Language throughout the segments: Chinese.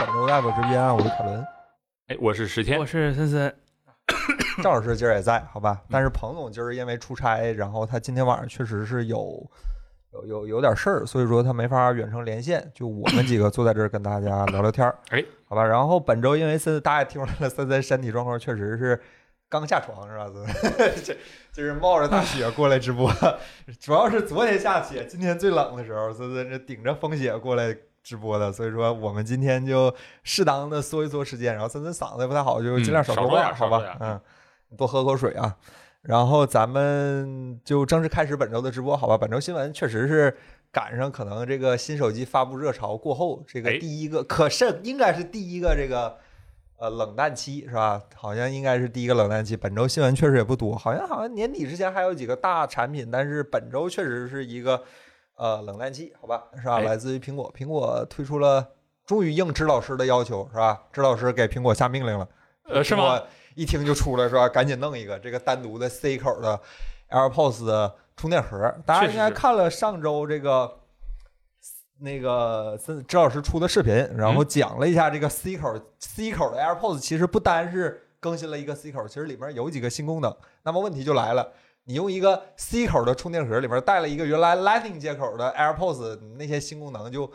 是烟啊，我是凯伦，哎，我是石天我，是森森，赵老师今儿也在，好吧？但是彭总今儿因为出差，然后他今天晚上确实是有有有有点事儿，所以说他没法远程连线，就我们几个坐在这儿跟大家聊聊天儿，哎，好吧？然后本周因为森大家也听出来了，森森身体状况确实是。刚下床是吧？ 这就是冒着大雪过来直播， 主要是昨天下雪，今天最冷的时候，森森这顶着风雪过来直播的，所以说我们今天就适当的缩一缩时间，然后森森嗓子也不太好，就尽量少嗯少说话，说点好少说吧点？嗯，多喝口水啊。然后咱们就正式开始本周的直播，好吧？本周新闻确实是赶上可能这个新手机发布热潮过后，这个哎第一个可是应该是第一个这个呃冷淡期是吧？好像应该是第一个冷淡期。本周新闻确实也不多，好像好像年底之前还有几个大产品，但是本周确实是一个呃冷淡期，好吧？是吧？哎来自于苹果，苹果推出了，终于应支老师的要求是吧？支老师给苹果下命令了，呃，是吗？？一听就出来是吧？赶紧弄一个这个单独的 C 口的 AirPods 的充电盒。大家应该确实是看了上周这个那个森支老师出的视频，然嗯后讲了一下这个 C 口 C 口的 AirPods 其实不单是更新了一个 C 口，其实里面有几个新功能。那么问题就来了。你用一个 C 口的充电盒，里面带了一个原来 Lightning 接口的 AirPods，那些新功能就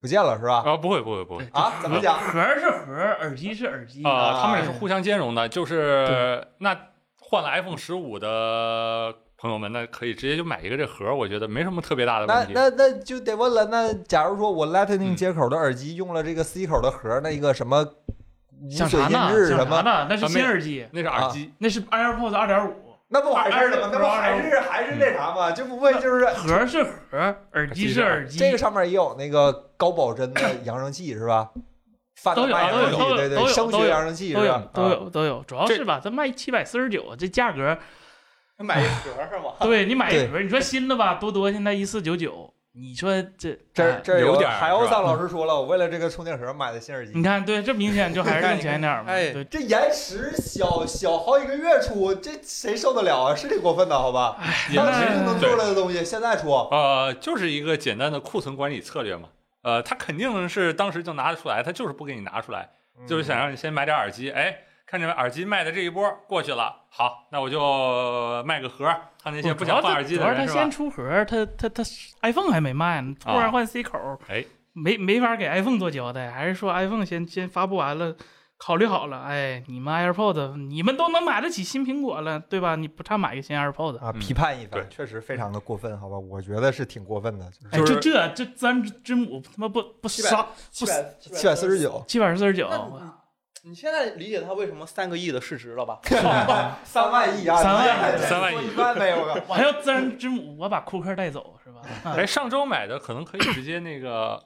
不见了，是吧？啊，不会，不会，不会。啊，怎么讲？盒是盒，耳机是耳机啊、啊他们也是互相兼容的，就是那换了 iPhone 十五的朋友们，那可以直接就买一个这盒，我觉得没什么特别大的那问题。那那就得问了，那假如说我 Lightning 嗯接口的耳机用了这个 C 口的盒，那个什么无想水啥音呢？质想什啥么，呢？那是新耳机，那是啊 耳机，那是 AirPods 二点五。那不完事儿了吗？那不还是还是那啥吗？就不会就是 盒是盒，耳机是耳机，这个上面也有那个高保真的扬声器是吧？贩都有卖扬声器，都有对都对，有声学扬声器都是有吧？都啊有都有，主要这是吧，这卖七百四十九，这价格，买一盒是吗？对你买对一盒，你说新的吧，多多现在一四九九，你说这这哎这有点儿海鸥是吧桑老师说了，我为了这个充电盒买的新耳机你，看，对，这明 显就还是挣钱一点嘛，哎嗯对，这延迟小小好几个月出，这谁受得了啊？是挺过分的，好吧？也当那时是就能做出来的东西，现在出，呃，就是一个简单的库存管理策略嘛。呃，他肯定是当时就拿得出来，他就是不给你拿出来，嗯就是想让你先买点耳机。哎，看这耳机卖的这一波过去了，好，那我就卖个盒，看那些不想换耳机哦主的要他人是先吧？啊出盒，他他他 iPhone 还没卖呢，突然换 C 口，哎，没没法给 iPhone 做交代，还是说 iPhone 先先发布完了，考虑好了，哎，你们 AirPods 你们都能买得起新苹果了，对吧？你不差买个新 AirPods，啊，嗯批判一番对，确实非常的过分，好吧？我觉得是挺过分的，哎，就是就这这咱之母他妈不不杀七百七百四十。九，七百四十九，你现在理解它为什么三个亿的市值了吧？ 三万亿啊，三万嗯亿三万亿一万呗，我靠！我要自然之母，我把库克带走是吧？啊哎，上周买的可能可以直接那个，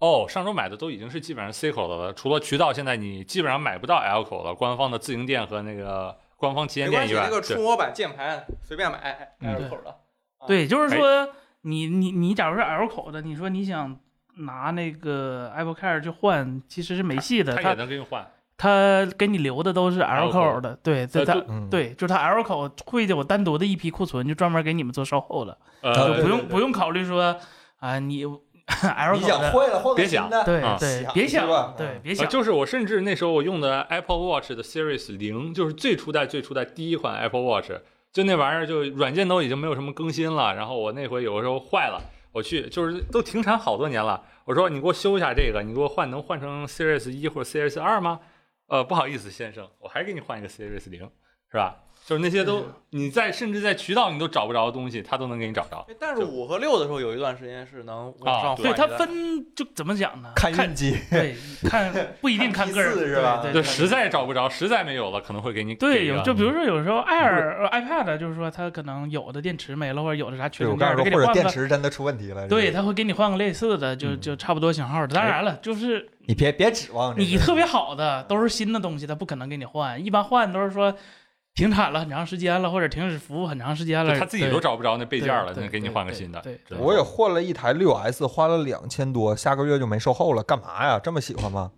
哦，上周买的都已经是基本上 C 口的了，除了渠道，现在你基本上买不到 L 口了，官方的自营店和那个官方旗舰没店关以系，那外，个触对摸板键盘随便买嗯 Air 口的。啊对，就是说你你你假如是 L 口的，你说你想拿那个 Apple Care 去换，其实是没戏的，他也他能给你换，他给你留的都是 L 口的，对，这呃，他就嗯，对，就他 L 口会有单独的一批库存，就专门给你们做售后了，啊呃，对不对用不用考虑说啊你 L 你口想的，坏了换个别新想的，对啊对，想别是吧想，对嗯别呃想，就是我甚至那时候我用的 Apple Watch 的 Series 零，就是最初代最初代第一款 Apple Watch，就那玩意儿就软件都已经没有什么更新了。然后我那回有的时候坏了，我去就是都停产好多年了，我说你给我修一下这个，你给我换能换成 Series 一或者 Series 二吗？呃，不好意思先生，我还给你换一个 Series 零，是吧？就是那些都你在甚至在渠道你都找不着的东西，它都能给你找着。哎但是就五和六的时候有一段时间是能往上啊换对的。他分就怎么讲呢？看运气，对， 看不一定看个人看批次是吧对，就对实在找不着，实在没有了，可能会给你给对，一个嗯有就比如说有时候 Air、iPad，就是呃说它可能有的电池没了，或者有的啥缺对我零告件，诉它你说，给你或者换电个，池真的出问题了，对，这个，它会给你换个类似的，就嗯就差不多型号的。哎当然了，就是你别别指嗯望这个你特别好的都是新的东西，它不可能给你换，一般换都是说停产了很长时间了，或者停止服务很长时间了，就他自己都对找不着那备件了，对那给你换个新的。对真的我也换了一台六 S，花了两千多，下个月就没售后了，干嘛呀？这么喜欢吗？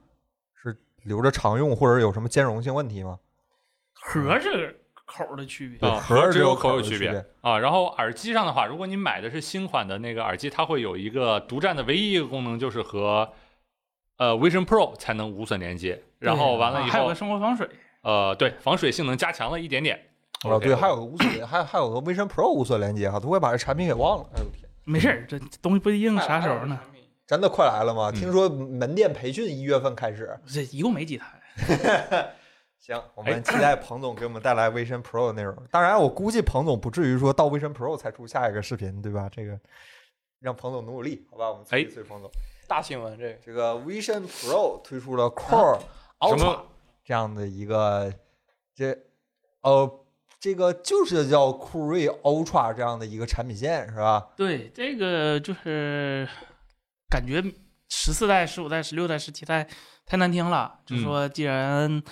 是留着常用，或者有什么兼容性问题吗？盒是口儿的区别。对啊盒儿只只有有口口有有区区别别啊。然后耳机上的话，如果你买的是新款的那个耳机，它会有一个独占的唯一一个功能，就是和呃 Vision Pro 才能无损连接，然后完了以啊还有后个生活防水，呃对防水性能加强了一点点。哦，对， OK，还有个无损，还还有个 Vision Pro 无损连接哈，都快把这产品给忘了。哎呦天，没事儿，这东西不硬啥时 候呢？真的快来了嗯吗？听说门店培训一月份开始。这一共没几台，行，我哎们期待彭总给我们带来 Vision Pro 的内容。当然，我估计彭总不至于说到 Vision Pro 才出下一个视频，对吧？这个让彭总努努力，好吧？我们催一哎催彭总。大新闻这个这个 Vision Pro 推出啊了 Core 什 Ultra 么这样的一个，这呃，这个就是叫酷睿 Ultra 这样的一个产品线是吧？ 对，这个就是感觉十四代、十五代、十六代、十七代太难听了。就说既然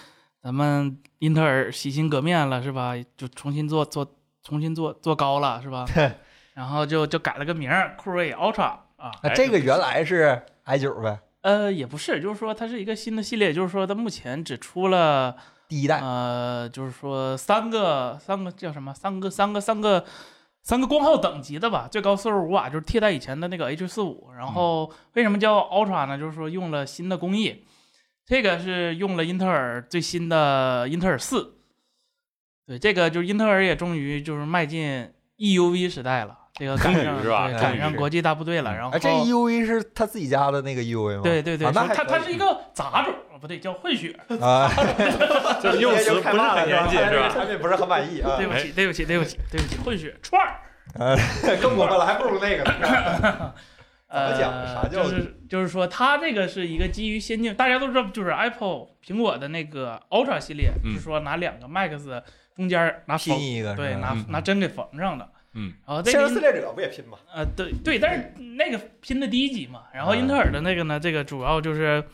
咱们英特尔洗心革面了，是吧？就重新做做重新做做高了，是吧？然后就就改了个名儿，酷睿 Ultra 啊。那哎这个原来是 i 九呗，呃，也不是，就是说它是一个新的系列，就是说它目前只出了第哎一代。呃，就是说三个三个叫什么？三个三个三个三个光耗等级的吧，最高四十五瓦，就是替代以前的那个 H 四五。嗯然后为什么叫 Ultra 呢？就是说用了新的工艺，这个是用了英特尔最新的英特尔四。对，这个就是英特尔也终于就是迈进 EUV 时代了，这个赶终于上是吧对终赶于上是嗯国际大部队了。然后哎，这 EUV 是他自己家的那个 EUV 吗？对对对，啊那说还它它可是以一个杂种，不对，叫混血。啊，就是用词不是很严 谨是这个吧？产品不是很满意啊对，不起，对不起，对不起，对不起，混血串儿。跟我们来还不如那个呢。怎么讲呃啥叫就是就是说，它这个是一个基于先进，大家都知道，就是 Apple 苹果的那个 Ultra 系列，嗯是说拿两个 Max 中间拿拼缝，一个是吧对，拿嗯拿针给缝上的。嗯，然后这先个是撕英裂者不也拼吗？呃，对对，但是那个拼的第一级嘛，啊然后嗯英特尔的那个呢，这个主要就是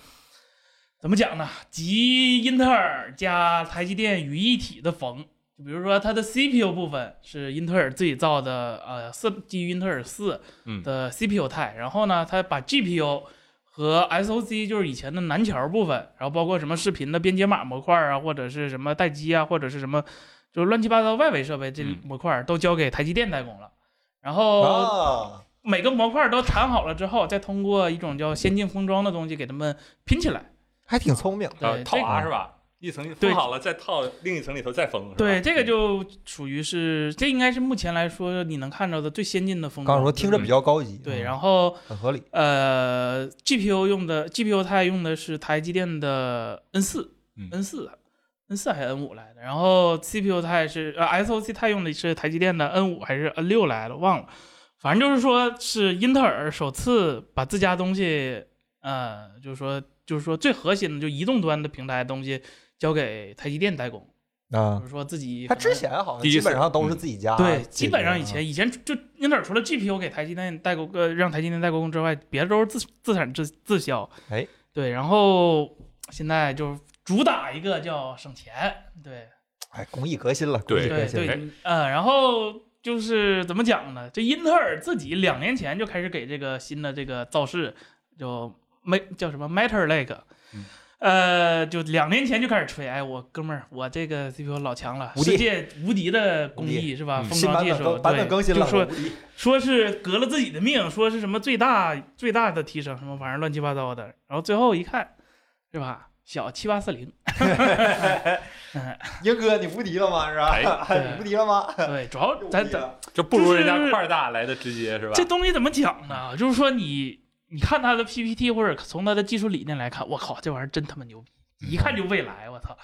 怎么讲呢？集英特尔加台积电于一体的缝。就比如说它的 CPU 部分是英特尔自己造的，呃，四基于英特尔四嗯的 CPU 态，然后呢，它把 GPU 和 SOC 就是以前的南桥部分，然后包括什么视频的编解码模块啊，或者是什么待机啊，或者是什么就是乱七八糟外围设备这嗯模块儿都交给台积电代工了。然后啊，每个模块都缠好了之后，再通过一种叫先进封装的东西给它们拼起来。还挺聪明。呃，对，套这个娃是吧？一层对封好了，再套另一层里头再封。是吧嗯对，这个就属于是，这应该是目前来说你能看到的最先进的封刚才装。说听着比较嗯高级，对，后然后很合理。呃，GPU 用的 GPU 它用的是台积电的 N 四、嗯 N 四、N 四还是 N 五来的，然后 CPU 它也是呃 SOC 它用的是台积电的 N 五还是 N 六来的，忘了，反正就是说是英特尔首次把自家东西，呃，就是说就是说最核心的就移动端的平台东西交给台积电代工，啊就，是说自己他可能之前好像第一基次本上都是自己家解决的啊，对，基本上以前以前就英特尔除了 GPU 给台积电代工，呃，让台积电代工之外，别的都是自自产自自销。哎，对，然后现在就是主打一个叫省钱，对哎，工艺革新了，对工艺革对新了哎对，呃，然后就是怎么讲呢？这英特尔自己两年前就开始给这个新的这个造势，就 m 叫什么 Matter Lake。嗯呃，就两年前就开始吹，哎，我哥们儿，我这个 CPU 老强了，无敌世界无敌的工无艺是吧？嗯封新装版技本术，更版本对，更新了，就说无敌说是革了自己的命，说是什么最大最大的提升，什么玩意儿乱七八糟的。然后最后一看，是吧？小七八 四零， 嗯英哥你无敌了吗？是吧？哎你无敌了吗？对，主要咱咱就不如人就家是块儿大来的直接是吧？这东西怎么讲呢？就是说你你看他的 PPT 或者从他的技术理念来看，我靠，这玩意儿真他妈牛逼，嗯一看就未来，我操！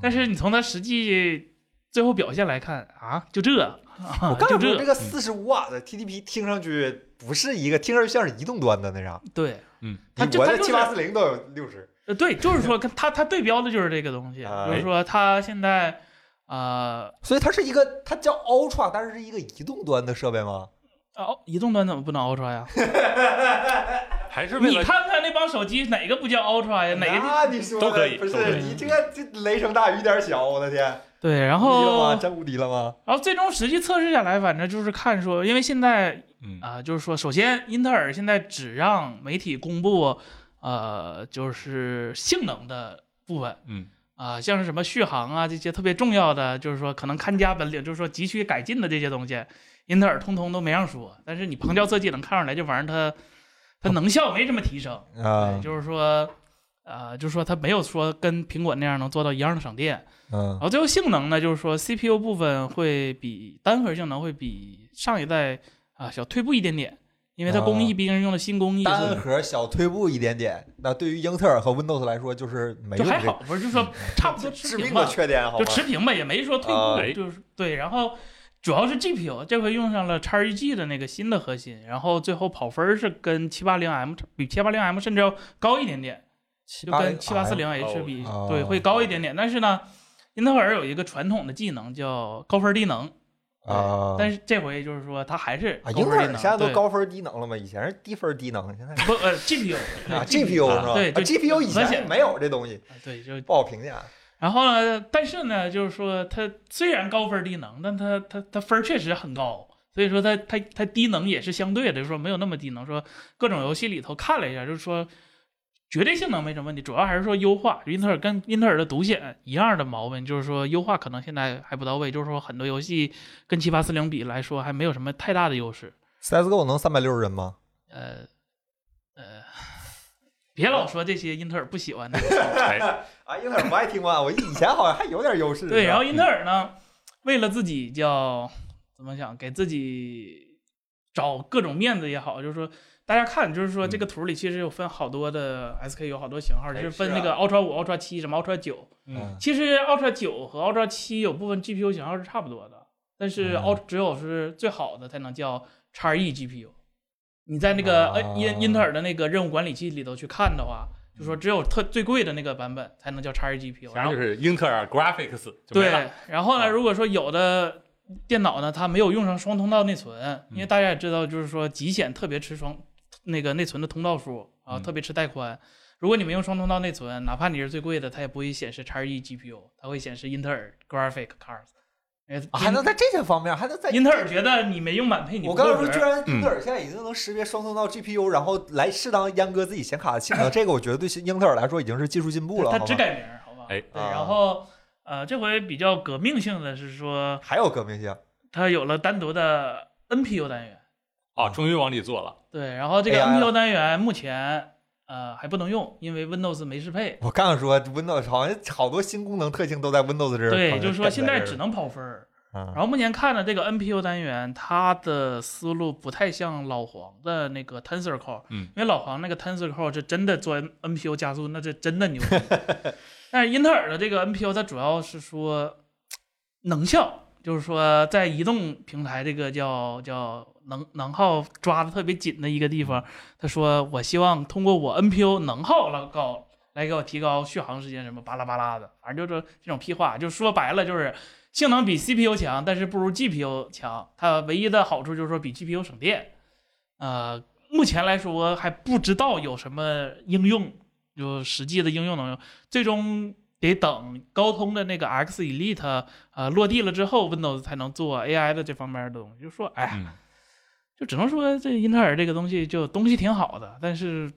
但是你从他实际最后表现来看啊，就这，啊我刚才就说这这，个四十五瓦的 TDP 听上去不是一个，听上去像是移动端的那啥，对，嗯，他你就我他的就七是八四零都有六十，呃，对，就是 说跟他他对标的就是这个东西，哎就是说他现在呃。所以它是一个，它叫 Ultra，但是是一个移动端的设备吗？哦，移动端怎么不能 Ultra 呀？还 是为你了看看那帮手机哪个不叫 Ultra 呀？哪哎个？那你说的都可以不都可是以你这个这雷声大雨点小，我的天，对，然无敌了后吗？真无敌了吗？然后最终实际测试下来，反正就是看说，因为现在嗯啊、就是说，首先英特尔现在只让媒体公布，呃，就是性能的部分嗯啊、像是什么续航啊这些特别重要的，就是说可能看家本领，就是说急需改进的这些东西，英特尔通通都没让说。但是你旁敲侧击能看出来，这玩意儿它它能效没什么提升。啊哎对，就是说呃，就是说它没有说跟苹果那样能做到一样的省电。嗯啊然后最后性能呢，就是说 CPU 部分会比单核性能会比上一代啊、小退步一点点，因为它啊工艺毕竟是用了新工艺，所单以核小退步一点点，那对于英特尔和 Windows 来说就是没就用还这好，不是就 说差不多持致平命的吧，缺啊点，好就吧？持平吧，也没说退啊步，哎就是对。然后主要是 GPU 这回用上了 x 1 G 的那个新的核心，然后最后跑分儿是跟 780M 比 780M 甚至要高一点点，就跟 7840H 比哦，对，会高一点点。但是呢，英特尔有一个传统的技能叫高分儿低能，啊。但是是这回就是说它还是啊，高英特分儿尔低能，现在都对高分低能了吗？以前是低分低能，现在不呃 GPU 对 啊 GPU 是吧？对啊就 GPU 以明前显没有这东西，对就不好评价。然后呢，但是呢，就是说它虽然高分低能，但它它它分儿确实很高，所以说它它它低能也是相对的，就是说没有那么低能。说各种游戏里头看了一下，就是说绝对性能没什么问题，主要还是说优化。英特尔跟英特尔的独显一样的毛病，就是说优化可能现在还不到位，就是说很多游戏跟七八四零比来说还没有什么太大的优势。 CSGO 能三百六十人吗？呃呃， 别老说这些英特尔不喜欢的。哎，啊，英特尔不爱听吗？我以前好像还有点优势。对，是吧然后英特尔呢，为了自己叫怎么讲，给自己找各种面子也好，就是说大家看，就是说这个图里其实有分好多的 SKU，好多型号，就哎是分是那啊个 Ultra 五、Ultra 七什么 Ultra 九。嗯其实 Ultra 九和 Ultra 七有部分 GPU 型号是差不多的，但是嗯 Ultra 只有是最好的才能叫 E XE GPU。你在那个啊呃英英特尔的那个任务管理器里头去看的话，就说只有特最贵的那个版本才能叫 E XE GPU。然然后后就是英特尔 Graphics 就没了对，然后呢，啊如果说有的电脑呢，它没有用上双通道内存，嗯因为大家也知道，就是说极显特别吃双那个内存的通道数啊，嗯特别吃带宽。如果你没用双通道内存，哪怕你是最贵的，它也不会显示 E XE GPU，它会显示英特尔 Graphic Cards。因为啊还能在这些方面，还能在英特尔觉得你没用满配，你不我刚才过说，格居然英特嗯尔现在已经能识别双通道 GPU，、然后来适当阉割自己显卡的性能，这个我觉得对英特尔来说已经是技术进步了。它好只吧改名儿，好吧？哎对，啊然后呃，这回比较革命性的是说，还有革命性它有了单独的 NPU 单元。哦，终于往里做了。对，然后这个 AI 了 NPU 单元目前呃还不能用，因为 Windows 没适配。我刚想说 Windows 好像好多新功能特性都在 Windows 这儿。对，就是说现在只能。能跑分儿。嗯然后目前看的这个 NPU 单元，它的思路不太像老黄的那个 Tensor Core，嗯因为老黄那个 Tensor Core 是真的做 NPU 加速，那是真的牛逼。但是英特尔的这个 NPU，它主要是说能效，就是说在移动平台这个叫叫能能耗抓的特别紧的一个地方，他说我希望通过我 NPU 能耗拉高来给我提高续航时间什么巴拉巴拉的，反正就是这种屁话，就说白了就是性能比 CPU 强，但是不如 GPU 强。它唯一的好处就是说比 GPU 省电。呃，目前来说还不知道有什么应用，就实际的应用能用，最终得等高通的那个 X Elite 呃落地了之后，Windows 才能做 AI 的这方面的东西。就说哎呀，嗯，就只能说这英特尔这个东西就东西挺好的，但是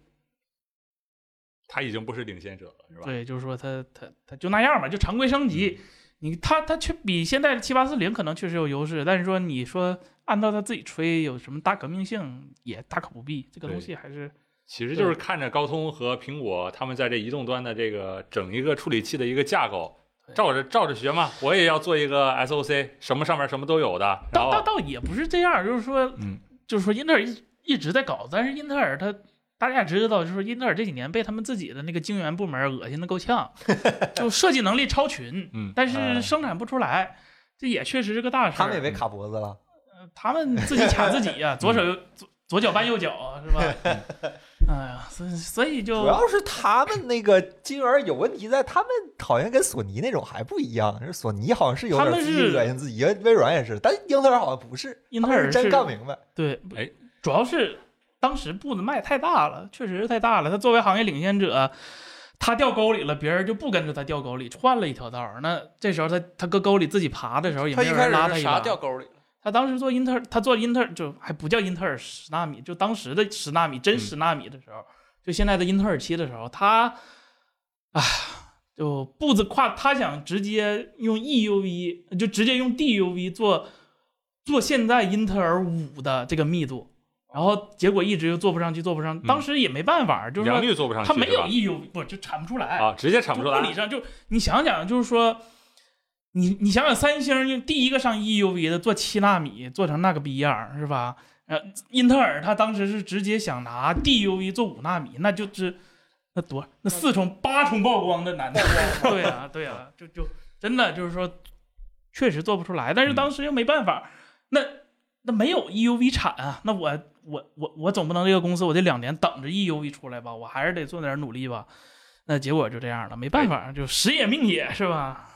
他已经不是领先者了，是吧？嗯对，就是说它它它就那样吧，就常规升级。你它它却比现在的七八四零可能确实有优势，但是说你说按照它自己吹有什么大革命性也大可不必，这个东西还是其实就是看着高通和苹果他们在这移动端的这个整一个处理器的一个架构对，照着照着学嘛。我也要做一个 SOC，什么上面什么都有的。然倒倒后，倒也不是这样，就是说嗯，就是说英特尔一一直在搞，但是英特尔它大家也知道，就是说英特尔这几年被他们自己的那个晶圆部门恶心的够呛，就设计能力超群， 嗯但嗯是生产不出来，这也确实是个大事儿。他们也被卡脖子了，呃他们自己卡自己呀、 嗯左手右左左脚绊右脚是吧？哎呀，所以所以就主要是他们那个金源有问题在，他们好像跟索尼那种还不一样，是索尼好像是有他点们自己是恶心自己，微软也是，但英特尔好像不是，英特他们尔是真是干明白。对，哎，主要是当时步子迈太大了，确实是太大了。他作为行业领先者，他掉沟里了，别人就不跟着他掉沟里，换了一条道儿。那这时候他他搁沟里自己爬的时候，也他没一有开人拉始他是一啥把。掉沟里了？他当时做英特尔，他做英特尔就还不叫英特尔十纳米，就当时的十纳米，真嗯十纳米的时候，就现在的英特尔七的时候，他，啊，就步子跨，他想直接用 E EUV，就直接用 DUV 做做现在英特尔五的这个密度，然后结果一直又做不上去，做不上，当时也没办法，就是良说率做不嗯上去，它没是有吧 EUV，不就产不出来啊，直接产就不出来物理上就你想想，就是说，你你想想三星就第一个上 EUV 的做七纳米做成那个逼样儿是吧？呃，英特尔他当时是直接想拿 DUV 做五纳米，那就是那多那四重八重曝光的难度。 对啊，对啊，就就真的就是说，确实做不出来，但是嗯当时又没办法，那那没有 EUV 产啊，那我我我我总不能这个公司我这两年等着 EUV 出来吧，我还是得做点努力吧。那结果就这样了，没哎办法，就时也命也 是吧？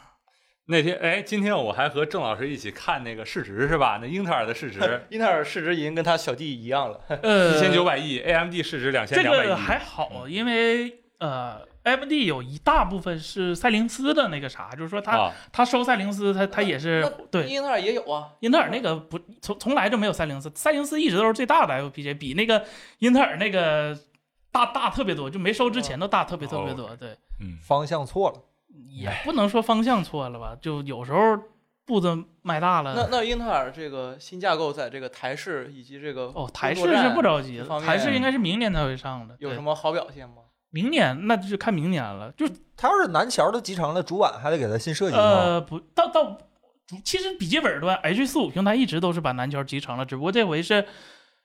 那天哎，今天我还和郑老师一起看那个市值是吧？那英特尔的市值 英特尔市值已经跟他小弟一样了，呃，一千九百亿，AMD 市值两千这两百个亿，嗯还好，因为呃，AMD 有一大部分是赛灵思的那个啥，就是说他、啊，他收赛灵思，他他也是呃那对。英特尔也有啊，英特尔那个不从从来就没有赛灵思，赛灵思一直都是最大的 FPGA，比那个英特尔那个大大特别多，就没收之嗯前都大特别特别多。对，嗯，方向错了。也不能说方向错了吧，就有时候步子迈大了。那那英特尔这个新架构在这个台式以及这个哦，台工式作是站不着急这的，方面台式应该是明年才会上的。有对什么好表现吗？明年那就是看明年了，就他要是南桥都集成了，主板还得给他新设计一套。呃不到到，其实笔记本端 H 四五平台一直都是把南桥集成了，只不过这回是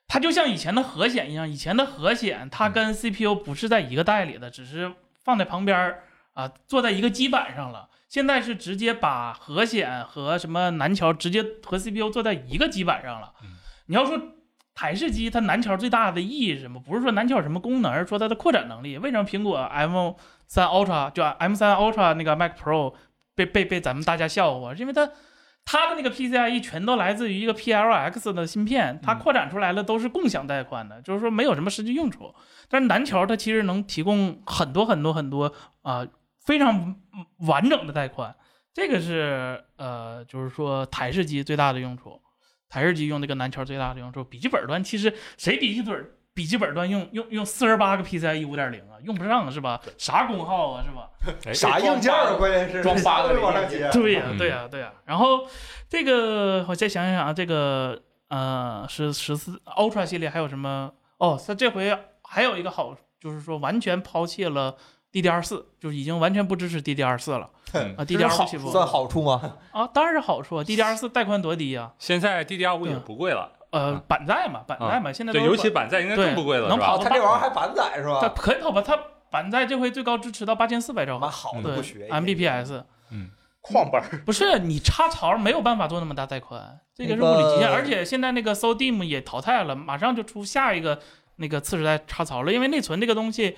它就像以前的核显一样，以前的核显它跟 CPU 不是在一个带里的，只是放在旁边儿啊，坐在一个基板上了。现在是直接把核显和什么南桥直接和 CPU 坐在一个基板上了嗯。你要说台式机它南桥最大的意义是什么？不是说南桥有什么功能，而是说它的扩展能力。为什么苹果 M 三 Ultra 就 M 三 Ultra 那个 Mac Pro 被被被咱们大家笑话？是因为它它的那个 PCIe E 全都来自于一个 PLX 的芯片，它嗯扩展出来的都是共享带宽的，就是说没有什么实际用处。但是南桥它其实能提供很多很多很多啊、非常完整的带宽，这个是呃，就是说台式机最大的用处。台式机用这个南桥最大的用处，笔记本端其实谁笔记本笔记本端用用用四十八个 PCIe 五点零啊，用不上是吧？啥功耗啊是吧？哎啥硬件啊？关键是装八个这往上 接。对呀、嗯对呀、对呀、然后这个我再想想啊，这个呃十十四 Ultra 系列还有什么？哦，它这回还有一个好，就是说完全抛弃了 DDR 四，就是已经完全不支持 DDR 四了嗯啊。这是 DDR 好不起步算好处吗？啊，当然是好处啊。DDR 四带宽多低呀、现在 DDR 五已经不贵了，呃啊，板载嘛，板载嘛，现在都对，是尤其板载应该更不贵了，是对能吧？哦，他这玩意儿还板载是它吧？可以跑吧，它板载这回最高支持到八千四百兆妈赫，好的对不学，Mbps。矿板 不是你插槽没有办法做那么大带宽，这个是物理极限。而且现在那个 SODIMM 也淘汰了，马上就出下一个那个次时代插槽了，因为内存这个东西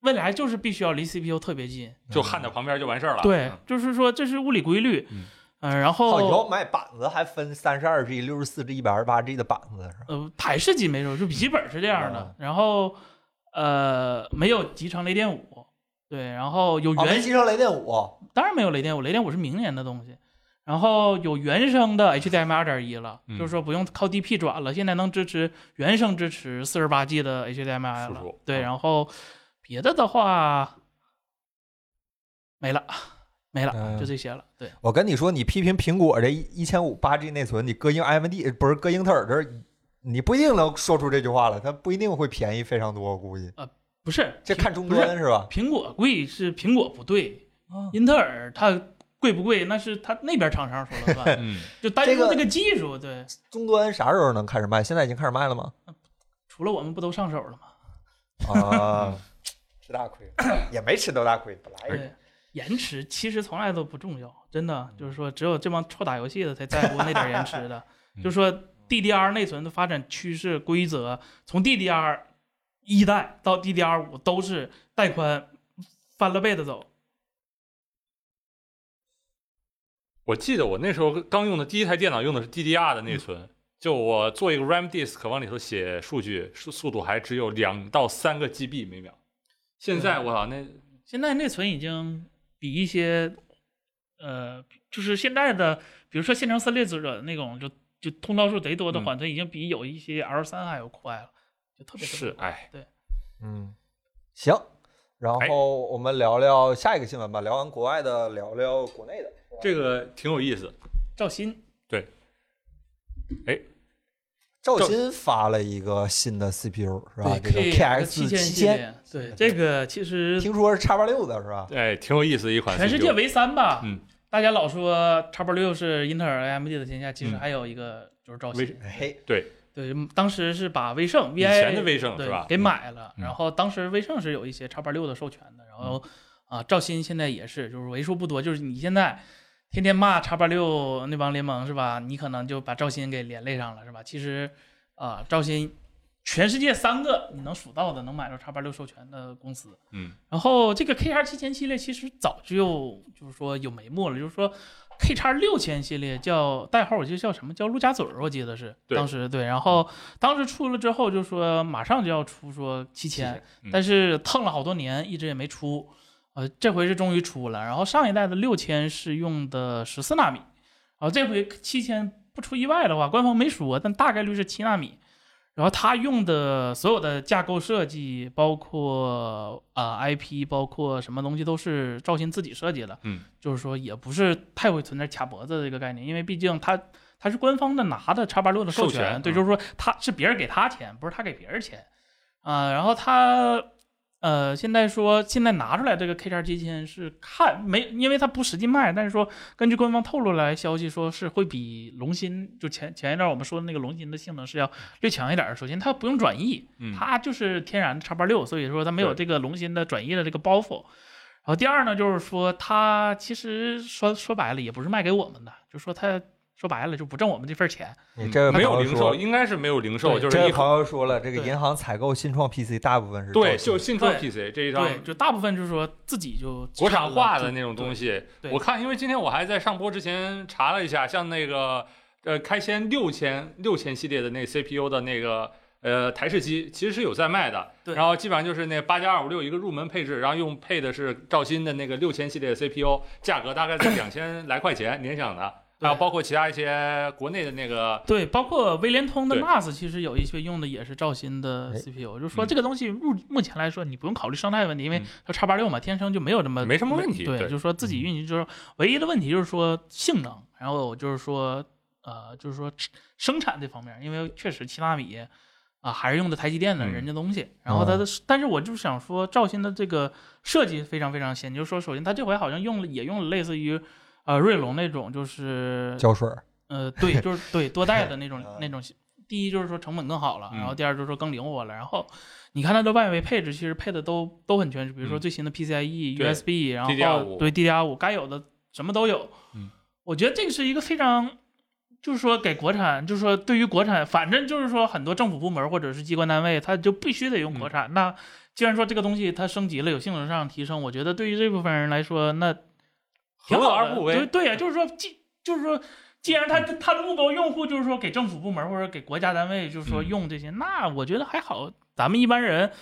未来就是必须要离 CPU 特别近。就焊嗯在旁边就完事儿了。对嗯，就是说这是物理规律。嗯呃然好，以后哦后买板子还分三十二 G、六十四 G、一百二十八 G 的板子是吧？呃，台式机没有，就笔记本是这嗯样的。然后呃，没有集成雷电五，对，然后有哦，原没集成雷电五，当然没有雷电五，雷电五是明年的东西。然后有原生的 HDMI 二点一了，嗯就是说不用靠 DP 转了，现在能支持原生支持四十八 G 的 HDMI 附了属。对，嗯然后别的的话没了， 没了，嗯就这些了。对，我跟你说，你批评苹果这一千五八 G 内存，你搁英 AMD 不是搁英特尔这儿，你不一定能说出这句话来，它不一定会便宜非常多，我估计不是这苹看终不是端是吧？苹果贵是苹果不对啊，英特尔它贵不贵那是它那边厂商说 了算，嗯，。就单这说个这个技术，对，终端啥时候能开始卖？现在已经开始卖了吗？除了我们不都上手了吗？ 啊，吃大亏 也没吃多大亏，本来对，延迟其实从来都不重要，真的就是说，只有这帮臭打游戏的才在乎那点延迟 的嗯就是说 DDR 内存的发展趋势规则，从 DDR 一代到 DDR 五都是带宽翻了倍的走。我记得我那时候刚用的第一台电脑用的是 DDR 的嗯内存，就我做一个 RAM disk 往里头写数据，速速度还只有两到三个 GB 每秒。现在嗯我操，那现在内存已经比一些呃，就是现在的，比如说线程撕裂者那种就就通道数贼多的嗯缓存，已经比有一些 L 三还要快了，就特别特别是快哎，嗯，行，然哎后我们聊聊下一个新闻吧，聊完国外的，聊聊国内的。这个挺有意思。赵鑫哎，赵鑫发了一个新的 CPU 是吧？这个对 K 七千系千，列，嗯对这个其实听说是叉八六的是吧？哎，挺有意思的一款 CPU。全世界唯三吧。嗯，大家老说叉八六是英特尔、AMD 的天下，其实嗯还有一个就是兆微鑫。嘿，对，当时是把威盛 VI 以前的威盛对是吧？给买了，嗯然后当时威盛是有一些叉八六的授权的，然后啊，赵鑫现在也是，就是为数不多，就是你现在天天骂叉八六那帮联盟是吧？你可能就把赵鑫给连累上了是吧？其实啊，赵鑫全世界三个你能数到的能买到叉八六授权的公司，嗯，然后这个 K x 七千系列其实早就就是说有眉目了，就是说 K x 六千系列叫代号，我记得叫什么叫陆家嘴儿，我记得是对当时对，然后当时出了之后就说马上就要出说七千，嗯但是蹭了好多年一直也没出，呃，这回是终于出了。然后上一代的六千是用的十四纳米，然后啊这回七千不出意外的话，官方没说，但大概率是七纳米。然后它用的所有的架构设计，包括啊、呃 IP，包括什么东西都是赵鑫自己设计的。嗯，就是说也不是太会存在卡脖子的这个概念，因为毕竟它它是官方的拿的叉八六的授授权对，嗯就是说他是别人给他钱，不是他给别人钱啊、然后他呃，现在说现在拿出来这个 K 叉基金是看没，因为它不实际卖，但是说根据官方透露来消息，说是会比龙芯就前前一段我们说的那个龙芯的性能是要略强一点儿。首先它不用转译，嗯，它就是天然的叉八六，所以说它没有对这个龙芯的转移的这个包袱。然后第二呢，就是说它其实说说白了也不是卖给我们的，就说它说白了就不挣我们这份儿钱。你这位嗯朋没有友零售，说，应该是没有零售，对就是这一位朋友说了，这个对银行采购新创 PC 大部分是对，赵鑫就信创对 PC 这一张对，就大部分就是说自己就国产化的那那种东西对。对我看，因为今天我还在上播之前查了一下，像那个呃开先六千六千系列的那 CPU 的那个呃台式机，其实是有在卖的。对然后基本上就是那八加二五六一个入门配置，然后用配的是兆鑫的那个六千系列的 CPU，价格大概在两千来块钱联想的。对然后包括其他一些国内的那个，对，包括微联通的对 NAS，其实有一些用的也是兆鑫的哎 CPU，就是嗯说这个东西目目前来说，你不用考虑生态问题，因为嗯它叉八六嘛，天生就没有这么没什么问题对，对嗯就是说自己运行，就是唯一的问题就是说性能，然后就是说呃，就是说生产这方面，因为确实七纳米啊、还是用的台积电的嗯哦人家东西，然后它的，但是我就是想说兆鑫的这个设计非常非常先进，就是说首先它这回好像用了也用了类似于。呃，锐龙那种就是胶水儿，呃，对，就是对多代的 那种啊那种。第一就是说成本更好了，嗯然后第二就是说更灵活了。然后你看它的外围配置，其实配的都都很全，比如说嗯最新的 PCIe、对 USB，然后 DDR5 对 DDR 五该有的什么都有。嗯，我觉得这个是一个非常，就是说给国产，就是说对于国产，反正就是说很多政府部门或者是机关单位，它就必须得用嗯国产。那既然说这个东西它升级了，有性能上提升，我觉得对于这部分人来说，那挺何乐好而的不对为？对呀、就是说，既就是说，既然他他的目标用户就是说给政府部门或者给国家单位，就是说嗯用这些，那我觉得还好。咱们一般人，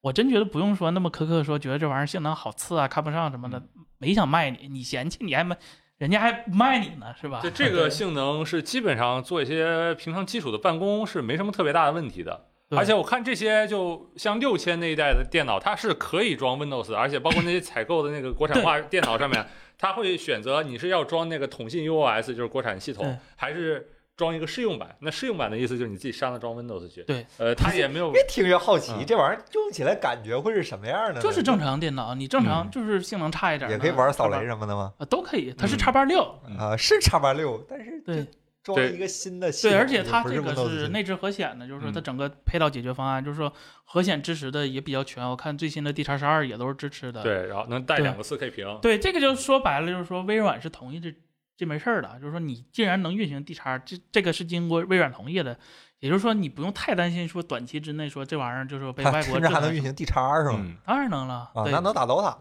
我真觉得不用说那么苛刻，说觉得这玩意儿性能好次啊，看不上什么的，没想卖你，你嫌弃你还卖，人家还不卖你呢，是吧？就这个性能是基本上做一些平常基础的办公是没什么特别大的问题的。对而且我看这些，就像六千那一代的电脑，它是可以装 Windows，的而且包括那些采购的那个国产化电脑上面，它会选择你是要装那个统信 UOS，就是国产系对统，还是装一个试用版。那试用版的意思就是你自己删了装 Windows 去。对，呃，它也没有越听越好奇，嗯这玩意儿用起来感觉会是什么样的呢？就是正常电脑，你正常嗯就是性能差一点儿也呢，可以玩扫雷是吧什么的吗？啊，都可以，它是嗯叉八六，嗯啊，是叉八六，但是对这装对一个新的系对，统，而且它不这个 Windows 是系内置核显的，就是说它嗯整个配套解决方案，就是说核显支持的也比较全。我看最新的 D 叉十二也都是支持的。对，然后能带对两个 4K 屏。对，这个就说白了，就是说微软是同意这这门事儿的，就是说你既然能运行 D 叉，这这个是经过微软同意的，也就是说你不用太担心说短期之内说这玩意儿就是被它外甚国制至还能裁运行 D 叉是吗？嗯，当然能了，啊，对那能打 DOTA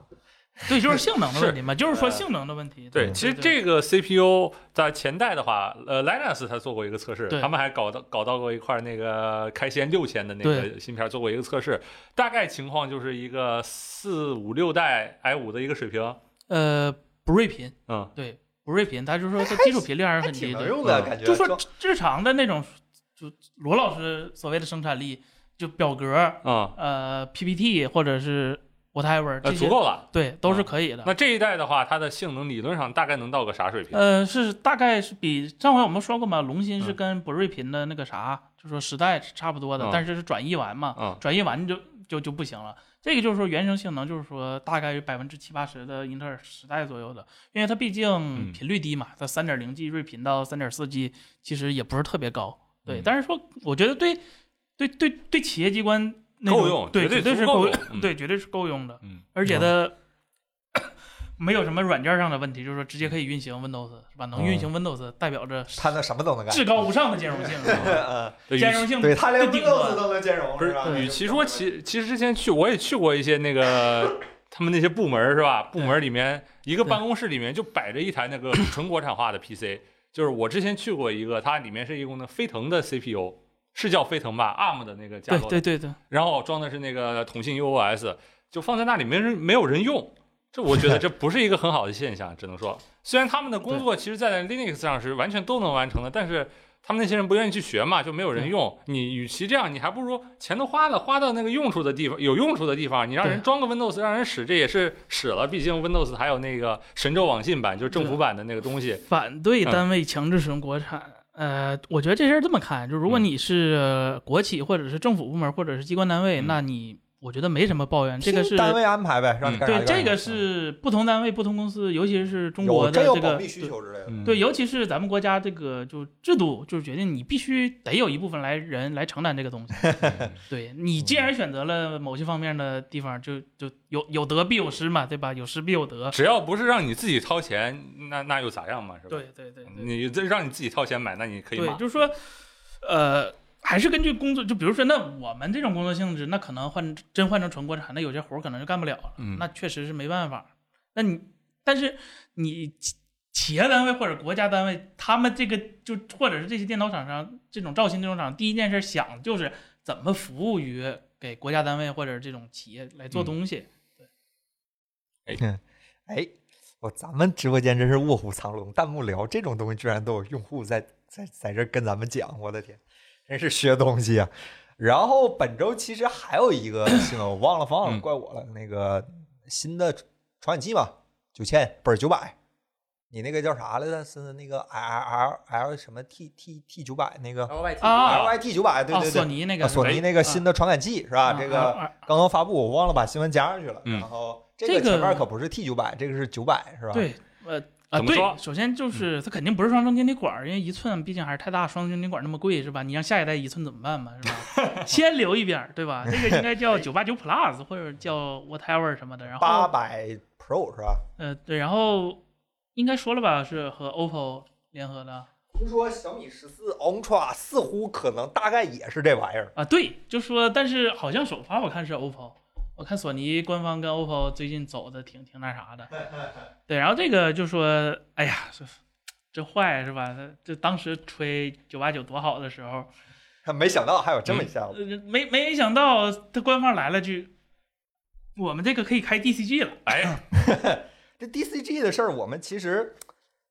对，就是性能的是问题嘛，就是说呃性能的问题。对，嗯其实这个 CPU 在前代的话，呃，Linux 它做过一个测试对，他们还搞到搞到过一块那个开先六千的那个对芯片做过一个测试，大概情况就是一个四五六代 i 五的一个水平，呃不睿频，嗯，对不睿频，它就是说它哎还基础频率还是还很低挺的能。用的嗯感觉，就说日常的那种，就罗老师所谓的生产力，就表格、嗯，呃 PPT 或者是 whatever 这呃，些，嗯足够了。对，都是可以的。那这一代的话，它的性能理论上大概能到个啥水平？呃呃，是大概是比上回我们说过嘛，龙芯是嗯跟博瑞频的那个啥，就说时代是差不多的，嗯但是是转译完嘛，嗯转译完就就就不行了。这个就是说原生性能，就是说大概有百分之七八十的英特尔十代左右的，因为它毕嗯竟频率低嘛，它三点零 G 睿频到三点四 G 其实也不是特别高，对。嗯但是说我觉得对对对对企业机关那种够用对绝对对足是够够用嗯对绝对是够用的，嗯而且它 没有什么软件上的问题，就是说直接可以运行 Windows 是吧？能嗯运行 Windows 代表着他那什么都能干啊至。高无上的兼容性，嗯是吧对，与兼其容性对他连最顶端 Windows 都能兼容，不是吧？与其说其其实之前去我也去过一些那个他们那些部门儿是吧？部门儿里面一个办公室里面就摆着一台那个纯国产化的 PC，就是我之前去过一个，它里面是用的飞腾的 CPU，是叫飞腾吧？ARM 的那个架对构，对对对，然后装的是那个统信 UOS，就放在那里没人没有人用。这我觉得这不是一个很好的现象，只能说，虽然他们的工作其实，在 Linux 上是完全都能完成的，但是他们那些人不愿意去学嘛，就没有人用。你与其这样，你还不如钱都花了，花到那个用处的地方，有用处的地方，你让人对装个 Windows 让人使，这也是使了。毕竟 Windows 还有那个神州网信版，就是政府版的那个东 西。反对嗯单位强制使用国产。呃，我觉得这事儿这么看，就如果嗯你是呃国企或者是政府部门或者是机关单位，嗯那你我觉得没什么抱怨。这个是单位安排呗，让你嗯干啥对，干啥这个是不同单位、不同公司，尤其是中国啊有真的有这保个密需求之类的。嗯对，尤其是咱们国家这个就制度，就是决定你必须得有一部分来人来承担这 个东西。对你既嗯然选择了某些方面的地方，就就有有得必有失嘛，对吧？有失必有得。只要不是让你自己掏钱，那那又咋样嘛，是吧？对对对对，你这让你自己掏钱买，那你可以对，骂。就是说，呃，还是根据工作，就比如说，那我们这种工作性质，那可能换真换成纯国产，那有些活儿可能就干不了了，嗯那确实是没办法。那你，但是你企企业单位或者国家单位，他们这个就或者是这些电脑厂商，这种造芯电脑厂，第一件事想就是怎么服务于给国家单位或者这种企业来做嗯东西。哎，我咱们直播间真是卧虎藏龙，弹幕聊这种东西居然都有用户在在在这儿跟咱们讲，我的天，真是学东西啊！然后本周其实还有一个新闻，我忘了放了，嗯怪我了。那个新的传感器嘛，九千不是九百，你那个叫啥来着？是那个 L L L 什么 T T T 九百那个然后外提啊 L I T 九百，对啊，对索对，尼那啊个嗯索尼那个新的传感器是吧？这个个刚刚发布，我忘了把新闻加上去了。嗯然后这这个个前面可不是 T 九百，这个是九百是吧？，对，呃啊，怎么对说，嗯首先就是它肯定不是双层经理管儿，因为一寸毕竟还是太大，双层经理管儿那么贵是吧？你让下一代一寸怎么办嘛是 吧？先留一边儿对吧？这个应该叫九八九 Plus 或者叫 whatever 什么的，然八后百 Pro 是吧？呃对，然后应该说了吧，是和 OPPO 联合的听说小米十四 Ultra 似乎可能大概也是这玩意儿，啊，对，就说但是好像首发我看是 OPPO。我看索尼官方跟 OPPO 最近走的挺挺那啥的，对，然后这个就说，哎呀，这这坏是吧？这当时吹九八九多好的时候，没想到还有这么一项目。呃没没想到他官方来了句，我们这个可以开 DCG 了。 哎，这 DCG 的事儿，我们其实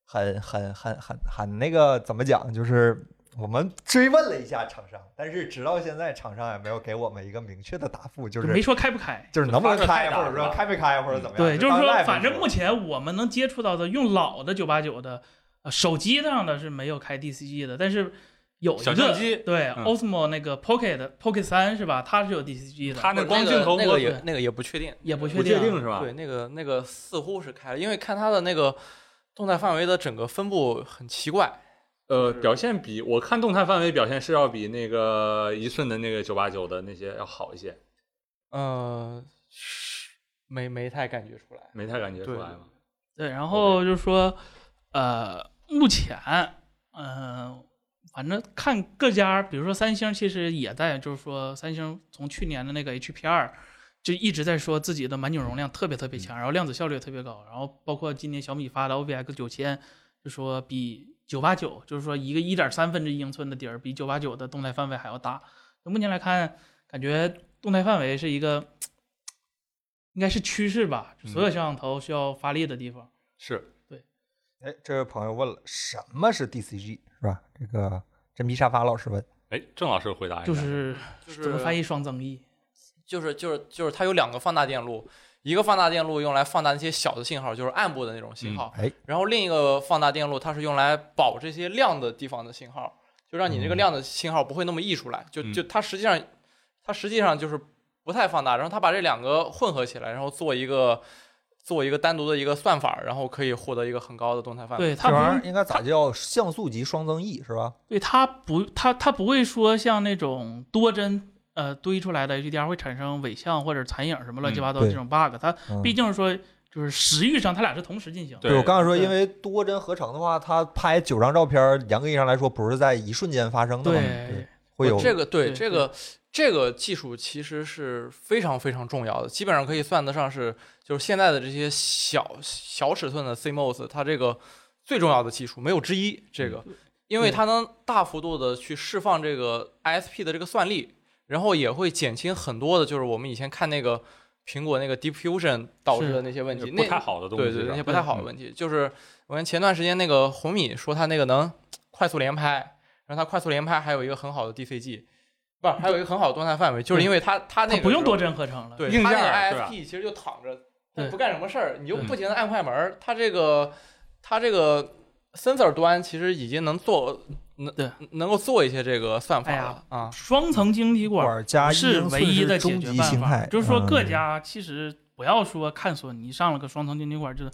很很很很很那个怎么讲，就是我们追问了一下厂商，但是直到现在厂商也没有给我们一个明确的答复，就就没是说开不开。就是能不能发个开，态度或者说是吧开没开，或者怎么样。对，就是当说， live 反正说目前我们能接触到的用老的九八九的呃手机上的是没有开 DCG 的，但是有一小相个机对嗯 Osmo 那个 Pocket Pocket 三是吧？它是有 DCG 的，它那光个镜头那模个组也那个也不确定，啊也不不确确定。定是吧？对，那个那个似乎是开了，因为看它的那个动态范围的整个分布很奇怪。呃，表现比我看动态范围表现是要比那个一寸的那个九八九的那些要好一些，呃，是没没太感觉出来。没太感觉出来嘛。对，然后就是说，呃，目前，嗯、反正看各家，比如说三星，其实也在，就是说三星从去年的那个 HP 二，就一直在说自己的满减容量特别特别强，然后量子效率也特别高，然后包括今年小米发的 OVX 九千，就说比九八九，就是说一个一点三分之一英寸的底儿，比九八九的动态范围还要大。那目前来看，感觉动态范围是一个。应该是趋势吧，就所有摄像头需要发力的地方。是，哎，这位朋友问了，什么是 DCG 是吧？这个真皮沙发老师问，哎，郑老师回答一下，就是就是怎么翻译双增益？就是就是就是它有两个放大电路，一个放大电路用来放大那些小的信号，就是暗部的那种信号，哎，然后另一个放大电路它是用来保这些亮的地方的信号，就让你这个嗯量的信号不会那么溢出来。就嗯就它实际上，它实际上就是不太放大，然后它把这两个混合起来，然后做一个做一个单独的一个算法，然后可以获得一个很高的动态范围。对啊这它玩意不儿应该咋叫像素级双增益是吧？对它不，它它不会说像那种多帧呃堆出来的 HDR 会产生伪像或者残影什么乱七八糟嗯对这种 bug，、它嗯毕竟是说就是时域上它俩是同时进行的。对我刚才说，对因为多帧合成的话，它拍九张照片儿，严格意义上来说不是在一瞬间发生的嘛，对，对，会有这个对对这个这个技术其实是非常非常重要的，基本上可以算得上是就是现在的这些小小尺寸的 CMOS，它这个最重要的技术没有之一。这个，嗯因为它能大幅度的去释放这个 ISP 的这个算力，然后也会减轻很多的，就是我们以前看那个苹果那个 Diffusion 导致的那些问题，就那不太好的东西嗯对是吧，对，那些不太好的问题，就是我看前段时间那个红米说它那个能快速连拍，然后它快速连拍还有一个很好的 DCG，不是还有一个很好的动态范围，就是因为它它那它个不用时候多帧合成了。对硬它件那儿个是吧 ISP 其实就躺着，对不干什么事儿，你就嗯不停的按快门儿，它这个它这个 sensor 端其实已经能做能对能够做一些这个算法哎呀了啊，双层晶体管管儿加是英寸唯一的解终决极办形法态，，就是说各嗯家其实不要说看索尼上了个双层晶体管，就是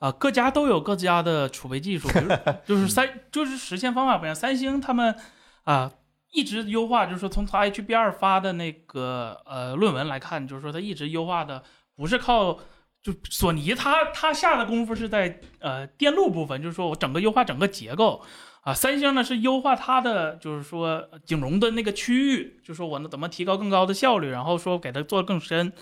啊、各家都有各家的储备技术，比如就是三就是实现方法不一样。三星他们啊、一直优化，就是说从他 HB 二发的那个呃论文来看，就是说他一直优化的不是靠。就索尼他他下的功夫是在呃电路部分，就是说我整个优化整个结构，啊，三星呢是优化它的，就是说景容的那个区域，就说我能怎么提高更高的效率，然后说给它做得更深，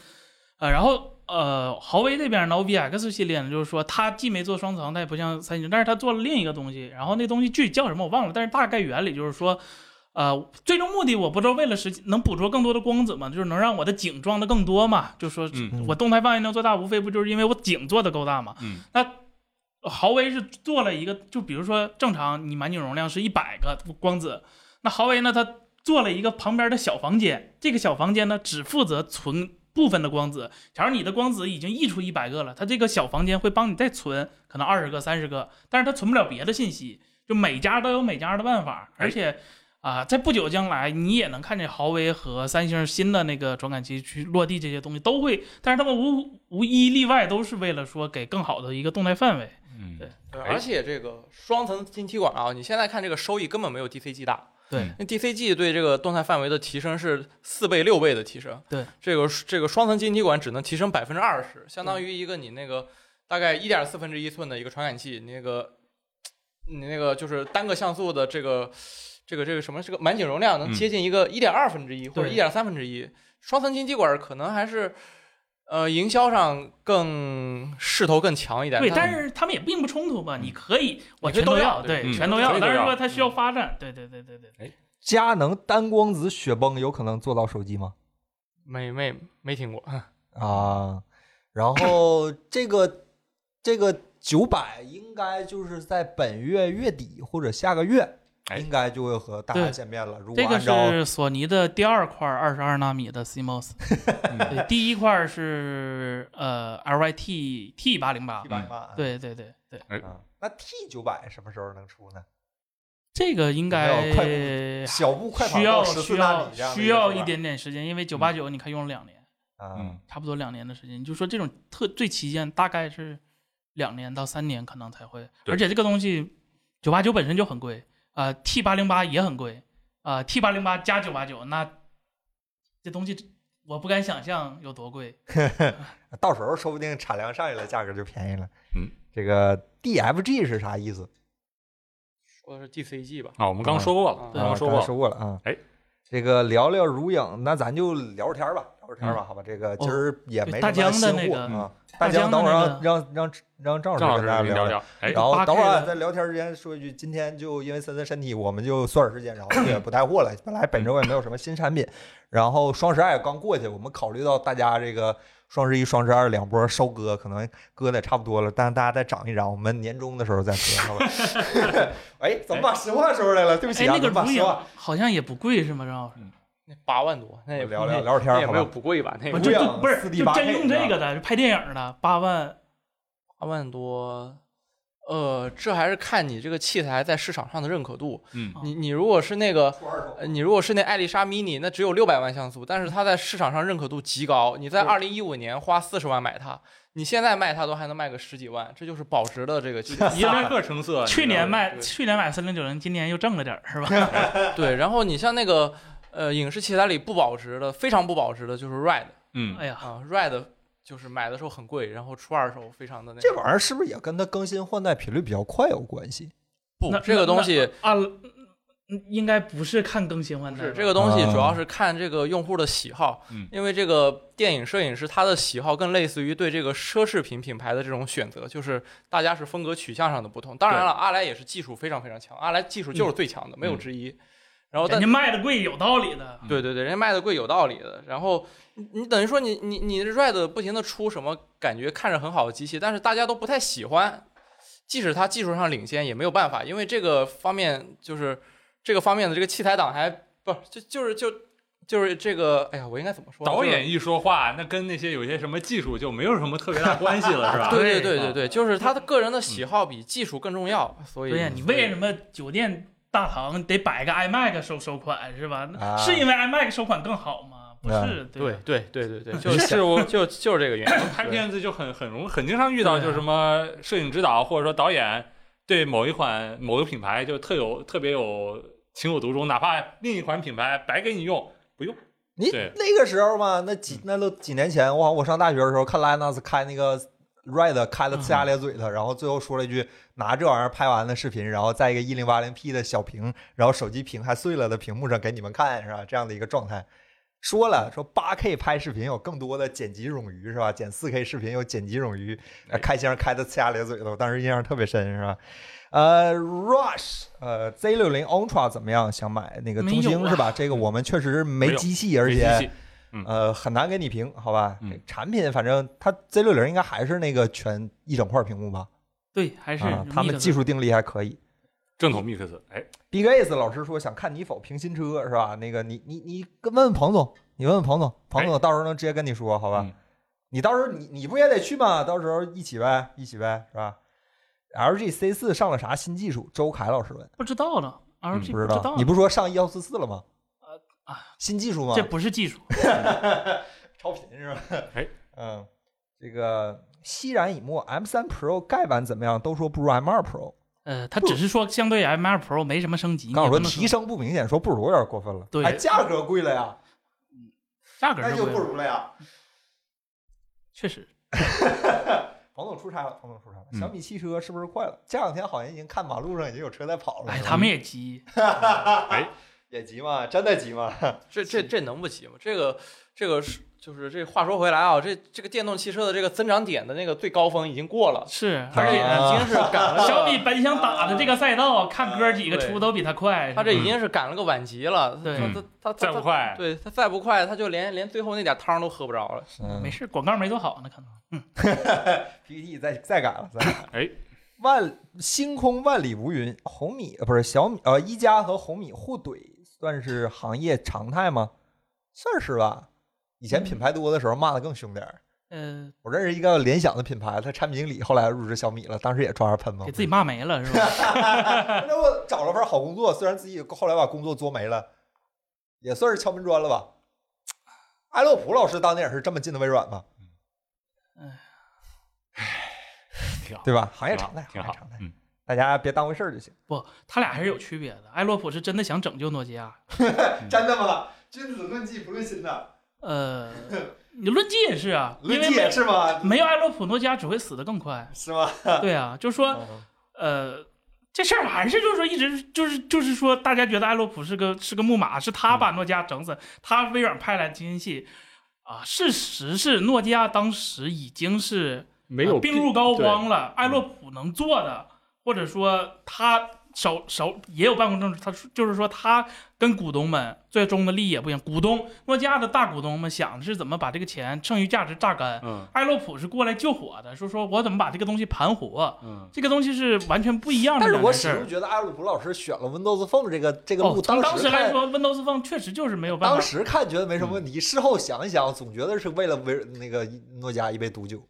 啊，然后呃，豪威这边呢，OBX 系列呢，就是说它既没做双层，它也不像三星，但是它做了另一个东西，然后那东西具体叫什么我忘了，但是大概原理就是说。呃，最终目的我不知道，为了实际能捕捉更多的光子嘛，就是能让我的景装的更多嘛，就说嗯我动态范围能做大，无非不就是因为我景做的够大嘛。嗯，呃豪威是做了一个，就比如说正常你满井容量是一百个光子，那豪威呢，它做了一个旁边的小房间，这个小房间呢只负责存部分的光子。假如你的光子已经溢出一百个了，它这个小房间会帮你再存可能二十个、三十个，但是它存不了别的信息。就每家都有每家的办法，哎而且啊、在不久将来你也能看见豪威和三星新的那个传感器去落地这些东西都会，但是他们无无一例外都是为了说给更好的一个动态范围。嗯对对，哎而且这个双层晶体管啊，你现在看这个收益根本没有 DCG 大。对嗯那 DCG 对这个动态范围的提升是四倍六倍的提升，对这个这个双层晶体管只能提升百分之二十，相当于一个你那个大概一点四分之一寸的一个传感器，你那个你那个就是单个像素的这个这个这个什么这个满井容量能嗯接近一个一点二分之一或者一对点三分之一，双层晶体管可能还是呃营销上更势头更强一点，对，它但是他们也并不冲突嘛，你可以我你可嗯以全都都要要，对对，嗯全都可要，以都但是要说它需要发展，对对对对对，哎佳能单光子雪崩有可能做到手机吗？没没没听过， 啊，然后这个这个九百应该就是在本月月底或者下个月，哎应该就会和大家对见面了。如果这个按照是索尼的第二块二十二纳米的 CMOS，对，嗯第一块是呃 LYT T 八零八 T，八八，嗯对对对对，啊，那 T 九百什么时候能出呢？这个应有没有快该小步快跑需要到14需纳要米这样的需个要是吧一点点时间，因为九八九你看用了两年，啊嗯，差不多两年的时间，你就说这种特最旗舰大概是两年到三年可能才会，对而且这个东西九八九本身就很贵，啊 T 八零八也很贵，啊 T 八零八加九八九，那这东西我不敢想象有多贵。到时候说不定产量上去了，价格就便宜了。嗯，这个 DFG 是啥意思？说的是 DCG 吧，啊，我们刚说过了，嗯刚啊刚说刚才过了，说过了啊。哎，这个聊聊如影，那咱就聊会儿天儿吧，聊会儿天儿吧，好吧？这个今儿也没对大什么疆的新那货个啊。大疆，疆的等会儿那让让让让郑郑老老师跟师大家跟您聊聊。聊，哎，然后 8K 等会儿啊的在聊天之前说一句，今天就因为森森身体，我们就算点时间，然后也不带货了。本来本周也没有什么新产品，然后双十二也刚过去，我们考虑到大家这个双十一、双十二两波收割，可能割的也差不多了，但是大家再涨一涨，我们年终的时候再割，好吧？哎，怎么把实话说出来了？对不哎起，啊，那个怎么把如实影话好像也不贵是吗，张老师？那八万多，那也聊哎不聊那聊会儿天那儿，也好没有吧？不贵吧，那也不不是就贵啊就不是 4D 就 8K 真用这个的，拍电影的八万，八万多，呃，这还是看你这个器材在市场上的认可度。嗯你你如果是那个，出二手呃你如果是那艾丽莎 mini，那只有六百万像素，但是它在市场上认可度极高。你在二零一五年花四十万买它，你现在卖它都还能卖个十几万，这就是保值的这个器材。伊拉克成色，去年卖你知去年买三零九零，今年又挣了点儿，是啊吧？ 对，然后你像那个呃影视器材里不保值的，非常不保值的就是 Red 道吧，哎呀，啊、r e d 就是买的时候很贵，然后出二手非常的那这个玩意儿是不是也跟它更新换代频率比较快有关系？不那这个东西。那那啊，嗯应该不是看更新换代是吧，这个东西啊主要是看这个用户的喜好，嗯因为这个电影摄影师他的喜好更类似于对这个奢侈品品牌的这种选择，就是大家是风格取向上的不同。当然了，阿莱也是技术非常非常强，阿莱技术就是最强的，没有之一。然后哦人但家卖的贵有道理嗯的，对对对，人家卖的贵有道理的。然后你你等于说你你你 Red 不停的出什么感觉看着很好的机器，但是大家都不太喜欢，即使它技术上领先也没有办法，因为这个方面就是这个方面的这个器材党还不是就就是就就是这个，哎呀，我应该怎么说？导就是演一说话，那跟那些有些什么技术就没有什么特别大关系了，是吧？对对对对啊对对，就是他的个嗯人的喜好比技术更重要，所以对呀，你为什么酒店大堂得摆个 iMac 收收款是吧？啊是因为 iMac 收款更好吗？不是，对吧，对对对对， 就就是啊是我就就是这个原因。拍对片子就很很容很经常遇到，对啊就是什么摄影指导或者说导演对某一款某个品牌就特有特别有情有独钟，哪怕另一款品牌白给你用，不用。你对那个时候嘛，那几那都几年前，我好像我上大学的时候看 Linus 开那个 Red 开的呲牙咧嘴的，然后最后说了一句拿这玩意儿拍完的视频，然后在一个一零八零 P 的小屏，然后手机屏还碎了的屏幕上给你们看，是吧？这样的一个状态。说了说八 K 拍视频有更多的剪辑冗余是吧？剪四 K 视频有剪辑冗余，呃开箱开的呲牙咧嘴的，我当时印象特别深是吧？呃，Rush，呃 Z 六零 Ultra 怎么样？想买那个没中有兴啊是吧？这个我们确实没有机器，啊而且没机器呃，很难给你评，好吧？嗯这个产品反正它 Z 六零应该还是那个全一整块屏幕吧？对，还是啊，他们技术术定力还可以。正统 mix，哎， Big S 老师说想看你否评新车是吧？那个你你你跟问问彭总，你问问彭总，彭总到时候能直接跟你说好吧？嗯你到时候你你不也得去吗？到时候一起呗，一起呗，是吧？LG C 四上了啥新技术？周凯老师问，不知道了，LG 嗯不知知道，呃你不说上幺四四了吗？啊，新技术吗？这不是技术，超频是吧？哎，嗯，这个熙然以沫，M 3 Pro 盖板怎么样？都说不如 M 2 Pro。呃，它只是说相对 M2 Pro 没什么升级，刚我说你也不能提升不明显，说不如有点过分了。对哎价格贵了呀，价格那是就贵不了，如了呀。确实彭总出差了，彭总出差了。嗯小米汽车是不是快了？这两天好像已经看马路上已经有车在跑了。哎，是吧他们也急，也急嘛，真的急嘛。这这这能不急吗？这个这个是就是这话说回来啊，这这个电动汽车的这个增长点的那个最高峰已经过了，是他它这啊已 经是 赶了小米本想打的这个赛道，看哥几个对出都比他快，它这已经是赶了个晚集了。对它它它它再不快对它再不快，它就连连最后那点汤都喝不着了。嗯没事，广告没做好呢，可能 PPT 再再改了，再改了哎，万星空万里无云，红米呃不是小米呃，一加和红米互怼算是行业常态吗？算是吧。以嗯前品牌多的时候骂的更凶点儿。呃，我认识一个联想的品牌，它产品经理后来入职小米了，当时也抓着喷嘛给。自己骂没了是吧？那我找了份好工作，虽然自己后来把工作做没了，也算是敲门砖了吧。艾洛普老师当年也是这么进的微软嘛，挺好，对哎吧？行业挺好常态，行挺业好常态，，嗯，大家别当回事儿就行。不，他俩还是有区别的。埃洛普是真的想拯救诺基亚，真的吗？君子论迹不论心呐，呃，你论迹也是啊，因论为迹也没是吗？。没有埃洛普，诺基亚只会死得更快是吗？对啊，就是说，呃，这事儿还是就是说一直就是就是说，大家觉得埃洛普是个是个木马，是他把诺基亚整死，他微软派来精英系。啊，事实是诺基亚当时已经是没呃有病入膏对嗯肓了。艾洛普能做的，或者说他手手也有办公政治，他就是说他跟股东们最终的利益也不一样。股东诺基亚的大股东们想的是怎么把这个钱剩余价值榨干，嗯艾洛普是过来救火的，说说我怎么把这个东西盘活，嗯，这个东西是完全不一样的但是两我件事始儿终。觉得艾洛普老师选了 Windows Phone 这个这个哦路，，从当时时来看。说，Windows Phone 确实就是没有办当法。时看觉得没什么问题，事后想一想，总觉得是为了为那个诺基亚一杯毒酒。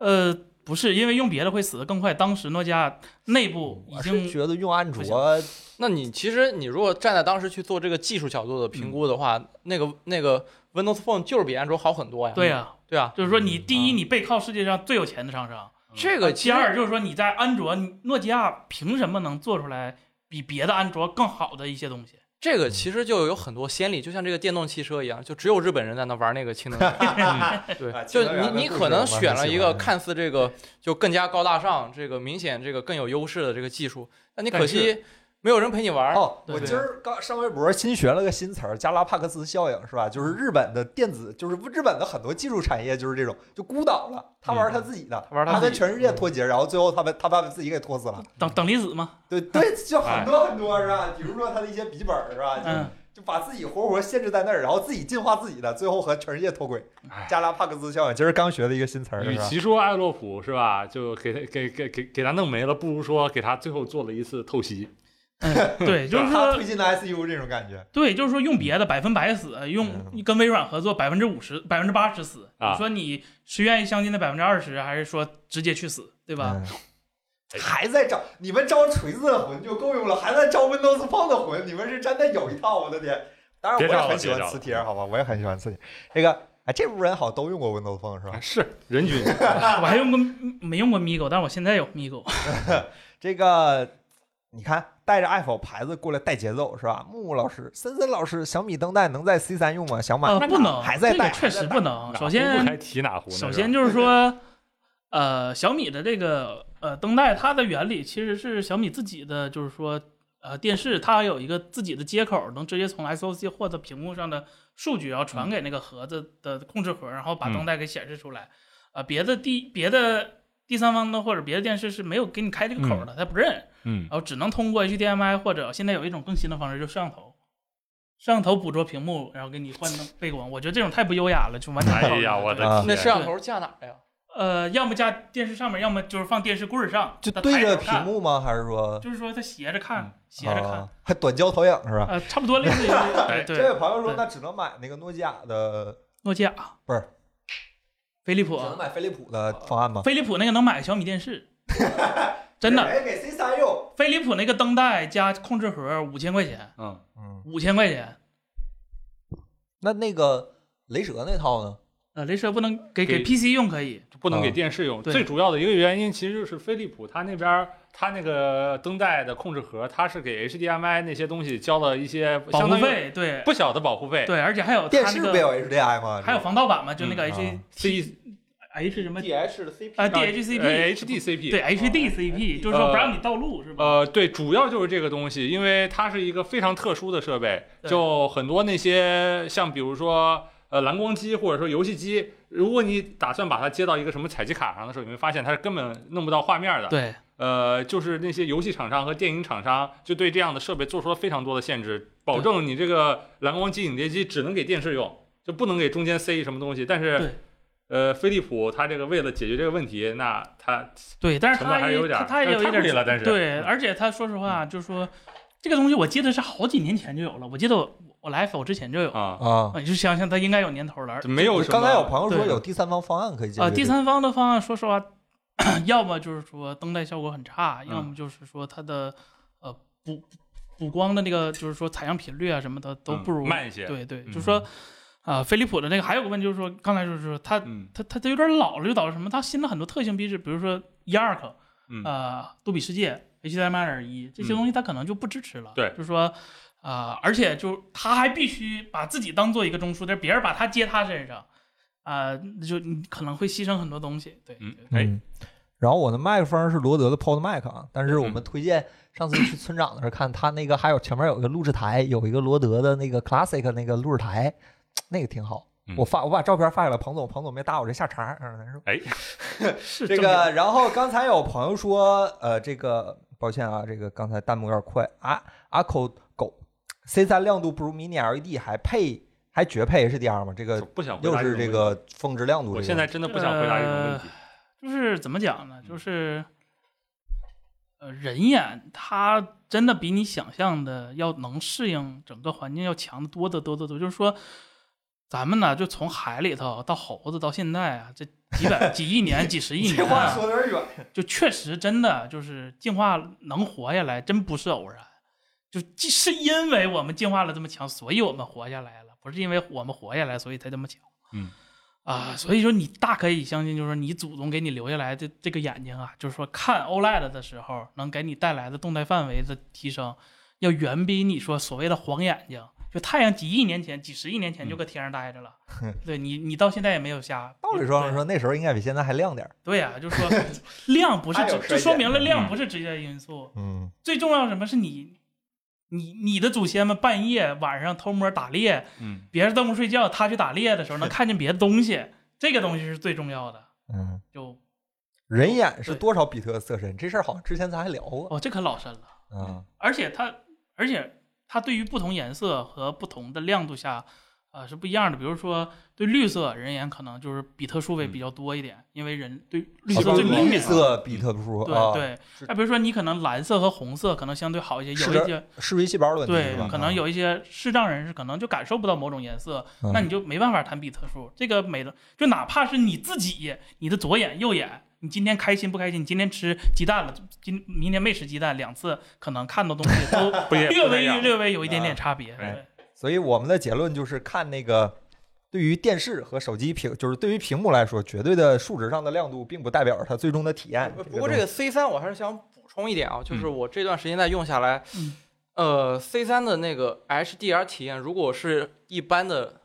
呃，不是因为用别的会死得更快，当时诺基亚内部已我是经觉得用安卓不行那你其实你如果站在当时去做这个技术角度的嗯评估的话，那个那个 Windows Phone 就是比安卓好很多呀。对呀、对啊，就是说你第一嗯你背靠世界上最有钱的厂商，这个其第实二就是说你在安卓，你诺基亚凭什么能做出来比别的安卓更好的一些东西？这个其实就有很多先例，就像这个电动汽车一样，就只有日本人在那玩那个氢 能源。嗯对啊，氢就能源的你你故事可我能们很选了喜一个欢看似这个就更加高大上、这个明显这个更有优势的这个技术，但你可但是惜没有人陪你玩儿。哦，对我对今儿刚上微博新学了个新词儿，加拉帕克斯效应是吧？嗯就是日本的电子，就是日本的很多技术产业就是这种，就孤岛了，他玩嗯他自己的，他玩他他自跟己全世界脱节，然后最后他把他把自己给拖死了。等等离子嘛，对对，就哎很多很多是吧？比如说他的一些笔记本儿是吧？就嗯，就把自己活活限制在那儿，然后自己进化自己的，最后和全世界脱轨哎。加拉帕克斯效应，今儿刚学的一个新词儿，与是吧？其说艾洛普是吧，就给他给给给给他弄没了，不如说给他最后做了一次透析。嗯对，就是他说推进的 SU 这种感觉，对，就是说用别的百分百死，用嗯跟微软合作百分之五十、百分之八十死，啊你说你是愿意相亲的百分之二十，还是说直接去死，对吧？嗯？哎还在招你们招锤子的魂就够用了，还在招 Windows Phone 的魂，你们是真的有一套，我的天！当然，别我也招了很喜别招欢了磁铁，好吧，我也很喜欢磁铁。这个，哎，这波人好像都用过 Windows Phone 是吧？是人 均我还用过没用过 Migo，但我现在有 Migo。这个，你看，带着 Apple 牌子过来带节奏是吧？木木老师、森森老师，小米灯带能在 C 三用吗？想买呃，不能，还在这个带，确还在实带不能。首先不，该提哪壶呢？首先就是说，呃，小米的这个呃灯带，它的原理其实是小米自己的，就是说，呃，电视它有一个自己的接口，能直接从 SOC 获得屏幕上的数据，然后嗯传给那个盒子的控制盒，然后把灯带给显示出来。呃，别的第别的第三方的或者别的电视是没有给你开这个口的，它不认，嗯然后只能通过 HDMI 或者现在有一种更新的方式，就是摄像头。摄像头捕捉屏幕，然后给你换 灯背光，我觉得这种太不优雅了，就完全不好 哎呀用我对的啊天，那摄像头架哪儿呀？呃，要么架电视上面，要么就是放电视柜儿上，就它对抬着头屏看，幕吗？还是说就是说他斜着看，斜着看，啊还短焦投影是吧？呃，差不多类似 于哎对这对，位朋友说，对那只能买那个诺基亚的，诺基亚不是飞利只浦啊，能买飞利浦的方案吗？飞利浦那个能买小米 电视，真的，哎，给 C 三用，飞利浦那个灯带加控制盒五千块钱，嗯，嗯，五千块钱，那那个雷蛇那套呢？呃，雷蛇不能给给给 PC 用可以，就不能给啊电视用。嗯对最主要的一个原因其实就是飞利浦它那边儿它那个灯带的控制盒，它是给 HDMI 那些东西交了一些保相护当于费，对不小的保护费。对，而且还有电它视不那也个有 HDMI 吗？还有防盗版嘛，就那个嗯 H 啊 C H 什么 DH 的 CP 啊啊 DHCP 呃 HDCP 对 HDCP，就是说不呃让你盗录是吧？呃，对，主要就是这个东西，因为它是一个非常特殊的设备，对就很多那些像比如说呃蓝光机或者说游戏机，如果你打算把它接到一个什么采集卡上的时候，你会发现它是根本弄不到画面的。对，呃，就是那些游戏厂商和电影厂商就对这样的设备做出了非常多的限制，保对证你这个蓝光机、影碟机只能给电视用，就不能给中间塞什么东西。但对是，呃，飞利浦它这个为了解决这个问题，那它对，但是成本他还是有也点儿他他也但有是一太点贵了但是对，嗯而且他说实话，就是说这个东西，我记得是好几年前就有了，我记得我我来 Apple 之前就有，啊，啊，啊你就想想它应该有年头了。而没有什么。刚才有朋友说对有第三方方案可以解啊，决，第三方的方案，说实话， 要么就是说灯带效果很差，要嗯么就是说它的呃补补光的那个，就是说采样频率啊什么的都不如嗯慢一些对对，嗯就是说啊，飞利浦的那个还有个问题就是说，刚才就是说它嗯，它它它有点老了，就导致什么？它新的很多特性必制，比如说 YARC，、嗯呃，杜比世界、HDMI 二点一这些东西，它可能就不支持了。对就是说，啊、而且就它还必须把自己当做一个中枢，但是别人把它接他身上，啊、就你可能会牺牲很多东西。对，嗯对哎嗯。然后我的麦克风是罗德的 Pod Mic 啊，但是我嗯们推荐上次去村长那儿看，他那个还有前面有一个录制台，有一个罗德的那个 Classic 那个录制台，那个挺好嗯。我发我把照片发给了彭总，彭总没搭我这下茬儿，嗯，难受。哎 是这正面个，然后刚才有朋友说，呃，这个抱歉啊，这个刚才弹幕有点快啊，阿口狗 C 3亮度不如 Mini LED，还 E 配还绝配 HDR 吗？这个不想回呃又答是这这种问题，个峰值亮度、这个。我现在真的不想回答这种问呃题。就是怎么讲呢？嗯就是，呃，人眼它真的比你想象的要能适应整个环境要强得多得多得多。就是说，咱们呢就从海里头到猴子到现在啊，这几 百几亿年、几十亿这年、话啊，说的有点远。 就确实真的就是进化能活下来，真不是偶然，就既是因为我们进化了这么强，所以我们活下来了，不是因为我们活下来所以才这么强。嗯。啊，所以说你大可以相信，就是说你祖宗给你留下来的这个眼睛啊，就是说看 OLED 的时候能给你带来的动态范围的提升，要远比你说所谓的黄眼睛，就太阳几亿年前、几十亿年前就搁天上待着了，对你，你到现在也没有瞎。道理说对说那时候应该比现在还亮点儿。对呀、就是说量不是还有直，衰就说减明了嗯量不是直接因素，嗯，最重要是什么是你。你你的祖先们半夜晚上偷摸打猎，嗯，别人动物睡觉，他去打猎的时候能看见别的东西，这个东西是最重要的。嗯，就人眼是对多少比特色深？这事儿好像之前咱还聊过。哦，这可老深了。嗯，而且它，而且它对于不同颜色和不同的亮度下，呃，是不一样的。比如说，对绿色人眼可能就是比特数位比较多一点，因为人对嗯绿好色像最是敏绿感。色比特数对啊，对是，那比如说你可能蓝色和红色可能相对好一些，是有一些视锥细胞的问题对是吧？，啊可能有一些视障人士可能就感受不到某种颜色，嗯，那你就没办法谈比特数。这个美的，就哪怕是你自己，你的左眼、右眼，你今天开心不开心？你今天吃鸡蛋了，今明天没吃鸡蛋，两次可能看到东西都不也略不太一微样略微有一点啊点差别。哎对所以我们的结论就是看那个。对于电视和手机屏，就是对于屏幕来说，绝对的数值上的亮度并不代表它最终的体验。呃不过这个 C 3我还是想补充一点啊，就是我这段时间在用下来，嗯呃，C 3的那个 HDR 体验，如果是一般的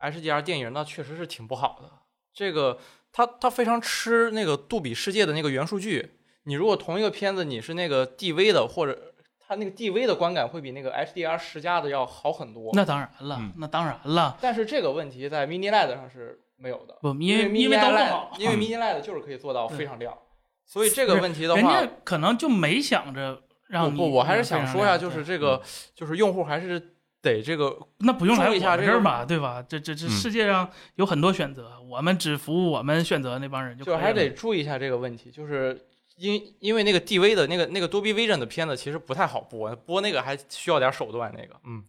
HDR 电影，那确实是挺不好的。这个它它非常吃那个杜比世界的那个原数据。你如果同一个片子你是那个 DV 的，或者它那个 DV 的观感会比那个 HDR 十加的要好很多。那当然了，嗯那当然了，但是这个问题在 Mini LED 上是没有的，不，因因为因为 Mini 都不 LED 好，因为 Mini LED 就是可以做到对非常亮。所以这个问题的话，人家可能就没想着不让你。不，我还是想说一下，就对嗯是这个，就是用户还是得这个，那不用来注意我一下们这这个儿吧，对吧？这这这嗯世界上有很多选择，我们只服务我们选择的那帮人就可就以还了得注意一下这个问题，就是因因为那个 DV 的那个那个多 B Vision 的片子其实不太好播，播那个还需要点手段。那个，嗯，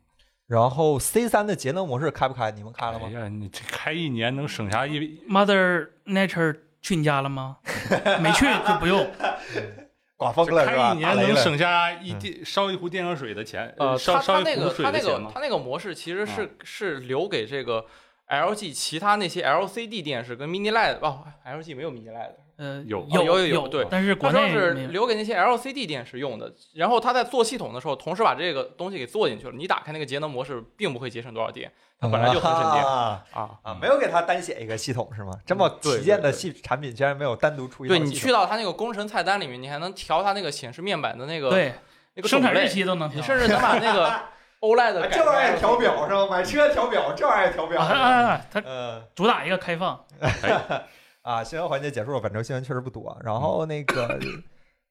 然后 C 3的节能模式开不开？你们开了吗哎？呀，你这开一年能省下一 Mother Nature 去你家了吗？没去就 不用。刮风了是吧？开一年打雷能了嗯省下一滴烧一壶电热水的钱，呃，烧它烧它一那壶个水它的那钱个吗？它那个模式其实嗯是是留给这个 LG 其他那些 LCD 电视跟 Mini LED 哦，LG 没有 Mini LED，呃，有有啊有有有对但是国它主要内是没有留给那些 LCD 电视用的。然后它在做系统的时候，同时把这个东西给做进去了。你打开那个节能模式，并不会节省多少电，它本来就很省电啊啊。啊！没有给它单写一个系统是吗？这么对旗舰的系产品竟然没有单独出一套对系统你去到它那个工程菜单里面，你还能调它那个显示面板的那个对那个 生产种类日，期都能调啊你甚至能把那个 OLED 啊改这玩意儿也成调表是吧？买车调表，这玩意儿也调啊啊表。啊啊！它嗯主打一个开放，啊，新闻环节结束了，本周新闻确实不多。然后那个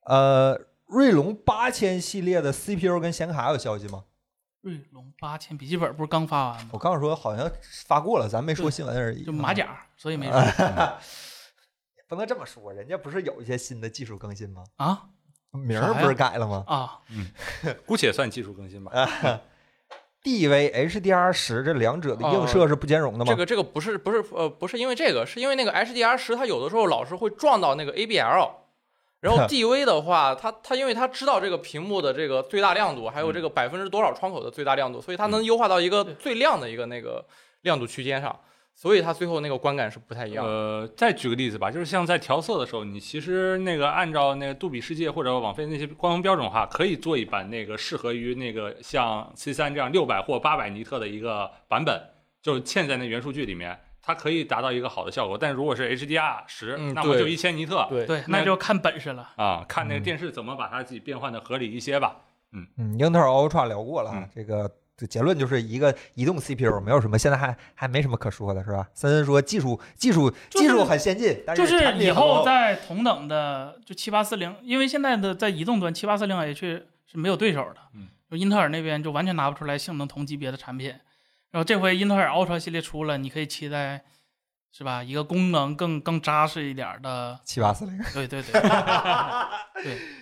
呃，锐龙八千系列的 CPU 跟显卡有消息吗？锐龙八千笔记本不是刚发完吗？我刚说好像发过了，咱没说新闻而已。啊就马甲，所以没说哎不能这么说，人家不是有一些新的技术更新吗？啊名儿不是改了吗啊！姑且算技术更新吧。 ？DV、HDR 十这两哦者的映射是不兼容的吗？这个这个不是不是呃不是因为这个，是因为那个 HDR 十它有的时候老是会撞到那个 ABL，然后 DV 的话，它它因为它知道这个屏幕的这个最大亮度，还有这个百分之多少窗口的最大亮度，所以它能优化到一个对最亮的一个那个亮度区间上，所以它最后那个观感是不太一样的。呃，再举个例子吧，就是像在调色的时候，你其实那个按照那个杜比世界或者网飞那些官方标准的话，可以做一版那个适合于那个像 C 3这样六百或八百尼特的一个版本，就是嵌在那元数据里面，它可以达到一个好的效果。但如果是 HDR 十、嗯那么就对一千尼特对对，呃那那就看本事了。啊，看那个嗯电视怎么把它自己变换的合理一些吧。嗯，英特尔 Ultra 聊过了啊嗯，这个这结论就是一个移动 CPU，没有什么，现在还还没什么可说的，是吧？森森说技术技术就是技术很先进，但就是是产品以很落后后在同等的就七八四零，因为现在的在移动端七八四零 H 是没有对手的，嗯，就英特尔那边就完全拿不出来性能同级别的产品。然后这回英特尔 Ultra 系列出了，你可以期待是吧？一个功能更更扎实一点儿的，七八四零，对对对，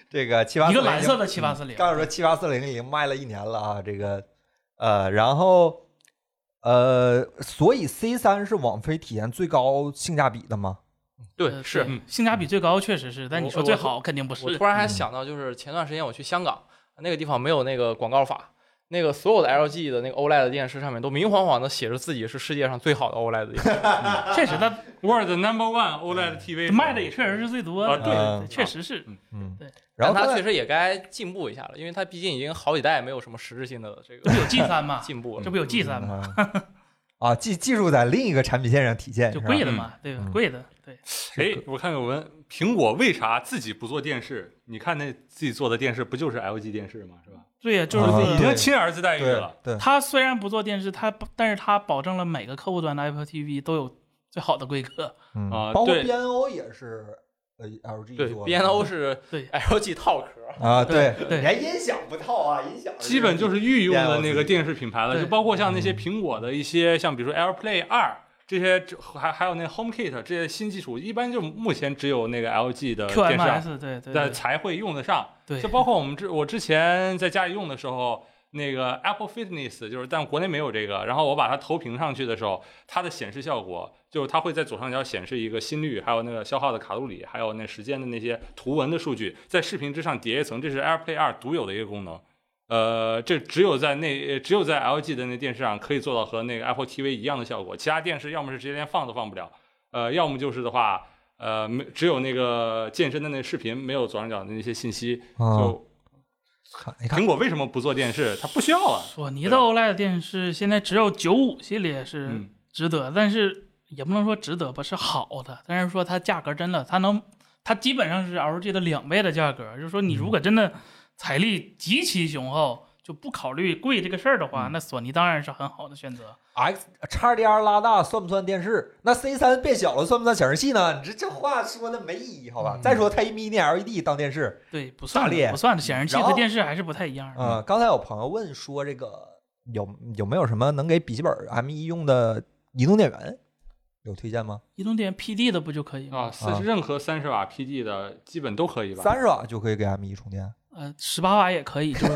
这个七八一个蓝色的七嗯八四零，刚才说七八四零已经卖了一年了啊，这个呃，然后呃，所以 C 三是网飞体验最高性价比的吗？对，呃是。嗯性价比最高，确实是。但你我说我最突好肯定不是我。突然还嗯想到，就是前段时间我去香港，那个地方没有那个广告法，那个所有的 LG 的那个 OLED 的电视上面都明晃晃的写着自己是世界上最好的 OLED 的电视。确实，它 World Number One E 哎 OLED TV 卖的也确实是最多啊的。对嗯确实是。嗯对，然后但它刚才确实也该进步一下了，因为它毕竟已经好几代没有什么实质性的这个这不有 G 三吗？ 进步这了。不有 G 三吗？嗯啊，技技术在另一个产品线上体现，就是吧贵的嘛，对吧嗯？贵的，对。哎，我看有问苹果为啥自己不做电视？你看那自己做的电视不就是 LG 电视吗？是吧？对呀，就是啊说已经亲儿子待遇对了。对，它虽然不做电视，它但是它保证了每个客户端的 Apple TV 都有最好的 规格。嗯啊包括对 BNO 也是呃 LG 对做的，BNO 是对 LG 套壳。啊，对，对连音响不套啊，音响基本就是御用的那个电视品牌了，对就包括像那些苹果的一些，像比如说 AirPlay 二这些，还还有那 HomeKit 这些新技术，一般就目前只有那个 LG 的电视上 QMS 对对在对才会用得上。对，就包括我们之我之前在家里用的时候，那个 Apple Fitness 就是，但国内没有这个。然后我把它投屏上去的时候，它的显示效果就是它会在左上角显示一个心率，还有那个消耗的卡路里，还有那时间的那些图文的数据，在视频之上叠一层，这是 AirPlay 二独有的一个功能。呃，这只有在那呃只有在 LG 的那电视上可以做到和那个 Apple TV 一样的效果，其他电视要么是直接连放都放不了，呃，要么就是的话，呃，没只有那个健身的那视频没有左上角的那些信息，嗯啊，就看你看苹果为什么不做电视？它不需要啊。索尼的 OLED 电视现在只有九五系列是嗯，值得，但是也不能说值得吧，是好的，但是说它价格真的，它能，它基本上是 LG 的两倍的价格。就是说，你如果真的财力极其雄厚，就不考虑贵这个事儿的话，嗯那索尼当然是很好的选择。 X XDR 拉大算不算电视？那 C 三变小了算不算显示器呢？你这这话说的没意义，好吧？嗯再说它一 mini LED E 当电视，对，不大算裂的，不算的，显示器然后和电视还是不太一样的。嗯，刚才有朋友问说这个有有没有什么能给笔记本 M1 用的移动电源，有推荐吗？移动电 PD 的不就可以吗？啊，四嗯十任何三十瓦 PD 的基本都可以吧？三十瓦就可以给 M1 充电，呃，十八瓦也可以，就是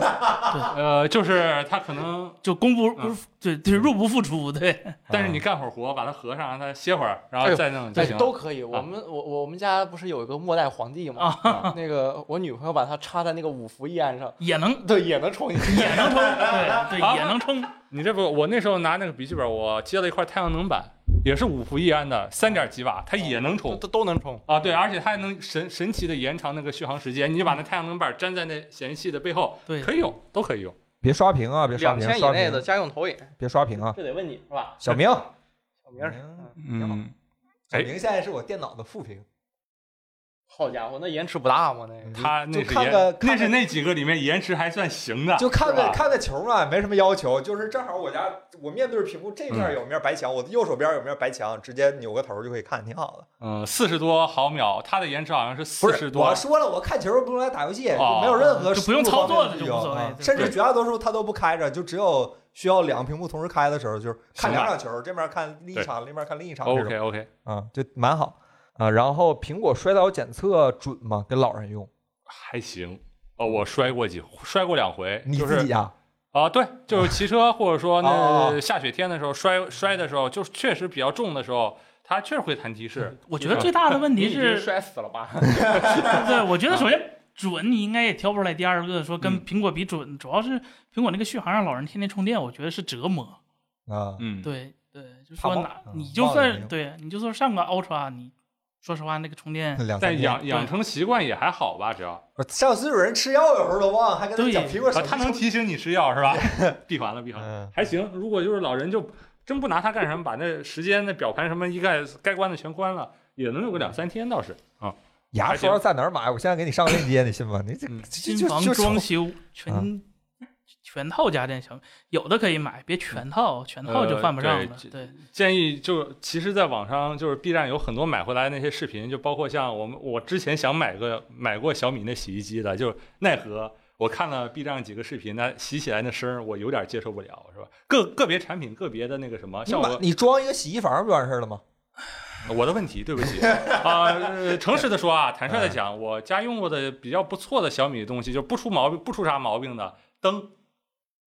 呃，就是它可能，就供不不嗯是对对入不敷出，对，但是你啊干会儿活，把它合上，让它歇会儿，然后哎呦再弄就对行，了。都可以。我们我我们家不是有一个末代皇帝吗？啊 那个我女朋友把它插在那个五福一安上，也能对，也能充进去。也能充，对啊对也能充。你这不，我那时候拿那个笔记本，我接了一块太阳能板，也是五伏一安的，三点几瓦，它也能充。都都能充。啊，对，而且它还能神神奇的延长那个续航时间。你就把那太阳能板粘在那显示器的背后，对可以用，都可以用。别刷屏啊，别刷两屏，千以刷内的屏，家用投影，别刷屏啊，这得问你是吧？小明。小明儿，嗯嗯嗯，小明现在是我电脑的副屏，好家伙，那延迟不大吗？那个它那就是看延个看那个是那几个里面延迟还算行的，就看啊是个吧看个球嘛，没什么要求，就是正好我家我面对着屏幕这嗯面有面白墙，我的右手边有面白墙，直接扭个头就可以看，挺好的。嗯，四十多毫秒，它的延迟好像是不四十是，多我。说了，我看球不用来打游戏，就哦没有任何就不用输入操作方面的需就要无所谓啊对甚至绝大多数它都不开着，就只有需要两个屏幕同时开的时候，就是看两场球，这面看另一场，那面看另一场这 OK 种 OK，啊，就蛮好啊。然后苹果摔倒检测准吗？给老人用？还行。哦，我摔过几，摔过两回，你就自是己呀？啊，对，就是骑车或者说哦那下雪天的时候摔摔的时候，就是确实比较重的时候，它确实会弹提示。我觉得最大的问题你是是，摔死了吧？对，我觉得首先准你应该也挑不出来。第二个说嗯跟苹果比准，主要是苹果那个续航让老人天天充电，我觉得是折磨。啊，嗯，对对，就怕说忘拿嗯你就忘了也没算用对你就算上个 Ultra，你说实话那个充电两三但天养养成习惯也还好吧，只要啊，上次有人吃药，有时候都忘，还跟他对讲苹果手机它能提醒你吃药是吧？ 闭环了，闭环了，嗯，还行。如果就是老人就真不拿它干什么，把那时间、那表盘什么一概该关的全关了，也能有个两三天倒是啊。牙刷在哪儿买？我现在给你上个链接，你信吗？你这嗯这新就房就装修全啊全套家电小米，有的可以买，别全套，全套就呃犯不上对了这。对，建议就是，其实，在网上就是 B 站有很多买回来那些视频，就包括像我们我之前想买个买过小米那洗衣机的，就是奈何我看了 B 站几个视频，那洗起来那声儿我有点接受不了，是吧？个个别产品个别的那个什么，你像买我你装一个洗衣房不完事儿了吗？我的问题，对不起啊、呃诚实的说啊，坦率的讲，我家用过的比较不错的小米的东西，就不出毛病不出啥毛病的灯。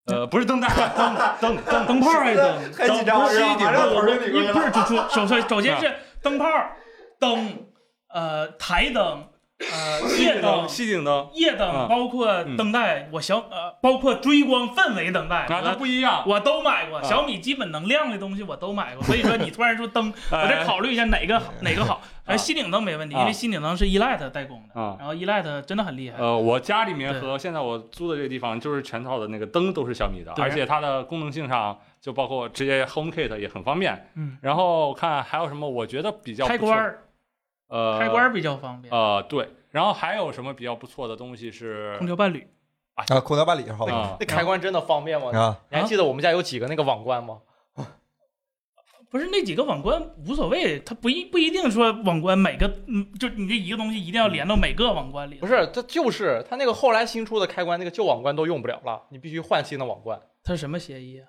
呃，不是灯带，灯灯灯灯泡儿还灯，太紧张了，不是一马上不腿儿就拧过去是不了。是，啊就说首先首先是灯泡儿、灯、呃台灯、呃夜灯灯、、吸顶灯夜灯，嗯包括灯带，我小呃包括追光氛围灯带，啊，它我不一样。我都买过，啊小米基本能亮的东西我都买过，所以说你突然说 灯，哎我得考虑一下哪个好哪个好。啊哎，吸顶灯没问题，啊因为吸顶灯是 Elite 代工的，啊然后 Elite 真的很厉害。呃，我家里面对和现在我租的这个地方就是全套的那个灯都是小米的，对而且它的功能性上就包括直接 HomeKit 也很方便。嗯，然后看还有什么，我觉得比较不开错关，儿呃，开关儿比较方便，呃，对。然后还有什么比较不错的东西是空调伴侣啊，空调伴侣好吧？啊那开关真的方便吗？啊，你还记得我们家有几个那个网关吗？不是那几个网关无所谓，它不一不一定说网关每个，嗯，就你这一个东西一定要连到每个网关里。不，是，它就是它那个后来新出的开关，那个旧网关都用不了了，你必须换新的网关。它是什么协议啊？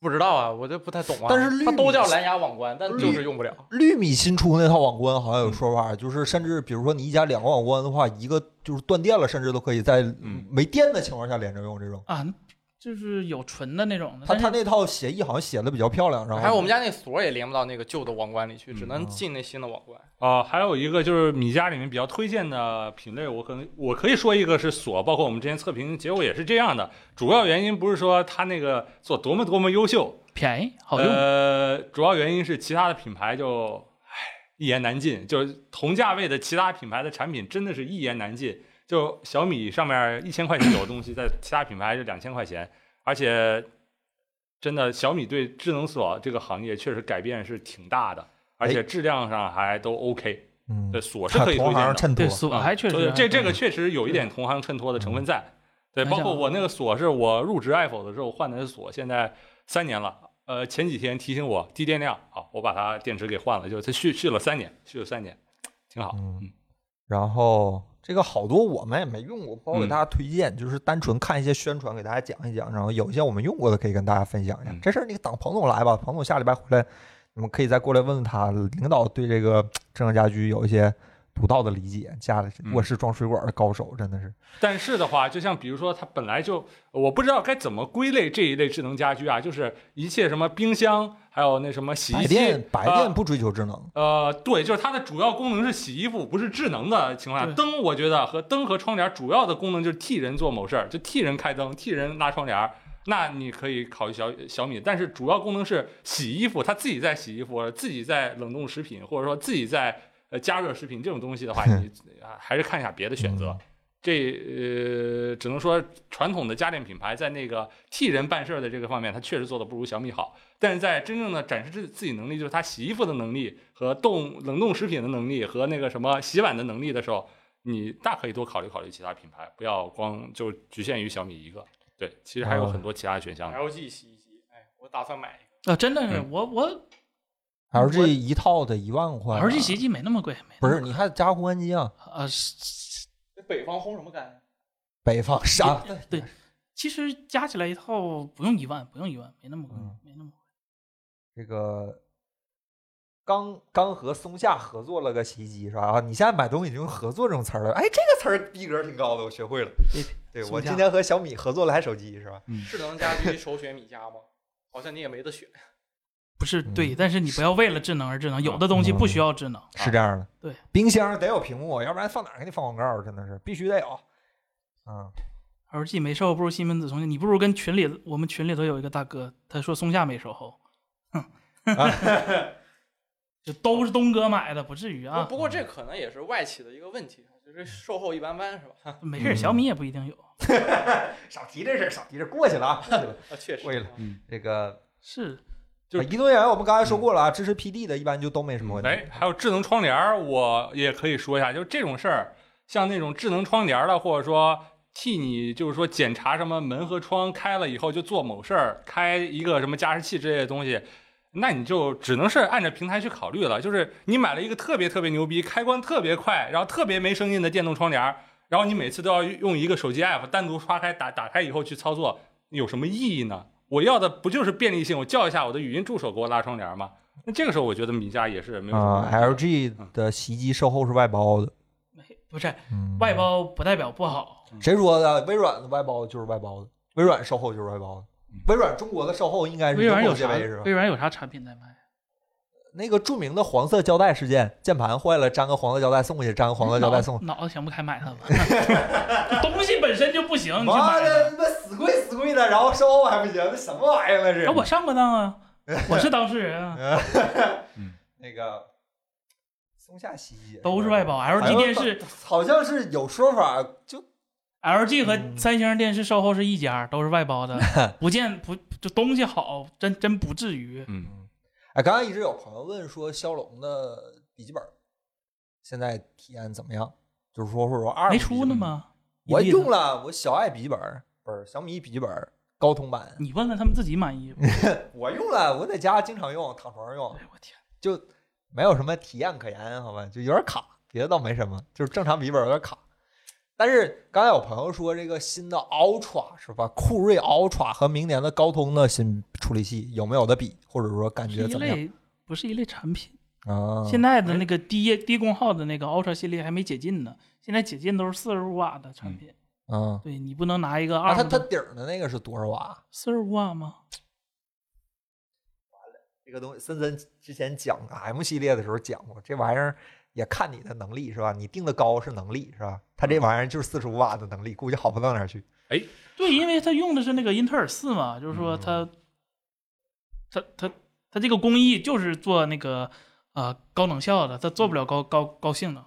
不知道啊，我这不太懂啊。但是绿它都叫蓝牙网关，但就是用不了。绿米新出那套网关好像有说法，就是甚至比如说你一家两个网关的话，一个就是断电了，甚至都可以在嗯没电的情况下连着用这种。啊，那就是有纯的那种的，他但他是那套协议好像写的比较漂亮，然后还有我们家那锁也连不到那个旧的网关里去，只能嗯进那新的网关。呃，还有一个就是米家里面比较推荐的品类，我可能我可以说一个是锁，包括我们之前测评结果也是这样的。主要原因不是说它那个做多么多么优秀，便宜哦好用。呃，主要原因是其他的品牌就唉一言难尽，就是同价位的其他品牌的产品真的是一言难尽。就小米上面一千块钱有的东西，在其他品牌就两千块钱，而且真的小米对智能锁这个行业确实改变是挺大的，而且质量上还都 OK。嗯对，，锁是看可以推哎同荐的行。衬托对，，锁还确啊对实这这个确实有一点同行衬托的成分在。对，嗯包括我那个锁是我入职 Apple 的时候换的锁，现在三年了。呃，前几天提醒我低电量，好，我把它电池给换了，就它续续了三年，续了三年，挺好。嗯，然后这个好多我们也没用过，包括给嗯大家推荐，就是单纯看一些宣传，给大家讲一讲，然后有一些我们用过的可以跟大家分享一下嗯。这事儿你等彭总来吧，彭总下礼拜回来，你们可以再过来问问他，领导对这个智能家居有一些独到的理解。家里嗯卧室装水管的高手真的是，但是的话，就像比如说，它本来就我不知道该怎么归类这一类智能家居啊，就是一切什么冰箱，还有那什么洗白衣机，电白啊电不追求智能，呃，对，就是它的主要功能是洗衣服，不是智能的情况下，对灯我觉得和灯和窗帘主要的功能就是替人做某事儿，就替人开灯，替人拉窗帘儿。那你可以考虑小小米，但是主要功能是洗衣服，它自己在洗衣服，自己在冷冻食品，或者说自己在呃加热食品这种东西的话，你啊还是看一下别的选择。这呃，只能说传统的家电品牌在那个替人办事儿的这个方面，它确实做的不如小米好。但是在真正的展示自自己能力，就是他洗衣服的能力和冻冷冻食品的能力和那个什么洗碗的能力的时候，你大可以多考虑考虑其他品牌，不要光就局限于小米一个。对，其实还有很多其他的选嗯项的。 LG 洗衣机，哎，我打算买一个。啊，真的是嗯我我 LG 一套得一万块吧 LG 洗衣机没那么贵，没啊不是？你还加烘干机啊？啊，是这北方烘什么干？北方啥？对，其实加起来一套不用一万，不用一万，没那么贵嗯，没那么贵。这个刚刚和松下合作了个洗衣机是吧？啊，你现在买东西已经用合作这种词儿了，哎，这个词儿逼格挺高的，我学会了。对我松下今天和小米合作了台手机是吧？智能家居首选米家吗？好像你也没得选。不是嗯啊对，但是你不要为了智能而智能，有的东西不需要智能。是这样的，对，啊冰箱得有屏幕，要不然放哪儿给你放广告儿？真的是必须得有。嗯， LG 没售后不如西门子松下，你不如跟群里我们群里头有一个大哥，他说松下没售后， 哼，就都是东哥买的，不至于不啊，不过这可能也是外企的一个问题，啊就是售后一般般是吧？没事儿，嗯小米也不一定有。 少提这事儿，少提这事儿过去了啊，过去了。啊，确实。为了啊 这个是 就是嗯啊移动源我们刚才说过了啊，支持 PD 的一般就都没什么问题。啊哎，还有智能窗帘儿，我也可以说一下，就是这种事儿，像那种智能窗帘儿的，或者说替你就是说检查什么门和窗开了以后就做某事儿，开一个什么加湿器之类的东西。那你就只能是按照平台去考虑了，就是你买了一个特别特别牛逼、开关特别快，然后特别没声音的电动窗帘儿，然后你每次都要用一个手机 app 单独刷开打打开以后去操作，有什么意义呢？我要的不就是便利性？我叫一下我的语音助手给我拉窗帘吗？那这个时候我觉得米家也是没有什么啊问题、 ，LG 的洗衣机售后是外包的，不是嗯外包不代表不好？谁说的？微软的外包就是外包的，微软售后就是外包的。微软中国的售后应该是嗯微软中有国界啥？为是吧微？软有啥产品在卖？那个著名的黄色胶带事件，键盘坏了，粘个黄色胶带送过去，粘个黄色胶带送。脑脑子想不开买它吧。 东西本身就不行，你去妈买它的，。他妈死贵死贵的，然后售后还不行，那什么玩意儿那是？啊，我上过当啊，我是当事 人啊，那个松下洗衣液都是外包。LG 电视、好像是有说法，就 LG 嗯和三星电视售后是一家，都是外包的， 不见不就东西好，真真不至于。嗯，哎，刚才一直有朋友问说骁龙的笔记本现在体验怎么样？就是说或者说二没出呢？吗？我你记得用了，我小爱笔记本不是小米笔记本高通版，你问问他们自己 满意不？我用了，我在家经常用，躺床上用哎，我天，就没有什么体验可言，好吧，就有点卡，别的倒没什么，就是正常笔记本有点卡。但是刚才有朋友说这个新的 Ultra 是吧？酷睿 Ultra 和明年的高通的新处理器有没有的比，或者说感是觉一怎么样类不是一类产品。啊？现在的那个低低功耗的那个 Ultra 系列还没解禁呢，现在解禁都是四十五瓦的产品。嗯，对你不能拿一个啊，二它它顶儿的那个是多少瓦？啊四十五瓦吗？这个东西，森森之前讲 M 系列的时候讲过，这玩意儿也看你的能力是吧？你定的高是能力是吧？它这玩意儿就是四十五瓦的能力，估计好不到哪儿去。对，因为它用的是那个英特尔四嘛，就是说嗯它，它它它这个工艺就是做那个呃高能效的，它做不了高高高性能。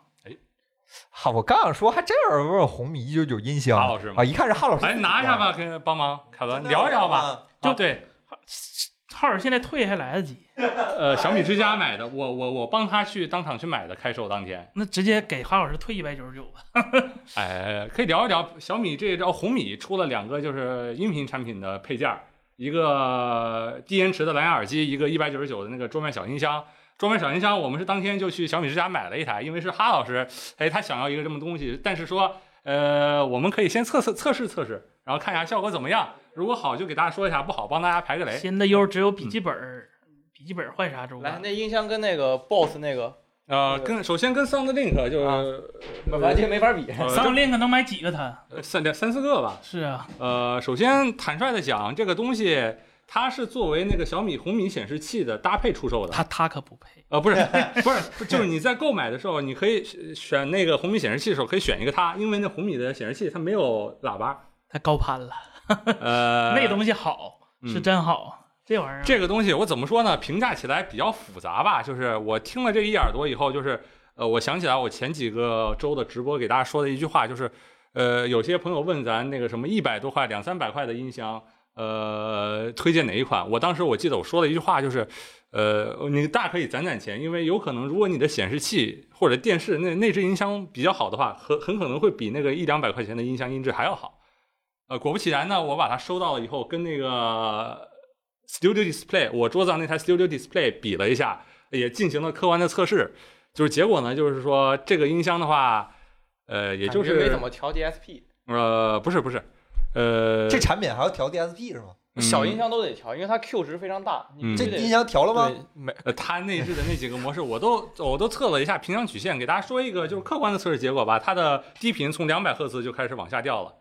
哈，我刚想说，还真有人问红米一九九音箱，哈老师吗啊，一看是哈老师，来拿一下吧，，跟帮忙，凯文聊一聊吧。。就啊对，哈尔现在退还来得及，呃，小米之家买的，我我我帮他去当场去买的，开售当天。那直接给哈老师退一百九十九吧。哎，可以聊一聊小米这一招，红米出了两个就是音频产品的配件儿，一个低延迟的蓝牙耳机，一个一百九十九的那个桌面小音箱。桌面小音箱，我们是当天就去小米之家买了一台，因为是哈老师，哎，他想要一个这么东西，但是说，呃，我们可以先测测测试测试，然后看一下效果怎么样。如果好就给大家说一下，不好帮大家排个雷。新的优只有嗯笔记本儿，笔记本儿换啥周啊来，吧？那音箱跟那个 BOSS 那个呃，跟首先跟 SoundLink 就是、啊完完全没法比。呃三五 link 能买几个它？这三两三四个吧，是啊，呃，首先坦率的讲，这个东西它是作为那个小米红米显示器的搭配出售的。它它可不配。呃，不是 不是，就是你在购买的时候，你可以选选那个红米显示器的时候，可以选一个它，因为那红米的显示器它没有喇叭。它高攀了，呃， 那东西好嗯是真好，这玩意儿这个东西我怎么说呢？评价起来比较复杂吧。就是我听了这一耳朵以后，就是呃，我想起来我前几个周的直播给大家说的一句话，就是呃，有些朋友问咱那个什么一百多块、两三百块的音箱，呃，推荐哪一款？我当时我记得我说了一句话，就是呃，你大可以攒攒钱，因为有可能如果你的显示器或者电视那内置音箱比较好的话，很很可能会比那个一两百块钱的音箱音质还要好。呃，果不其然呢，我把它收到了以后，跟那个 Studio Display，我桌子上那台 Studio Display 比了一下，也进行了客观的测试，就是结果呢，就是说这个音箱的话，呃，也就感觉没是怎么调 DSP，、呃，不是不是，呃，这产品还要调 DSP 是吗？嗯小音箱都得调，因为它 Q 值非常大，你嗯必这须得音箱调了吗？对没呃，它内置的那几个模式，我都我都测了一下频响曲线，给大家说一个就是客观的测试结果吧。它的低频从两百赫兹就开始往下掉了。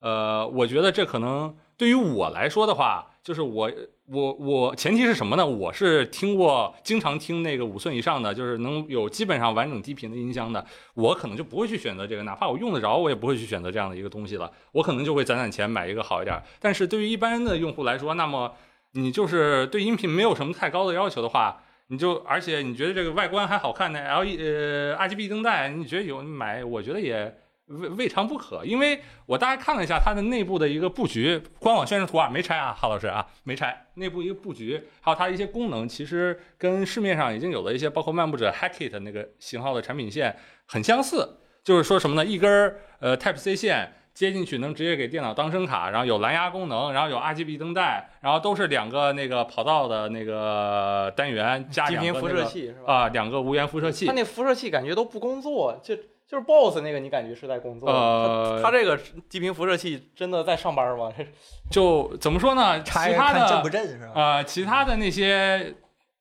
呃，我觉得这可能对于我来说的话，就是我我我前提是什么呢？我是听过经常听那个五寸以上的，就是能有基本上完整低频的音箱的，我可能就不会去选择这个，哪怕我用得着，我也不会去选择这样的一个东西了。我可能就会攒攒钱买一个好一点儿。但是对于一般的用户来说，那么你就是对音频没有什么太高的要求的话，你就而且你觉得这个外观还好看呢，L E 呃 R G B 灯带，你觉得有买，我觉得也未未尝不可。因为我大概看了一下它的内部的一个布局，官网宣传图啊没拆啊，哈老师啊没拆，内部一个布局，还有它一些功能，其实跟市面上已经有的一些包括漫步者 Hackit 那个型号的产品线很相似。就是说什么呢？一根儿呃 Type C 线接进去能直接给电脑当声卡，然后有蓝牙功能，然后有 RGB 灯带，然后都是两个那个跑道的那个单元加低两个、频那个、辐射器是吧？啊、两个无源辐射器它。那辐射器感觉都不工作，就就是 BOSS 那个你感觉是在工作。呃它它这个低频辐射器真的在上班吗？这是就怎么说呢？其拆他看正不的正是吧？呃，其他的那些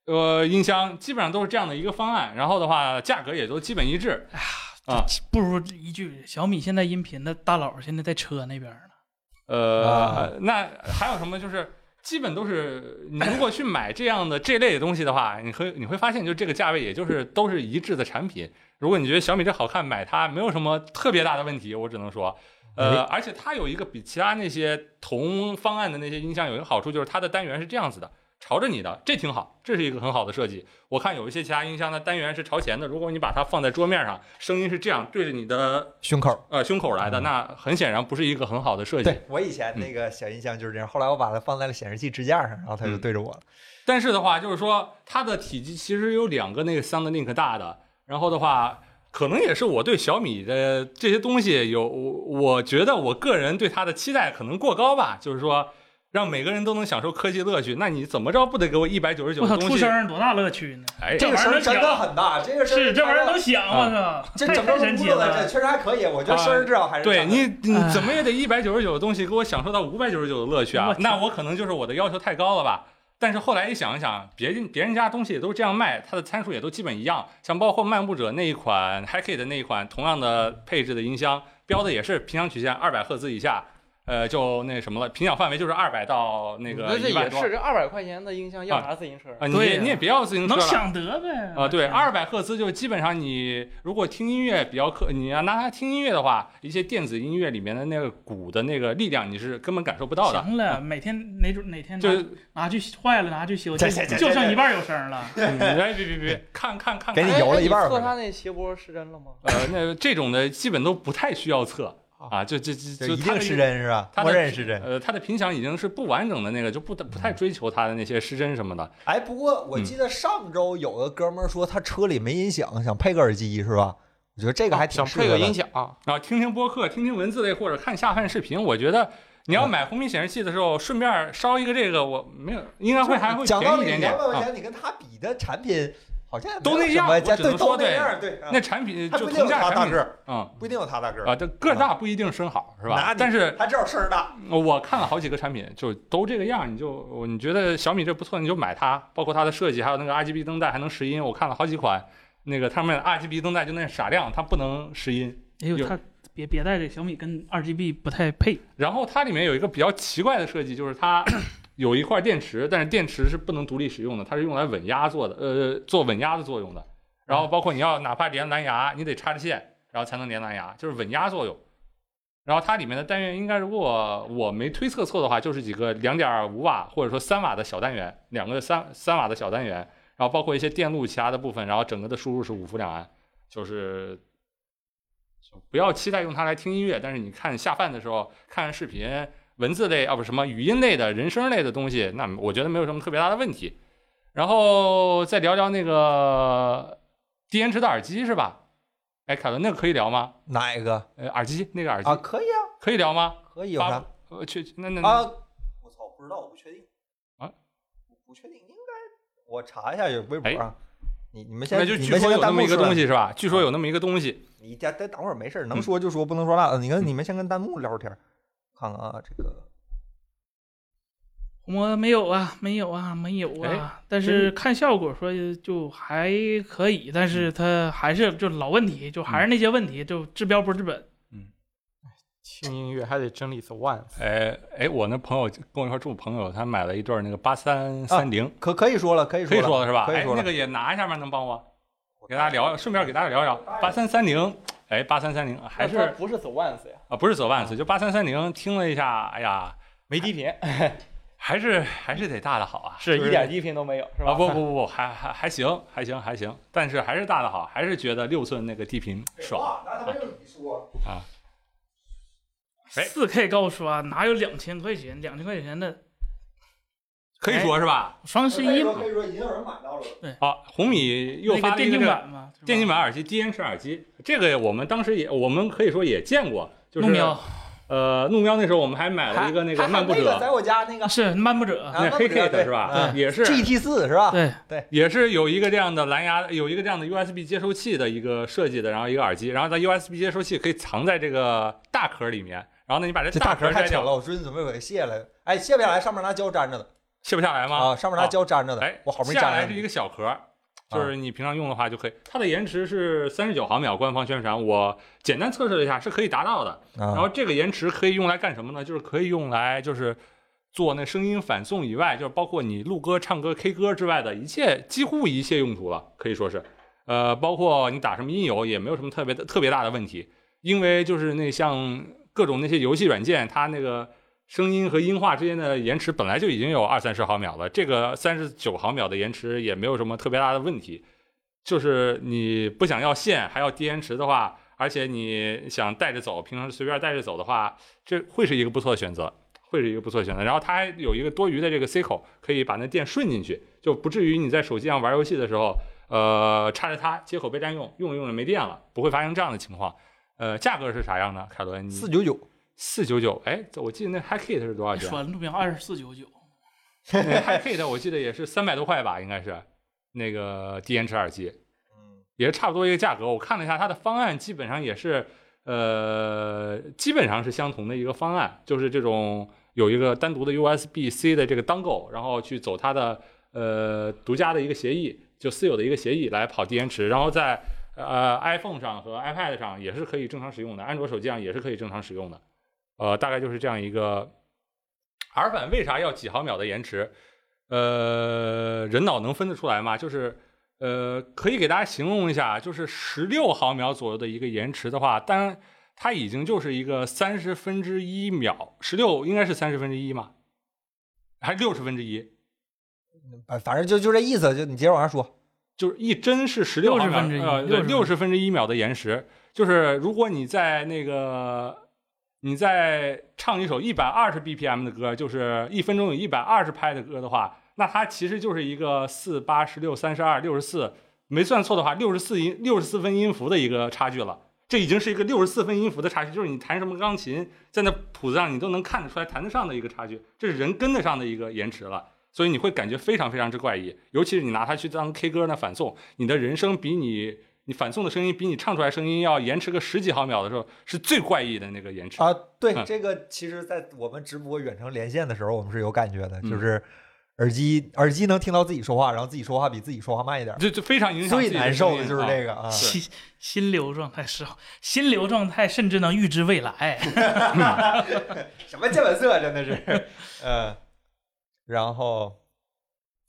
呃音箱基本上都是这样的一个方案，然后的话价格也都基本一致。不如一句小米现在音频的大佬现在在车那边呢。呃，啊那还有什么就是基本都是你如果去买这样的这类的东西的话，你会你会发现，就这个价位，也就是都是一致的产品。如果你觉得小米这好看，买它没有什么特别大的问题，我只能说，呃，而且它有一个比其他那些同方案的那些音箱有一个好处，就是它的单元是这样子的，朝着你的，这挺好，这是一个很好的设计。我看有一些其他音箱的单元是朝前的，如果你把它放在桌面上，声音是这样对着你的胸口。呃胸口来的，那很显然不是一个很好的设计。对我以前那个小音箱就是这样，后来我把它放在了显示器支架上，然后它就对着我了。但是的话，就是说它的体积其实有两个那个 SoundLink 大的，然后的话，可能也是我对小米的这些东西有，我我觉得我个人对它的期待可能过高吧，就是说让每个人都能享受科技乐趣，那你怎么着不得给我一百九十九我操，东出西声？儿多大乐趣呢？哎，这个声儿真这玩意儿的能很大，这个声是这啊玩意儿能，能响，我操，这太整个太屋神子奇在这了。确实还可以，我觉得声儿至少还是啊对占的你，你哎怎么也得一百九十九的东西给我享受到五百九十九的乐趣我啊！天那我可能就是我的要求太高了吧？但是后来一想一想，别人别人家东西也都这样卖，它的参数也都基本一样，像包括漫步者那一款 h a c k e 的那一款同样的配置的音箱，标的也是频响曲线二百赫兹以下，呃，就那什么了，频响范围就是二百到那个嗯那这一万也多是这二百块钱的音箱要啥自行车？啊，你对也呀你也别要自行车能了。想得呗啊、对，二百赫兹就是基本上你如果听音乐比较可，你要拿它听音乐的话，一些电子音乐里面的那个鼓的那个力量，你是根本感受不到的。行了，每天哪种哪天就拿是拿去坏了，拿去修，这就这这就剩一半有声儿了。嗯哎，别别别，看看看给看你，哎摇了哎一半儿测回来它那谐波失真了吗？呃，那这种的基本都不太需要测啊，就就就哦就就一它定的失。真是吧？它的默认失真。呃，它的频响已经是不完整的那个，就不不太追求它的那些失真什么的。哎，不过嗯我记得上周有个哥们儿说他车里没音响，想配个耳机是吧？我觉得啊这个还挺想适配合个的音。响啊，然后听听播客，听听文字类或者看下饭视频，我觉得你嗯要买红米显示器的时候，顺便烧一个这个，我没有，应该会还会讲道便宜一理，点点。两百啊块。钱你跟他比的产品好像也没都那有什样么我价只对，能都说那对样，对。啊 那产品还就不一定有同价他大产个品，儿，嗯不一定有他大个儿，啊，这个儿大不一定声好是那吧你？但是他至少声儿大。我看了好几个产品，就都这个样儿，你就你觉得小米这不错，你就买它，包括它的设计，还有那个 RGB 灯带还能识音，我看了好几款，那个他们 RGB 灯带就那傻亮，它不能识音。哎呦，有他别别带这小米跟二 GB 不太配，然后它里面有一个比较奇怪的设计，就是它有一块电池，但是电池是不能独立使用的，它是用来稳压做的，呃，做稳压的作用的。然后包括你要哪怕连蓝牙，你得插着线，然后才能连蓝牙，就是稳压作用。然后它里面的单元应该如果我没推测错的话，就是几个两点五瓦或者说三瓦的小单元，两个三三瓦的小单元，然后包括一些电路其他的部分，然后整个的输入是五伏两安，就是就不要期待用它来听音乐，但是你看下饭的时候看看视频、文字类啊不什么语音类的、人声类的东西，那我觉得没有什么特别大的问题。然后再聊聊那个低延迟的耳机是吧？哎，凯伦，那个可以聊吗？哪一个呃，耳机那个耳机、啊？可以啊，可以聊吗？可以有啥发布？呃，去那那那啊？我操，不知道，我不确定啊，我不确定，应该我查一下有微博哎啊。你你们先，那就你据们说先跟有那弹么幕啊一个说东完，西是吧？据说有那么一个东西，你等等等会儿没事儿，能嗯说就说，不能说拉倒。你跟你们先跟弹幕聊会儿天儿，看看啊，这个我们没有啊，没有啊，没有啊。但是看效果说就还可以，但是它还是就老问题，就还是那些问题，就治标不治本。听音乐还得整理 the one。哎哎，我那朋友跟我一块住朋友，他买了一对儿那个八三三零，可可以说了，可以可以了说了是吧？啊可以哎，说那了。个也拿一下吗？能帮我给大家聊，顺便给大家聊聊八三三零。哎，八三三零还是那它不是 the ones 呀？啊，不是走万斯，就八三三零。听了一下，哎呀，没低频，还是还是得大的好啊，是就一点低频都没有，是吧？啊，不不不不，还还还行，还行还行，但是还是大的好，还是觉得六寸那个低频爽。哇，啊那他没有你说，哎四 K 高刷哪有两千块钱？两千块钱的可以说是吧？双十一嘛，以说已经有人买到了。啊，红米又那发个了一电个竞这个版嘛，是吧电竞版耳机低延迟耳机，这个我们当时也我们可以说也见过，就是路瞄呃，怒喵那时候我们还买了一个 那个漫步那个在者，我家那个 是漫步者，啊那黑 K 的是吧？嗯也 是 GT 四是吧？对，也是有一个这样的蓝牙，有一个这样的 USB 接收器的一个设计的，然后一个耳机，然后它 USB 接收器可以藏在这个大壳里面，然后呢，你把这这大大壳壳摘太丑掉，了，我最近准备给卸了。哎，卸不下来，上面拿胶粘着的卸不下来吗？啊，上面拿胶粘着的。哎，我好不容易下粘来上是一了。啊个小壳，就是你平常用的话就可以。它的延迟是三十九毫秒，官方宣传，我简单测试了一下是可以达到的。然然后这个延迟可以用来干什么呢？就是可以用来就是做那声音反送以外，就是包括你录歌、唱歌、K 歌之外的一切，几乎一切用途了，可以说是。呃，包括你打什么音游也没有什么特别的特别大的问题，因为就是那像各种那些游戏软件，它那个声音和音画之间的延迟本来就已经有二三十毫秒了，这个三十九毫秒的延迟也没有什么特别大的问题。就是你不想要线还要低延迟的话，而且你想带着走，平常随便带着走的话，这会是一个不错的选择，会是一个不错的选择。然后它还有一个多余的这个 C 口，可以把那电顺进去，就不至于你在手机上玩游戏的时候，呃，插着它接口被占用，用着用着没电了，不会发生这样的情况。呃，价格是啥样呢？凯伦，你四九九，四九九，哎，我记得那 Hackit 啊是多少钱？说路边二十四九九，那 Hackit 我记得也是三百多块吧，应该是那个低延迟耳机。也是差不多一个价格。我看了一下它的方案，基本上也是，呃，基本上是相同的一个方案，就是这种有一个单独的 USB-C 的这个 dongle，然后去走它的呃独家的一个协议，就私有的一个协议来跑低延迟，然后在呃 iPhone 上和 iPad 上也是可以正常使用的，安卓手机上也是可以正常使用的。呃，大概就是这样一个。耳返为啥要几毫秒的延迟？呃，人脑能分得出来吗？就是呃，可以给大家形容一下，就是十六毫秒左右的一个延迟的话，当然它已经就是一个三十分之一秒，十六应该是三十分之一嘛，还是六十分之一？反呃反正就就这意思，就你接着往下说。就是一帧是十六60分之一呃，对，六60十分之一秒的延时。就是如果你在那个你在唱一首一百二十 BPM 的歌，就是一分钟有一百二十拍的歌的话，那它其实就是一个四八十六三十二六十四，没算错的话，六十四音六十四分音符的一个差距了。这已经是一个六十四分音符的差距，就是你弹什么钢琴，在那谱子上你都能看得出来弹得上的一个差距，这是人跟得上的一个延迟了。所以你会感觉非常非常之怪异，尤其是你拿它去当 K 歌那反送，你的人声比你你反送的声音比你唱出来声音要延迟个十几毫秒的时候，是最怪异的那个延迟。啊，对，嗯这个其实，在我们直播远程连线的时候，我们是有感觉的，嗯就是耳机耳机能听到自己说话，然后自己说话比自己说话慢一点儿。这这非常 影响自最己的难声受音的就是啊这个 啊，是心心流状态是吧，心流状态甚至能预知未来。什么键本色，真的是，嗯，然后，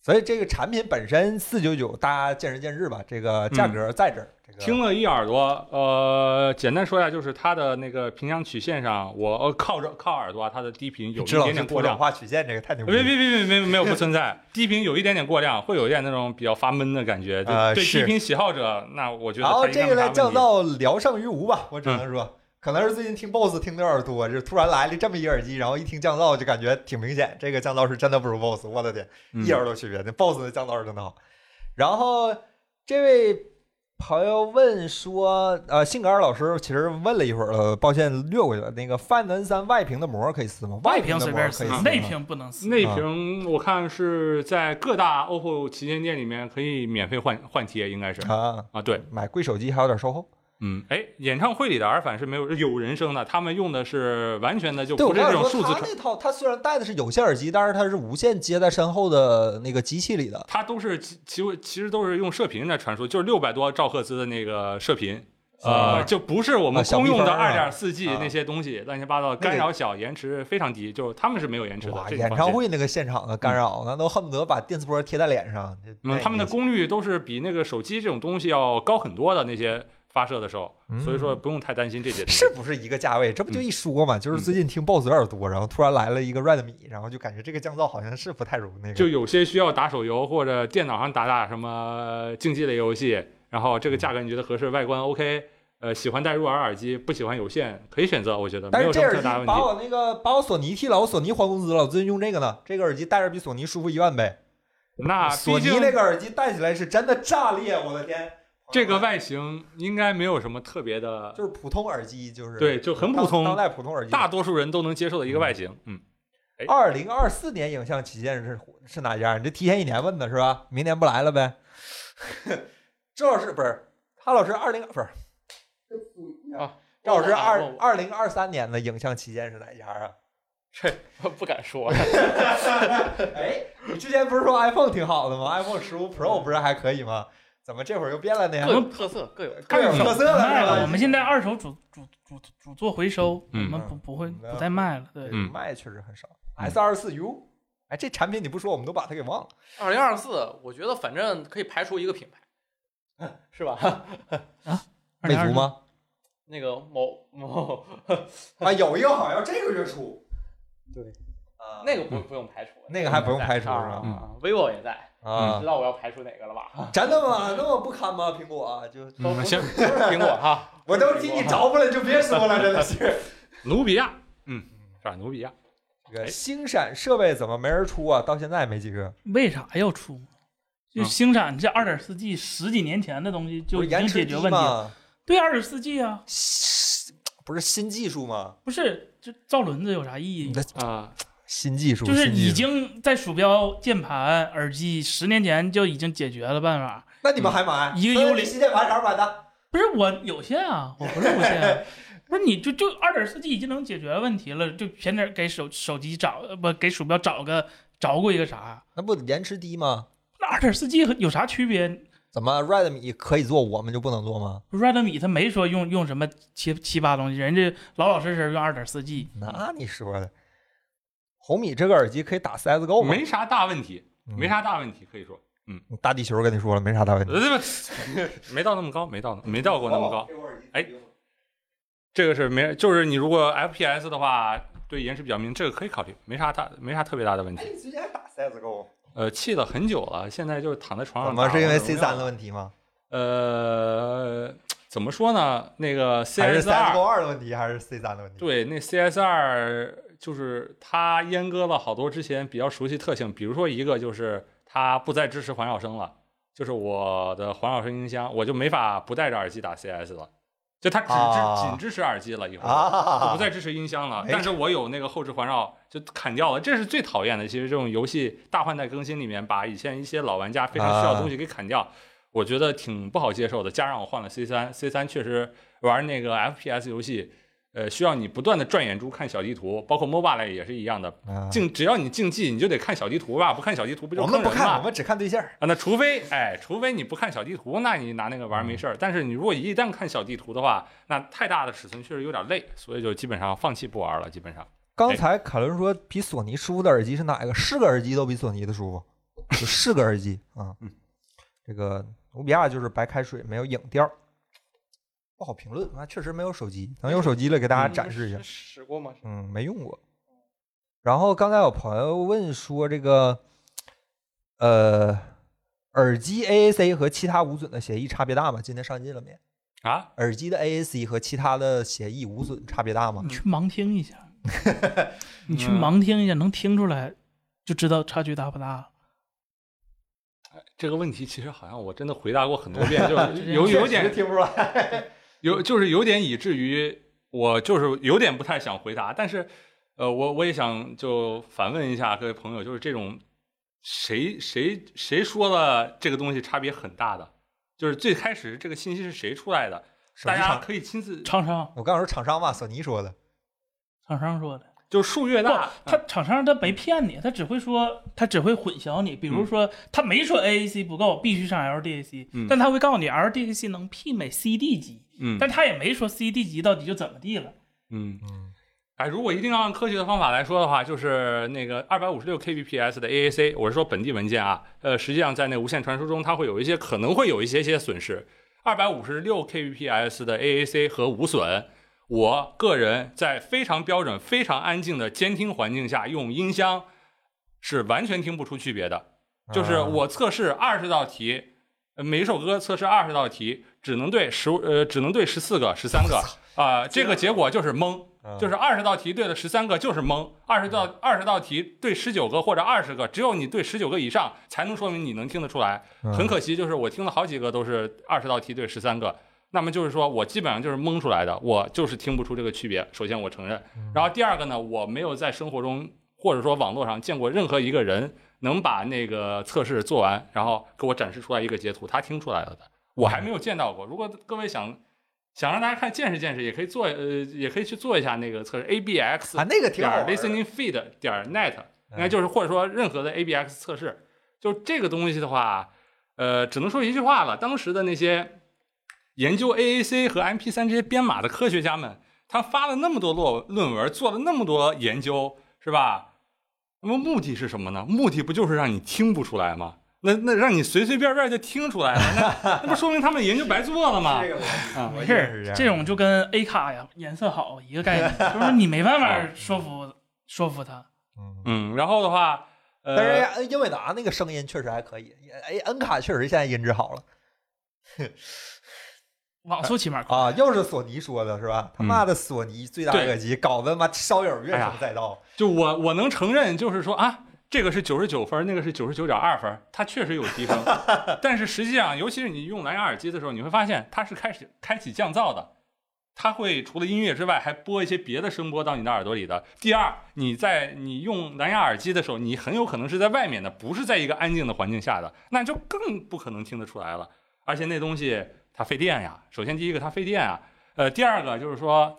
所以这个产品本身四九九，大家见仁见智吧，这个价格在这儿，这个嗯听了一耳朵，呃，简单说一下，就是它的那个频响曲线上，我呃靠着靠耳朵啊，它的低频有一知老点师点多过角量。化曲线这个太牛逼别了，别别别别没有不 存在，低频有一点点过量，会有一点那种比较发闷的感觉。啊对对，是啊低频喜好者，那我觉得然后他应嗯该这没个啥呢，问降题到聊胜于无吧，我只能说，可能是最近听 BOSS 听的有点多，就是突然来了这么一耳机，然后一听降噪就感觉挺明显，这个降噪是真的不如 BOSS，我的天，一嗯耳朵区别，那 BOSS 的降噪是真的好。然后这位朋友问说，呃，性格二老师其实问了一会儿，呃，抱歉略过去了，那个 Find N 三外屏的膜可以撕吗？外屏屏的随膜便可撕啊以，吗内屏不能撕。内屏我看是在各大 OPPO 旗舰店里面可以免费换换贴，应该是啊，啊，对，买贵手机还有点售后。嗯，哎，演唱会里的耳返是没有有人声的，他们用的是完全的就对，我不是这刚种才数说字他传，那套，他虽然带的是有线耳机，但是它是无线接在身后的那个机器里的。它都是其其其实都是用射频在传输，就是六百多兆赫兹的那个射频。啊呃，就不是我啊们小公蜜用的蜂二啊点四 G 啊那些东西，乱七八糟，干扰小，延迟非常低，就他们是没有延迟的。哇，这个演放唱心会那个现场的干扰，那都恨不得把电磁波贴在脸上。这嗯，他们的功率都是比那个手机这种东西要高很多的那些发射的时候，嗯所以说不用太担心这些东西。是不是一个价位？这不嗯就一说嘛？就是最近听 BOSS 有点多，然后突然来了一个 Redmi，然后就感觉这个降噪好像是不太如那个。就有些需要打手游或者电脑上打打什么竞技类游戏，然后这个价格你觉得合适，外观 OK，呃，喜欢戴入耳耳机，不喜欢有线可以选择，我觉得但没是有这耳机什么特大问把题。我那个把我索尼替了，我索尼还工资了，我最近用这个呢。这个耳机戴着比索尼舒服一万倍。那索啊毕尼竟那个耳机戴起来是真的炸裂，我的天！这个外形应该没有什么特别的，就是普通耳机，就是对就很普当通当代普通耳机。大多数人都能接受的一个外形。嗯，二零二四年影像旗舰是是哪家？你这提前一年问的是吧？明年不来了呗？ 周老师不是，哈老师二零不是啊，赵老师二我二零二三年的影像旗舰是哪家啊？ 我 不敢说，哎，你之前不是说 iPhone 挺好的吗？iPhone 十五 Pro 不是还可以吗？怎么这会儿又变了呢？各有特色，各有各有特色了卖是吧？了，我们现在二手主主主主做回收，嗯我们不不会嗯不再卖了。对，嗯卖确实很少。嗯 S 二四 U，哎，这产品你不说我们都把它给忘了。二零二四，我觉得反正可以排除一个品牌，是吧？二零二？吗？那个某某， 啊，有一个好像要这个月出。对，啊，那个不不用排除，那个还不用排除啊是吧啊啊，vivo 也在，啊知，道我要排除哪个 了吧？真的吗？那么不堪吗？苹果啊，就嗯，行，苹果 哈，我都替你着不了，就别说了，真的是。努比亚，嗯，是吧？努比亚，哎 这个星闪设备怎么没人出啊？到现在没几个，为啥要出？就嗯星闪这二点四 G 十几年前的东西不就是已经延迟解低决问题了。吗？对，二点四 G 啊，不是新技术吗？不是这造轮子有啥意义你？的啊，新技术就是新技术已经在鼠标、键盘、耳机十年前就已经解决了办法。那你们还买一个幽灵灵新键盘啥版的？不是我有线啊，我不是无线、啊，不是你就就二点四 G 已经能解决问题了，就偏点给手手机找呃不给鼠标找个找过一个啥？那不延迟低吗？那二点四 G 有啥区别怎么 Redmi 可以做，我们就不能做吗？ ？Redmi 它没说用用什么七七八东西，人家老老实实用二点四 G。那你说的，红米这个耳机可以打 CSGO 吗？没啥大问题，嗯没啥大问题，可以说，大地球跟你说了，没啥大问题。呃， 没到那么高，没到没到过那么哦高。哎这个是没，就是你如果 FPS 的话，对延迟比较敏，这个可以考虑，没啥大，没啥特别大的问题。你最近还打 CSGO？呃，气了很久了，现在就是躺在床怎上么打。是因为王者 C 荣耀啊三的问题吗？啊呃，怎么说呢？那个还是 CS 二 CSGO 二的问题，还是 C 三的问题？，对，那 CS 二就是它阉割了好多之前比较熟悉特性，比如说一个就是它不再支持环绕声了，就是我的环绕声音箱我就没法不戴着耳机打 CS 了，就它只支、啊仅支持耳机了，以后、啊，就不再支持音箱了哎。但是我有那个后置环绕，就砍掉了，这是最讨厌的。其实这种游戏大换代更新里面，把以前一些老玩家非常需要的啊东西给砍掉，我觉得挺不好接受的。加上我换了 C 三，C 三确实玩那个 FPS 游戏，呃，需要你不断的转眼珠看小地图，包括 MOBA 类也是一样的。啊竞只要你竞技，你就得看小地图吧，不看小地图不就我坑们不人看，吗我？们只看对象。啊，那除非哎，除非你不看小地图，那你拿那个玩儿没事儿。但是你如果一旦看小地图的话，那太大的尺寸确实有点累，所以就基本上放弃不玩儿了。基本上刚才凯伦说比索尼舒服的耳机是哪一个？是个耳机都比索尼的舒服，就是个耳机啊。这个努比亚就是白开水，没有影调，不好评论。那确实没有手机，等有手机了给大家展示一下你们。使过吗？嗯，没用过。然后刚才有朋友问说这个，呃，耳机 AAC 和其他无损的协议差别大吗？今天上进了没？啊，耳机的 AAC 和其他的协议无损差别大吗你？去盲听一下，你去盲听一下，能听出来就知道差距大不大。这个问题其实好像我真的回答过很多遍，就 这是有确有实点听不出来。有就是有点以至于我就是有点不太想回答。但是呃，我我也想就反问一下各位朋友，就是这种谁谁谁说了这个东西差别很大的，就是最开始这个信息是谁出来的？手大机家厂，可以亲自厂商我刚才说厂商吧，索尼说的。厂商说的。就数越大，嗯他厂商他没骗你，他只会说，他只会混淆你。比如嗯说，他没说 AAC 不够，必须上 LDAC，、嗯但他会告诉你 LDAC 能媲美 CD 级，嗯但他也没说 CD 级到底就怎么地了。嗯，嗯，哎，如果一定要按科学的方法来说的话，就是那个二百五十六 kbps 的 AAC，我是说本地文件啊，呃，实际上在那无线传输中，它会有一些可能会有一些些损失。二百五十六 kbps 的 AAC 和无损，我个人在非常标准、非常安静的监听环境下用音箱是完全听不出区别的。就是我测试二十道题，呃每一首歌测试二十道题，只能对十呃只能对十四个、十三个啊、这个结果就是蒙，啊就是二十道题对了十三个就是蒙，二十道二十道题对十九个或者二十个，只有你对十九个以上才能说明你能听得出来。嗯很可惜，就是我听了好几个都是二十道题对十三个，那么就是说我基本上就是蒙出来的，我就是听不出这个区别。首先我承认，然后第二个呢，我没有在生活中或者说网络上见过任何一个人能把那个测试做完，然后给我展示出来一个截图，他听出来了的，我还没有见到过。如果各位想想让大家看见识见识，也可以做呃，也可以去做一下那个测试 ABX 啊，那 个挺点好儿玩的。嗯 listening feed 点儿 net，应该就是或者说任何的 ABX 测试，就这个东西的话，呃，只能说一句话了，当时的那些研究 AAC 和 MP3 这些编码的科学家们，他发了那么多论论文，做了那么多研究，是吧？那么目的是什么呢？目的不就是让你听不出来吗？那那让你随随便便就听出来了，那那不说明他们研究白做了啊 吗？个没事儿，啊这种就跟 A 卡呀颜色好一个概念，就是你没 办法说服说服他。嗯，嗯，然后的话，呃，但是英伟达那个声音确实还可以，哎，N 卡确实现在音质好了网速起 码快啊，又是索尼说的是吧？他嗯妈的，索尼最大对恶极，搞得妈烧友怨哎呀声载道。就我我能承认，就是说啊，这个是九十九分，那个是九十九点二分， 它确实有提升，但是实际上，尤其是你用蓝牙耳机的时候，你会发现它是开始开启降噪的，它会除了音乐之外，还播一些别的声波到你的耳朵里的。第二，你在你用蓝牙耳机的时候，你很有可能是在外面的，不是在一个安静的环境下的，那就更不可能听得出来了。而且那东西它费电呀，首先第一个它费电啊，呃，第二个就是说，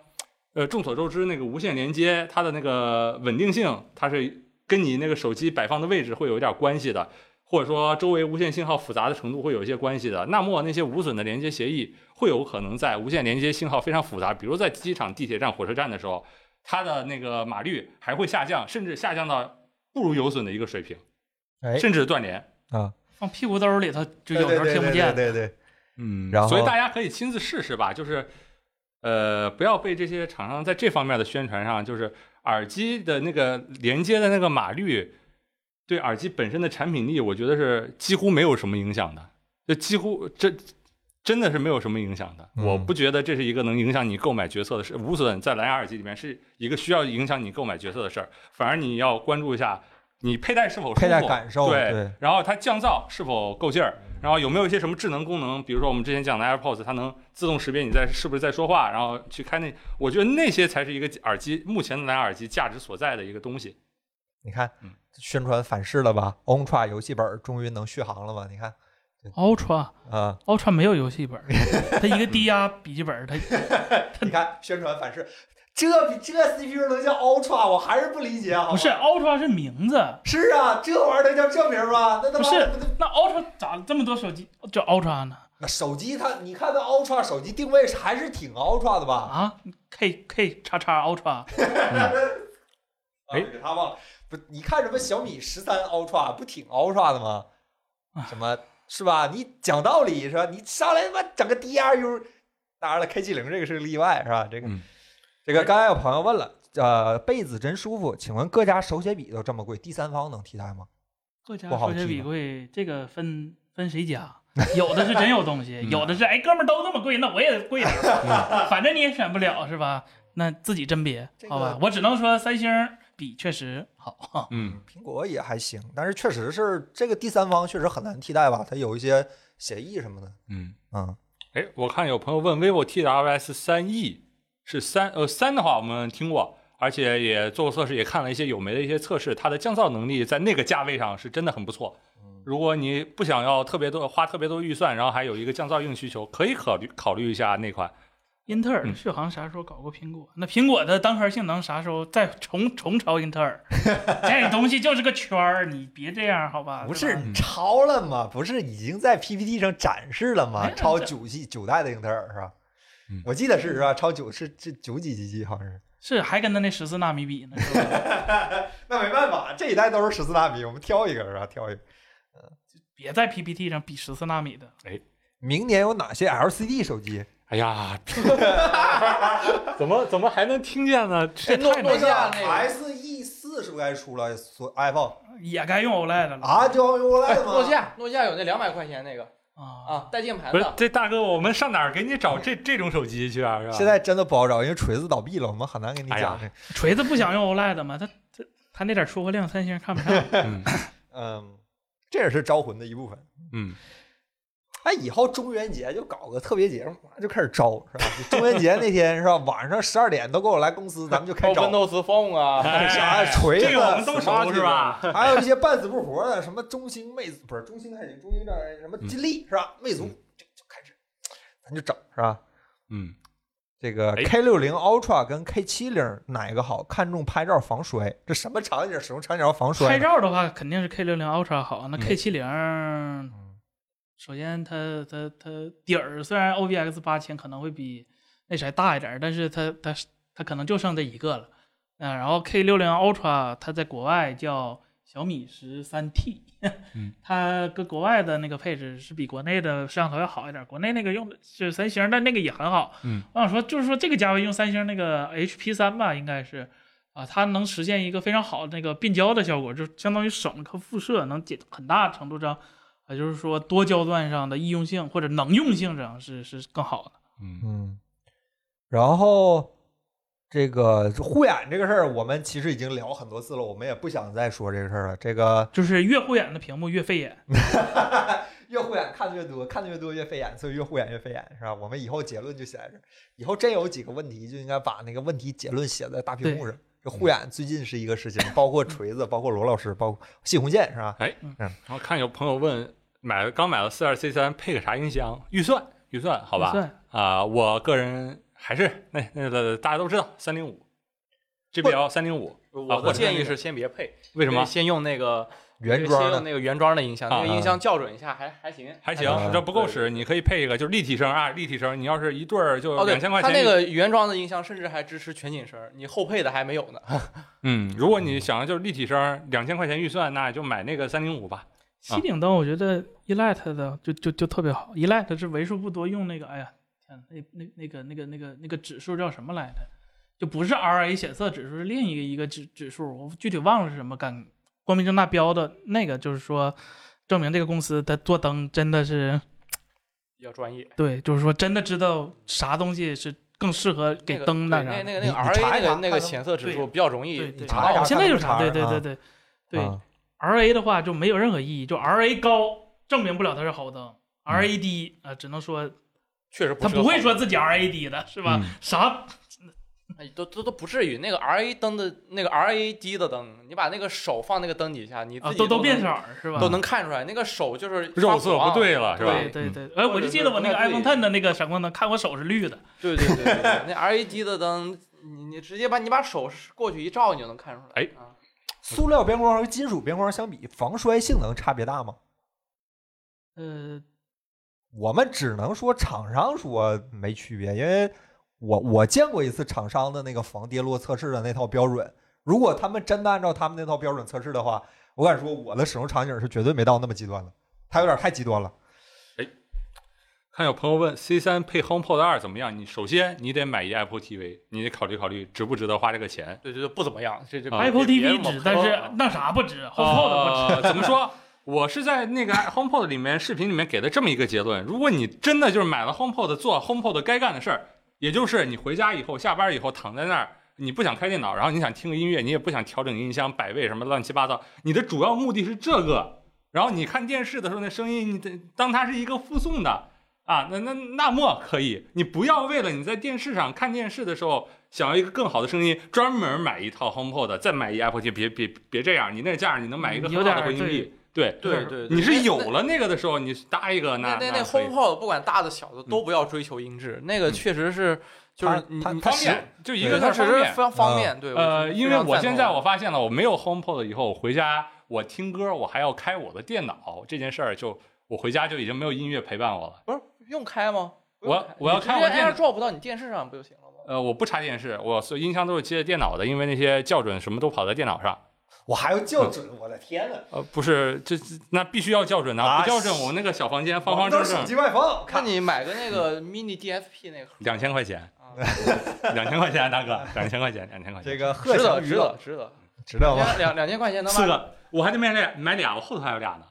呃，众所周知，那个无线连接它的那个稳定性，它是跟你那个手机摆放的位置会有一点关系的，或者说周围无线信号复杂的程度会有一些关系的。那么那些无损的连接协议会有可能在无线连接信号非常复杂，比如在机场、地铁站、火车站的时候，它的那个码率还会下降，甚至下降到不如有损的一个水平，哎甚至断联。放屁股兜里头就有时候听不见。对对对，嗯然后所以大家可以亲自试试吧，就是呃，不要被这些厂商在这方面的宣传上，就是耳机的那个连接的那个码率，对耳机本身的产品力，我觉得是几乎没有什么影响的，就几乎这。真的是没有什么影响的，嗯我不觉得这是一个能影响你购买决策的事。无损在蓝牙耳机里面是一个需要影响你购买决策的事儿，反而你要关注一下你佩戴是否舒服，佩戴感受对，对然后它降噪是否够劲儿，然后有没有一些什么智能功能，比如说我们之前讲的 AirPods，它能自动识别你在是不是在说话，然后去开那，我觉得那些才是一个耳机目前的蓝牙耳机价值所在的一个东西。你看嗯宣传反噬了吧？Ultra 游戏本儿终于能续航了吧？你看 Ultra 啊， Ultra 没有游戏本，它一个低压笔记本，它 你看宣传反噬，这这 CPU 能叫 Ultra，我还是不理解，好吧啊不是 Ultra 是名字，是啊，这玩意儿能叫这名儿吗？那他不妈是那 Ultra 咋这么多手机叫 Ultra 呢？那手机它，你看那 Ultra 手机定位还是挺 Ultra 的吧？啊，K K 叉叉 Ultra 哎，给他忘了，不，你看什么小米十三 Ultra 不挺 Ultra 的吗？什么是吧？你讲道理是吧？你上来他妈整个 DRU，当然了，K 七零这个是个例外是吧？这个、嗯这个刚才有朋友问了，呃，被子真舒服，请问各家手写笔都这么贵，第三方能替代吗？各家不好手写记笔吧贵，这个分分谁家？有的是真有东西，嗯有的是哎哥们儿都那么贵，那我也贵点儿，嗯反正你也选不了是吧？那自己甄别这个好吧，我只能说三星笔确实好，嗯，苹果也还行，但是确实是这个第三方确实很难替代吧？它有一些协议什么的，嗯，嗯，哎，我看有朋友问 vivo TWS 三 E 是三呃三的话，我们听过，而且也做过测试，也看了一些有媒的一些测试，它的降噪能力在那个价位上是真的很不错。嗯如果你不想要特别多花特别多预算，然后还有一个降噪硬需求，可以考虑考虑一下那款。英特尔嗯的续航啥时候搞过苹果？那苹果的单核性能啥时候再重重超英特尔？ 这东西就是个圈儿，你别这样好吧？不啊对是吧嗯超了吗？不是已经在 PPT 上展示了吗没？有超这九系九代的英特尔是吧嗯？我记得是是吧？超九是这九几几几好像是。是还跟他那十四纳米比呢？是吧 那没办法，这一代都是十四纳米，我们挑一个是吧？挑一个。别在 PPT 上比十四纳米的，明年有哪些 LCD 手机？哎 呀，怎么怎么还能听见呢？这诺太诺难基亚那个 SE E 四是不是该出了？所 iPhone 也该用 OLED 了啊，就要用 OLED 吗？诺基亚，诺基亚有那两百块钱那个啊！啊，带键盘不是的，这大哥，我们上哪儿给你找这这种手机去啊？是吧？现在真的不好找，因为锤子倒闭了，我们很难给你哎讲呀这。锤子不想用 OLED 吗？他他他那点出货量，三星看不上。嗯嗯，这也是招魂的一部分。嗯，哎，以后中元节就搞个特别节目，妈就开始招，是吧？中元节那天是吧？晚上十二点都给我来公司，咱们就开包括招。 Windows Phone 啊，哎啥锤子、这个我们都熟是吧？还有一些半死不活的，什么中兴魅族不是中兴还行，中兴这儿什么金立是吧？魅族嗯就就开始，咱就整是吧？嗯，这个哎 K 六零 Ultra 跟 K 七零哪个好？看重拍照防摔，这什么场景使用场景要防摔呢？拍照的话，肯定是 K 6 0 Ultra 好。那嗯 K 7 0首先它它它底儿虽然 OBX 八千可能会比那啥大一点儿，但是它它它可能就剩这一个了。嗯、然后 K 六零 Ultra 它在国外叫小米十三 T， 嗯它跟国外的那个配置是比国内的摄像头要好一点儿，国内那个用的是三星，但那个也很好。嗯，我想说就是说这个价位用三星那个 HP 三吧，应该是。啊，它能实现一个非常好的那个变焦的效果，就相当于省了颗辐射，能减很大程度上，啊，就是说多焦段上的易用性或者能用性上是是更好的。嗯嗯，然后这个护眼这个事儿，我们其实已经聊很多次了，我们也不想再说这个事儿了。这个就是越护眼的屏幕越费眼，越护眼看的越多，看的越多越费眼，所以越护眼越费眼，是吧？我们以后结论就写在这儿，以后真有几个问题，就应该把那个问题结论写在大屏幕上。这护眼最近是一个事情，包括锤子，包括罗老师，包括谢红线，是吧？然后看有朋友问，买了刚买了四二 C 三，配个啥音箱？预算预算好吧？算啊、我个人还是那那个大家都知道三零五，JBL 三零五，我的建议是先别配，为什么？先用那个原装先用的，那个原装的音箱，啊那个音箱校准一下还还行，还行啊，这不够对使，你可以配一个，就是立体声啊，立体声。你要是一对儿就哦，对，两千块它钱。那个原装的音箱甚至还支持全景声，你后配的还没有呢。嗯，如果你想要就是立体声，两千块钱预算，那就买那个三零五吧。吸顶灯，我觉得 Elite 的就就就特别好，Elite 是为数不多用那个，哎呀，天，那那那个那个那个那个指数叫什么来着？就不是 RA 显色指数，是另一个一个指指数，我具体忘了是什么，敢光明正大标的那个，就是说证明这个公司它做灯真的是比较专业，对，就是说真的知道啥东西是更适合给那个灯的。对那那你个那个你查 RA 那一查个那看个看显色指对数比较容易对你对，查一查我现在就看查，看对查对啊对对对啊 RA 的话就没有任何意义，就 RA 高证明不了它是好灯嗯，RA 低啊、呃只能说确实不他是个不会好说自己 RA 低的是吧？嗯啥哎，都都都不至于。那个 R A 灯的那个 R A D 的灯，你把那个手放那个灯底下，你自啊己都都都能变色儿嗯是吧？都能看出来，那个手就是肉色不对了。了，是吧？对对嗯对，哎，我就记得我那个或者是 iPhone Ten 的那个闪光灯，看我手是绿的，对对对对对，那 R A D 的灯，你你直接把你把手过去一照，你就能看出来。哎啊，塑料边框和金属边框相比，防摔性能差别大吗？呃，我们只能说厂商说没区别，因为我我见过一次厂商的那个防跌落测试的那套标准，如果他们真的按照他们那套标准测试的话，我敢说我的使用场景是绝对没到那么极端的，它有点太极端了。看有朋友问 C 三配 HomePod 二怎么样？你首先你得买一 Apple TV，你得考虑考虑值不值得花这个钱。对对对，不怎么样。这这啊 Apple 别别 TV 这么值，抠但是啊那啥不值，HomePod 不 呃，值。怎么说？我是在那个 HomePod 里面视频里面给的这么一个结论：如果你真的就是买了 HomePod 做 HomePod 该干的事儿，也就是你回家以后、下班以后躺在那儿，你不想开电脑，然后你想听个音乐，你也不想调整音箱、摆位什么乱七八糟，你的主要目的是这个。然后你看电视的时候，那声音你得当它是一个附送的啊，那那那么可以，你不要为了你在电视上看电视的时候想要一个更好的声音，专门买一套 HomePod，再买一 Apple TV，别别别这样，你那价儿你能买一个嗯很有好的点回音壁，对对对对你是那有了那个的时候，你搭一个那那那那那可以嗯 HomePod 不管大的小的都不要追求音质，那个确实是就是你它你它方便，就一个它它只方是便非。常方便。对，呃，因为我现在我我发现了，我没有 HomePod 以后，我回家我听歌，我还要开我的电脑，这件事儿就我回家就已经没有音乐陪伴我了。非常赞同不是用开吗？不我用开我要你直开接我电脑 AirDrop 到你电视上不就行了吗？呃，我不插电视，我所有音箱都是接电脑的，因为那些校准什么都跑在电脑上。我还要校准，我的天呐！呃，不是，这这那必须要校准啊啊，不校准我那个小房间方方我正们都是手正，机外放，看看你买个那个 mini DSP 那个盒两千块钱，啊，两千块钱，大哥，两千块钱，两千块钱，这个贺值强得娱值乐，得值得，知道吗？两两两千块钱能四买个，我还得买俩，买俩，我后头还有俩呢，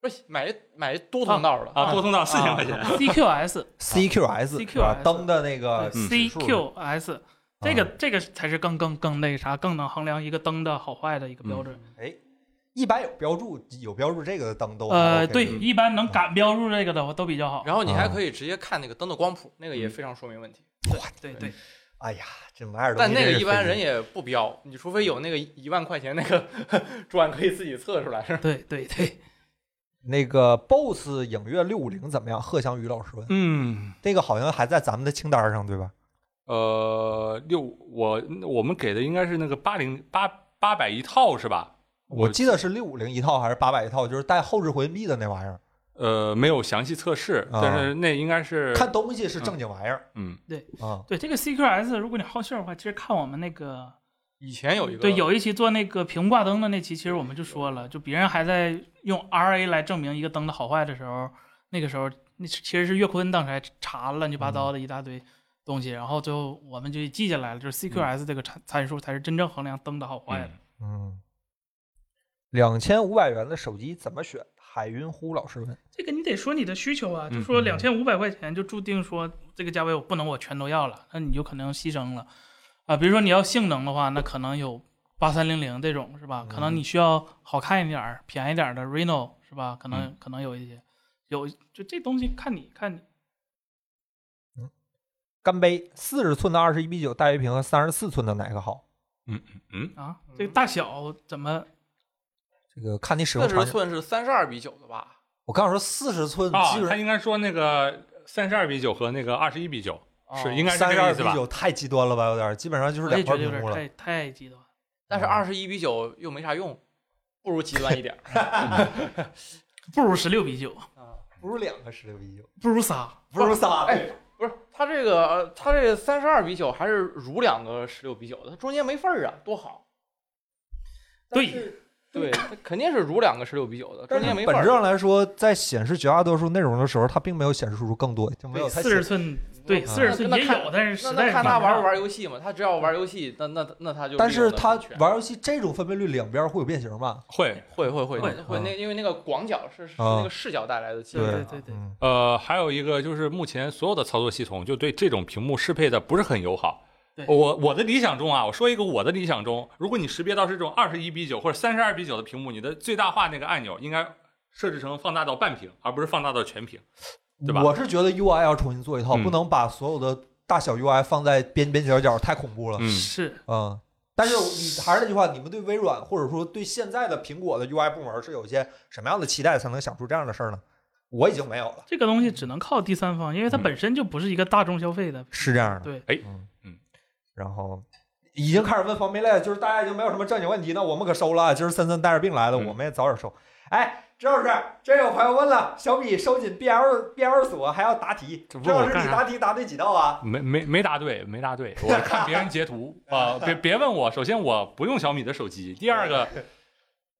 不是买一买一多通道的啊，多通道四千块钱，啊 CQS CQS 是吧 CQS 灯的那个指数嗯 CQS 这啊个这个才是更更更那个啥，更能衡量一个灯的好坏的一个嗯标准。一般有标注，有标注这个的灯都呃，还 OK 对，嗯一般能敢标注这个的话都比较好。嗯然后你啊还可以直接看那个灯的光谱，那个也嗯非常说明问题。对对，哎呀，这买点东但西那真个是一般费人劲也不标，你除非有那个一万块钱那个 砖可以自己测出来， 是吧？对对对，那个 BOSS 影乐六五零怎么样？贺翔宇老 师问。嗯。那个好像还在咱们的清单上，对吧？呃，六我我们给的应该是那个八零八八百一套是吧？我记得是六五零一套还是八百一套，就是带后置回音壁的那玩意儿。呃，没有详细测试，啊但是那应该是，看东西是正经玩意儿嗯，啊，对这个 CQS，如果你好信儿的话，其实看我们那个以前有一个对有一期做那个屏幕挂灯的那期，其实我们就说了，就别人还在用 RA 来证明一个灯的好坏的时候，那个时候那是其实是岳坤当时还查了乱七八糟的一大堆东西，然后最后我们就记下来了，嗯就是 CQS 这个参参数才是真正衡量灯的好坏的。嗯嗯，两千五百元的手机怎么选？海云呼老师问，这个你得说你的需求啊，嗯就说嗯两千五百块钱就注定说这个价位我不能我全都要了，那你就可能牺牲了啊。比如说你要性能的话，那可能有八三零零这种是吧？可能你需要好看一点儿、便宜点儿的 Reno 是吧？可能可能有一些，有就这东西看你看你。干杯，四十寸的二十一比九大月屏和三十四寸的哪个好？啊，嗯这个大小怎么？这个看你使用四场十景。寸是三十二比九的吧？我刚想说四十寸啊基，他本应该说那个三十二比九和那个二十一比九哦是应该是三这十个二意思比吧？嗯九太极端了吧，有点，基本上就是我也两块觉得有屏点幕了。太太极端。但是嗯二十一比九又没啥用，不如极端一点儿。不如十六比九，不如两个十六比九，不如仨。不如仨。哎，不是，它这个呃它这个三十二比九还是如两个十六比九的，它中间没缝儿啊，多好。对但是，对，它肯定是如两个十六比九的，中但是间没缝本质儿。上来说，在显示绝大多数内容的时候，它并没有显示出更多，就没有哦太四十寸，对，四十寸嗯那也看有，但是那实在那是看他看不玩上不玩游戏嘛，他只要玩游戏，那那那他就但利是用得它很全玩游戏这种分辨率两边会有变形吧？会，会会会会会那因为那个广角是是啊那个视角带来的技术，对对对对对。嗯，呃，还有一个就是目前所有的操作系统就对这种屏幕适配的不是很友好。对我我的理想中啊，我说一个我的理想中，如果你识别到是这种二十一比九或者三十二比九的屏幕，你的最大化那个按钮应该设置成放大到半屏，而不是放大到全屏。对吧我是觉得 UI 要重新做一套，嗯不能把所有的大小 UI 放在边边角角，太恐怖了。嗯，是，嗯，但是你还是那句话，你们对微软或者说对现在的苹果的 UI 部门是有些什么样的期待，才能想出这样的事儿呢？我已经没有了，这个东西只能靠第三方，因为它嗯本身就不是一个大众消费的。是这样的。对，嗯嗯，然后已经开始问方便面，就是大家已经没有什么正经问题，那我们可收了啊。今儿森森带着病来的，嗯我们也早点收。哎，周老师，这有朋友问了，小米收紧 BL BL 锁还要答题，这周问我老师干你啥答题答对几道啊？没没没答对，没答对。我看别人截图啊、别别问我。首先我不用小米的手机，第二个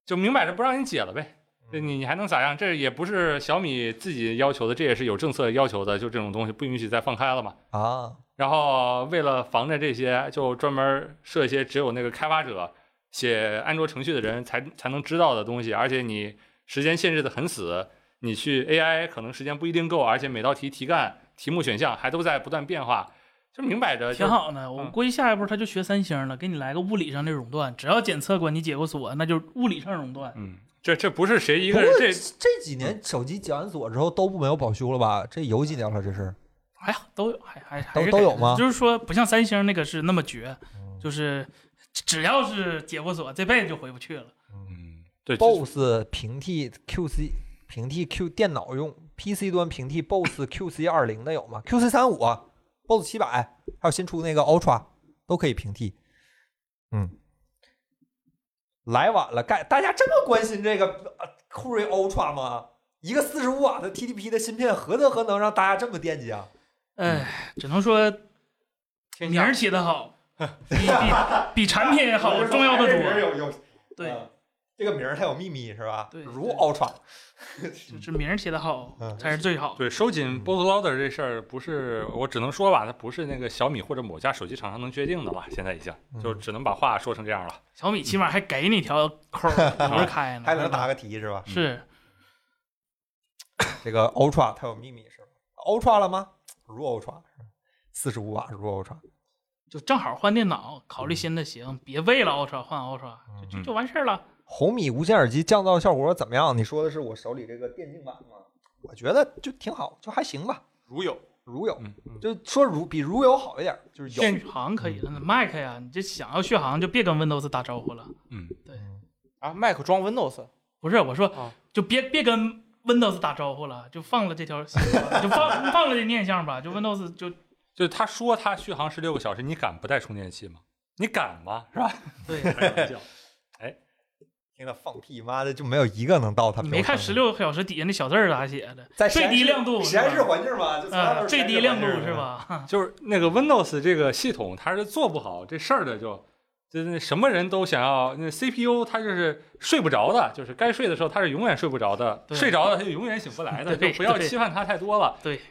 就明摆着不让你解了呗。这你你还能咋样？这也不是小米自己要求的，这也是有政策要求的，就这种东西不允许再放开了嘛。啊，然后为了防着这些，就专门设一些只有那个开发者写安卓程序的人才才能知道的东西，而且你时间限制的很死，你去 AI 可能时间不一定够，而且每道题题干、题目选项还都在不断变化，就明摆着就挺。好的。我嗯估计下一步他就学三星了，给你来个物理上的熔断，只要检测过你解过锁，那就物理上熔断。嗯，这这不是谁一不个过人，这这嗯这几年手机解完锁之后都不没有保修了吧？这有几年了，这是哎呀，都有，还还还都是都给有的吗嗯就是说，不像三星那个是那么绝，就是只要是解过锁，这辈子就回不去了。嗯，对，这 BOSS 平替 QC 平替 Q 电脑用 PC 端平替 BOSS QC 二零的有吗？QC 三五、BOSS 七百，还有新出那个 Ultra 都可以平替。嗯，来晚了，盖大家这么关心这个呃酷睿 Ultra 吗？一个四十五瓦的 TDP 的芯片，何德何能让大家这么惦记啊？哎，只能说天名下儿起得好，比比比产品 也好，重要的啊这名儿多。哎有有对，嗯这个名儿它有秘密是吧？对如对 Ultra， 就是名儿起得好嗯才是最好。对收紧 b o s Loader 这事儿不是我只能说吧，它不是那个小米或者某家手机厂商能决定的了，现在已经就只能把话说成这样了。小米起码还给你条扣 儿不是开呢，还能是吧答个题是吧？是这个 Ultra 它有秘密是吧？Ultra 了吗？如 Ultra，四十五瓦如 Ultra，就正好换电脑，考虑新的行，别为了 Ultra 换 Ultra 就就嗯就完事儿了。红米无线耳机降噪效果怎么样？你说的是我手里这个电竞版吗？我觉得就挺好，就还行吧。如有如有嗯，就说如比如有好一点，就是有。续航可以的，那 Mac 呀，你这想要续航就别跟 Windows 打招呼了。嗯，啊，Mac 装 Windows，不是我说啊，就别别跟 Windows 打招呼了，就放了这条，就放放了这念想吧，就 Windows 就就是他说他续航十六个小时， 你敢不带充电器吗？你敢吗？是吧？对。开玩笑听他放屁，妈的就没有一个能到他你标没看上十的六个小时底下那小字儿咋写的？在最实验低室亮度实是吧验室环境嘛，就从来都啊，是最实低验亮室度环境是？吧？就是那个 Windows 这个系统，它是做不好这事儿的就，就是那什么人都想要。那 CPU 它就是睡不着的，就是该睡的时候它是永远睡不着的，对睡着了它就永远醒不来的，就对不要对期盼它太多了。对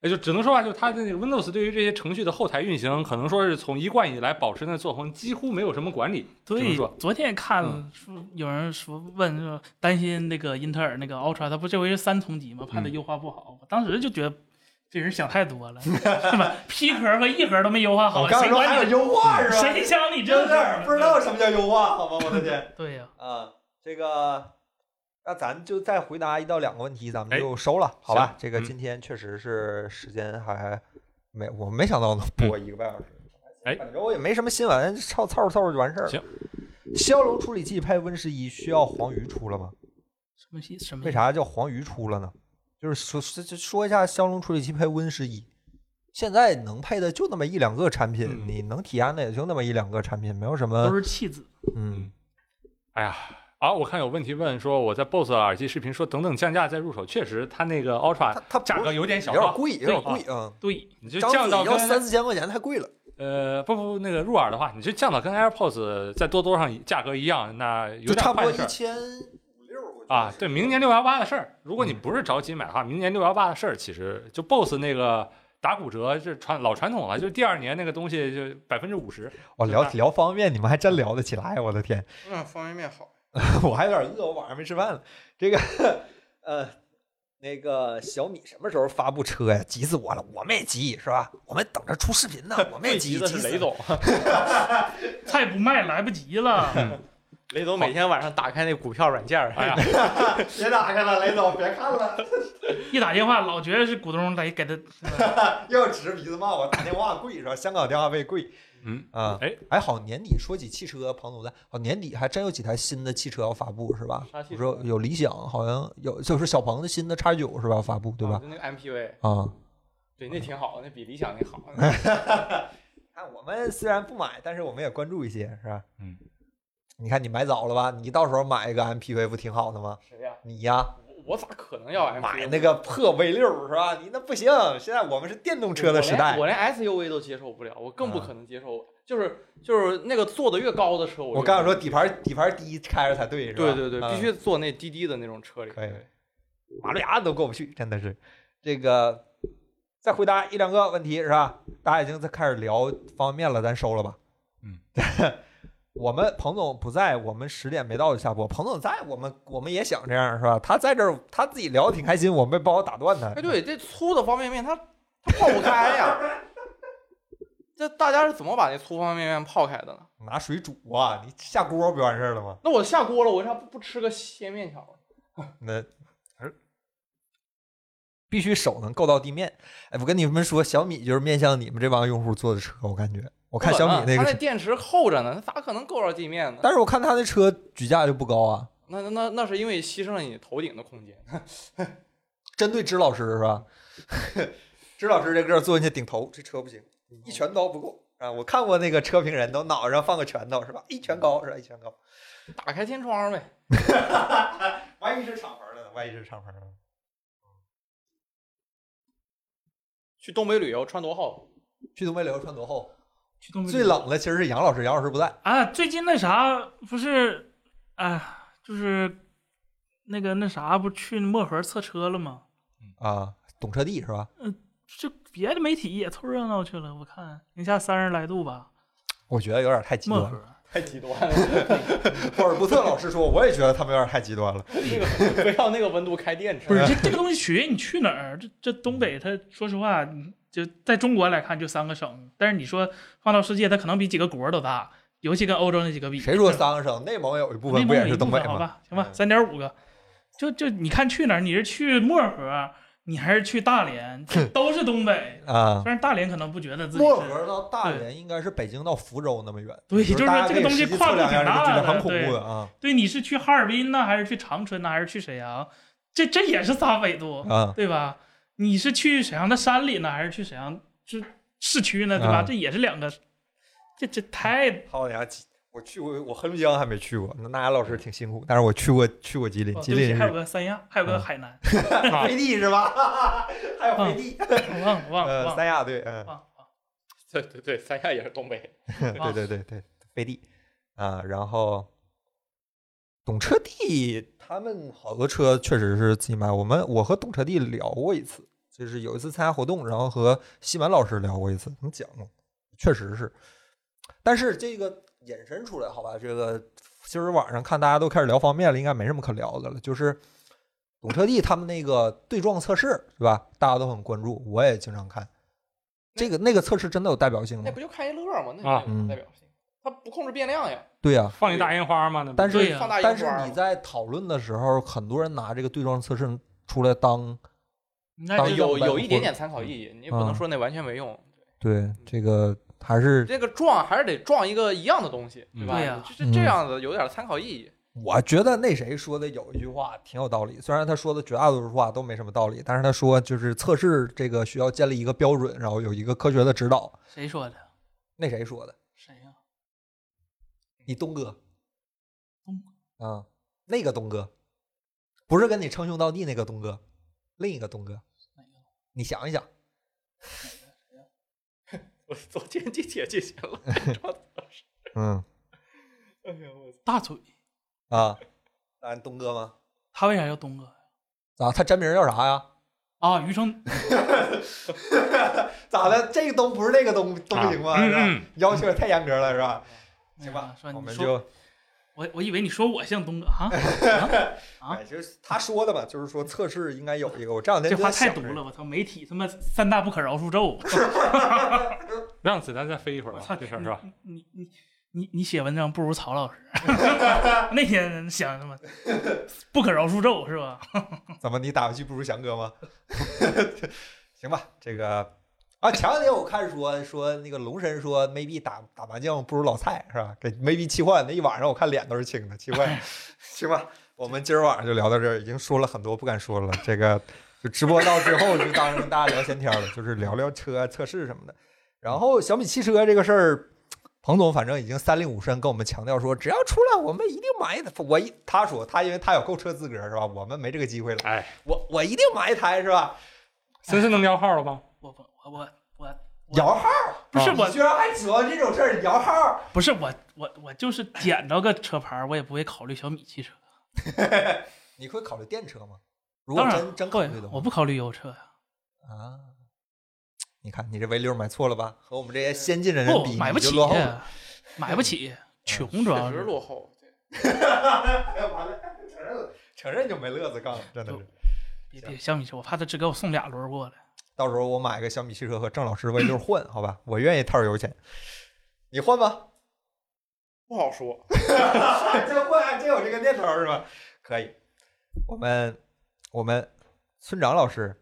也就只能说啊，就它的那个 Windows 对于这些程序的后台运行，可能说是从一贯以来保持那作风，几乎没有什么管理。只能对说，昨天看嗯说有人说问说担心那个英特尔那个 Ultra，它不这回是三重级吗？怕它嗯优化不好，我当时就觉得这人想太 多了，是吧？P 核和 E 核都没优化好，我刚才谁说还有管你？优化是吧？谁想你真这事的儿？不知道什么叫优化，好吗？我的天对呀，啊，这个。那咱就再回答一到两个问题，咱们哎就收了，好吧行？这个嗯今天确实是时间还没，我没想到能播一个半小时。嗯哎反正我也没什么新闻，凑凑合凑合就完事儿了。行，骁龙处理器配 Win 十一需要黄鱼出了吗？什么戏什么为戏？啥叫黄鱼出了呢？就是说说就说一下骁龙处理器配 Win 十一，现在能配的就那么一两个产品，嗯你能体验的也就那么一两个产品，没有什都么是弃子，嗯哎呀，啊，我看有问题问说我在 BOSS 耳机视频说等等降价再入手，确实它那个 Ultra 它它不价格有点小有点啊，贵，有对点贵，嗯，对，你就张降子到要跟三四千块钱太贵了，呃，不不不，那个入耳的话，你就降到跟 AirPods 在多多上价格一样，那有就点差不快多的一事儿千五六啊。对，明年六幺八的事儿，如果你嗯不是着急买的话，明年六幺八的事儿其实就 BOSS 那个打骨折，这传老传统了，就是第二年那个东西就百分之五十。我哦聊聊方便面，你们还真聊得起来，我的天！ 嗯，方便面好。我还有点饿，我晚上没吃饭了。这个，呃，那个小米什么时候发布车呀？急死我了！我们也急，是吧？我们等着出视频呢，我们也最急。急的是急死雷总， 菜不卖来不 及了，雷总每天晚上打开那股票软件儿，哎 呀，了，别打开了，雷总，别看了， 一打电话老觉得是股东来给他，又指着鼻子骂我打电话贵是吧？香港电话费贵嗯，啊！哎，还好年底说起汽车，庞总在好年底还真有几台新的汽车要发布是吧啥？汽我车说有理想，好像有就是小鹏的新的叉九是吧？发布对吧啊？就那个 MPV，啊，对，那挺好，那比理想那 好。看我们虽然不买，但是我们也关注一些，是吧？嗯，你看你买早了吧？你到时候买一个 MPV 不挺好的吗？谁呀？你呀，我我咋可能要 MPV？买那个破 V 六是吧？你那不行，现在我们是电动车的时代。我连我连 SUV 都接受不了，我更不啊可能接受，就是就是那个坐的越高的车我，我刚想说，底盘底盘低开着才对，是吧？对对对，嗯必须坐那滴滴的那种车里。可以对马路牙子都过不去，真的是。这个再回答一两个问题是吧？大家已经在开始聊方便面了，咱收了吧。嗯， 我们彭总不在，我们十点没到就下播。彭总在，我们我们也想这样是吧？他在这儿他自己聊的挺开心，我们不好打断他。哎，对，这粗的方便面它它泡不开呀。这大家是怎么把那粗方便面泡开的呢？拿水煮啊，你下锅不就完事儿了吗？那我下锅了，我为啥不不吃个鲜面条呢？那还是必须手能够到地面。哎，我跟你们说，小米就是面向你们这帮用户做的车，我感觉，我看小米那那个它车那电池扣着呢，它咋可能够着地面呢？但是我看他那车举架就不高啊。那那那那是因为牺牲了你头顶的空间。针对支老师是吧？ 支老师这个坐进去顶头，这车不行，一拳高不够啊！我看过那个车评人都脑上放个拳头是吧？一拳高是吧？一拳高，打开天窗呗。万一是敞篷的呢？万一是敞篷的呢？去东北旅游穿多厚？去东北旅游穿多厚？去东北最冷的其实是杨老师，杨老师不在，啊，最近那啥不是，啊，就是那个那啥，不去漠河测车了吗？啊，懂车帝是吧？这别的媒体也凑热闹去了，我看零下三十来度吧，我觉得有点太极端漠了。河。太极端了，博尔布特老师说，我也觉得他们有点太极端了。那个 不要那个温度开电池。不是这这个东西取决于你去哪儿，这这东北它说实话，你就在中国来看就三个省，但是你说放到世界，它可能比几个国都大，尤其跟欧洲那几个比。谁说三个省？内蒙有一部内分不蒙也有一是部东北分好吗？吧，行吧，嗯三点五个，就就你看去哪儿？你是去漠河，你还是去大 连？这都是东北，啊，虽然大连可能不觉得自己漠是。河到大连应该是北京到福州那么远。对，就是大家可这个以东西实际跨测度量挺一下这个距离大的，很恐对怖的啊对，你是去哈尔滨呢，还是去长春呢，还是去沈阳？这这也是仨纬度。啊！对吧？你是去沈阳的山里呢，还是去沈阳市市区呢？对吧？啊这也是两个，这这太好家伙，我去过，我黑龙江还没去过，那那俩老师挺辛苦，但是我去过去过吉林，哦吉对不起林还有是个三亚，还有个嗯海南，回力是吧？ 还有回力，我忘了忘了呃，忘三了亚队，嗯，忘了。对对对，三亚也是东北。对对对对，飞地啊，然后懂车帝他们好多车确实是自己买，我们我和懂车帝聊过一次，就是有一次参加活动，然后和西满老师聊过一次，你讲过，确实是，但是这个引申出来，好吧，这个今儿晚上看大家都开始聊方面了，应该没什么可聊的了，就是。懂车帝他们那个对撞测试是吧？大家都很关注，我也经常看。这个那个测试真的有代表性吗那？不就看一乐吗？那啊代表代表嗯性，他不控制变量呀，对呀、放一大烟花吗？那不但是对呀放大但一是块儿你在讨论的时候，很多人拿这个对撞测试出来当那当这样有板有一点或点参考意义，你也不能嗯说那完全没用。对这个还是这个撞还是得撞一个一样的东西，嗯对吧？对呀这这这样子有点参考意义。我觉得那谁说的有一句话挺有道理，虽然他说的绝大多数话都没什么道理，但是他说就是测试这个需要建立一个标准，然后有一个科学的指导。谁说的？那谁说的？谁呀？你东哥，东哥啊，那个东哥，不是跟你称兄道弟那个东哥，另一个东哥哪个，你想一想，我昨天地铁进去了，嗯哎呀，我大嘴，啊，俺东哥吗？他为啥叫东哥呀？啊，他真名叫啥呀？啊，余承咋的？这个东不是那个东都不行吗？啊是吧嗯嗯要求也太严格了，是吧？行吧，哎我说哦你们说，就我我以为你说我像东哥 啊，啊哎，就是他说的嘛，就是说测试应该有一个。我这两天这就话在太想毒着了，我操！媒体他妈三大不可饶恕咒， 让子弹再飞一会儿我吧操，，这事儿是吧？你你你你写文章不如曹老师， 那天想什么？不可饶恕咒是吧？怎么你打游戏不如翔哥吗？ 行吧，这个啊，前两天我看说说那个龙神说 maybe 打打麻将不如老蔡是吧？给 maybe 气坏那一晚上，我看脸都是青的，气坏。行吧，我们今儿晚上就聊到这儿，已经说了很多不敢说了。这个就直播到之后就当跟大家聊闲天了，就是聊聊车啊测试什么的。然后小米汽车这个事儿。彭总反正已经三令五申跟我们强调说，只要出来我们一定买。我一他说他因为他有购车资格是吧？我们没这个机会了。哎，我我一定买一台是吧？森森能摇号了吗？我我我啊我我摇号不是啊我居然还指望这种事儿摇号？不是我我我就是捡着个车牌儿，我也不会考虑小米汽车。你会考虑电车吗？如果当真然真考会虑的，话，我不考虑油车呀，啊。你看你这 V 六买错了吧？和我们这些先进的人不比，买不你就起落后了。， 嗯买不起，穷主确要实是。落后。完了，承认了，承认就没乐子干了，真的是。别别小米车，我怕他只给我送俩轮过来。到时候我买个小米汽车和郑老师 V 六换，好吧？我愿意掏油钱，你换吧。不好说， 这忽然真有这个念头是吧？可以，我们我们村长老师，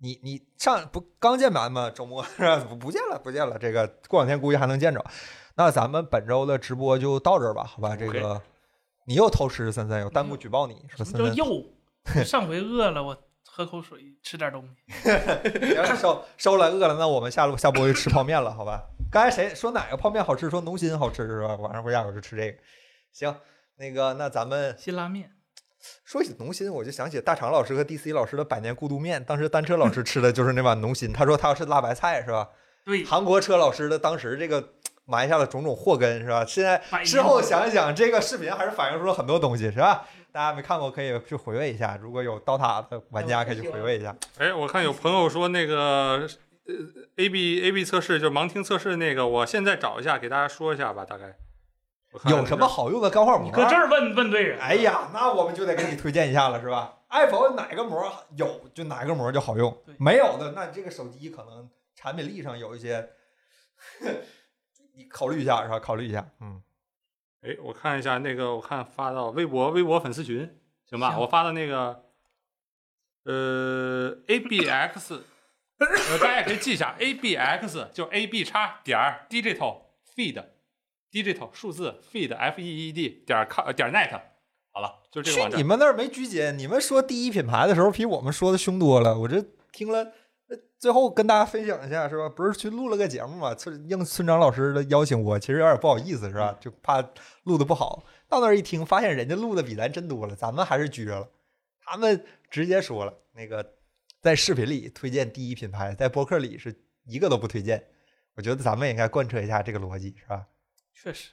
你你上不刚见完吗？周末 是吧？不不见了，不见了。这个过两天估计还能见着。那咱们本周的直播就到这儿吧，好吧？这个你又偷吃森森，有弹幕举报你说什么森叫森又？ 上回饿了，我喝口水，吃点东西。别了收收了，饿了，那我们下路下播就吃泡面了，好吧？刚才谁说哪个泡面好吃？说农心好吃是吧？晚上回家我就吃这个。行，那个那咱们辛拉面，说起农心，我就想起大肠老师和 DC 老师的百年孤独面，当时单车老师吃的就是那碗农心，他说他是辣白菜是吧？对，韩国车老师的当时这个埋下了种种祸根是吧？现在百年之后想一想，这个视频还是反映出了很多东西是吧？大家没看过可以去回味一下，如果有刀塔的玩家可以去回味一下。哎，我看有朋友说那个呃 A B A B 测试就是盲听测试那个，我现在找一下给大家说一下吧，大概。我看看有什么？好用的钢化膜？啊哎你搁这儿问问对人。哎，呀，那我们就得给你推荐一下了，是吧？iPhone 哪个膜有就哪个膜就好用对，没有的那这个手机可能产品力上有一些， 你考虑一下是吧？考虑一下，嗯，哎，我看一下那个，我看发到微博微博粉丝群，行吧？行我发到那个呃 A B X，呃大家也可以记一下 A B X 就 A B 叉点儿 digital feed digital 数字 feed f e e d 点儿 com 点儿 net，好了，就这个去网站你。们那儿没拘谨，你们说第一品牌的时候比我们说的凶多了，我这听了呃最后跟大家分享一下，是吧？不是去录了个节目嘛？村应村长老师的邀请我，其实有点不好意思，是嗯吧？就怕录的不好。到那儿一听，发现人家录的比咱真多了，咱们还是撅了。他们直接说了，那个在视频里推荐第一品牌，在博客里是一个都不推荐。我觉得咱们也应该贯彻一下这个逻辑，是吧？确实，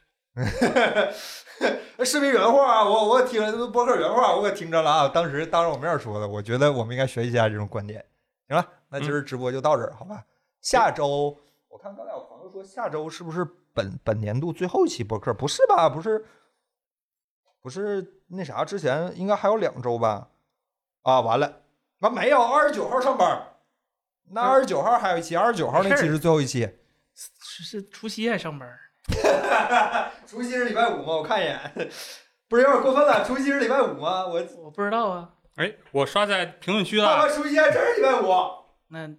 视频原话啊，我我听了博客原话，我可听着了啊。当时当着我面说的，我觉得我们应该学习一下这种观点。行了，那今儿直播就到这儿，好吧？下周我看刚才我朋友说，下周是不是本本年度最后一期博客？不是吧？不是，不是那啥，之前应该还有两周吧？啊，完了，完没有，二十九号上班。那二十九号还有一期，二十九号那嗯期是最后一期。是是除夕还上班儿，除夕是礼拜五吗？我看一眼， 不是有点过分了。除夕是礼拜五吗？我我不知道啊。哎，我刷在评论区他了妈，除夕还真是礼拜五，那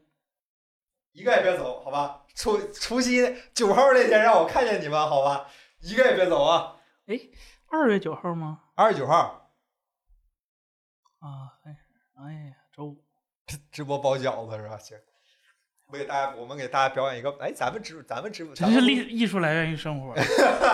一个也别走，好吧？除除夕九号那天让我看见你们，好吧？一个也别走啊！二月九号吗？二十九号啊，哎哎呀，周五直播包饺子是吧？行，我给大家，我们给大家表演一个，哎，咱们直，咱们直播，咱真是们艺艺术来源于生活，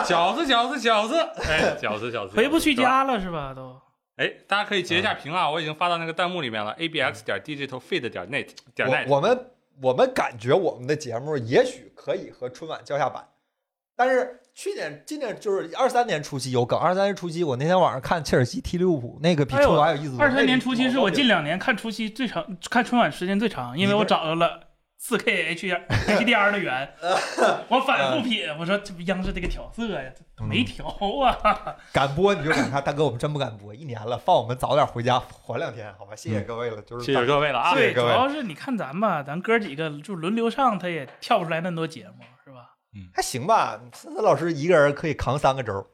饺子饺子饺子，哎，饺子饺子，回不去饺子。家了是吧？都哎，大家可以截一下屏啊，我已经发到那个弹幕里面了，abx 点 digital feed 点 net 点 net。我我们我们感觉我们的节目也许可以和春晚叫下板，但是去年、今年就是二三年除夕有梗，二三年初七我那天晚上看切尔西踢利物浦那个比哎呦春晚有意思多了。二三年除夕是我近进两年看除夕最长、看春晚时间最长，因为我找到了四 K H HDR 的源，我反嗯复品，我说这不央视这个调色呀，这没调啊， 敢播你就敢看，大哥我们真不敢播，一年了，放我们早点回家缓两天，好吧？谢谢各位了，就是谢谢各位了啊谢！谢对，主各位要是你看咱吧，咱哥几个就轮流上，他也跳不出来那么多节目，是吧？还行吧。森森老师一个人可以扛三个周，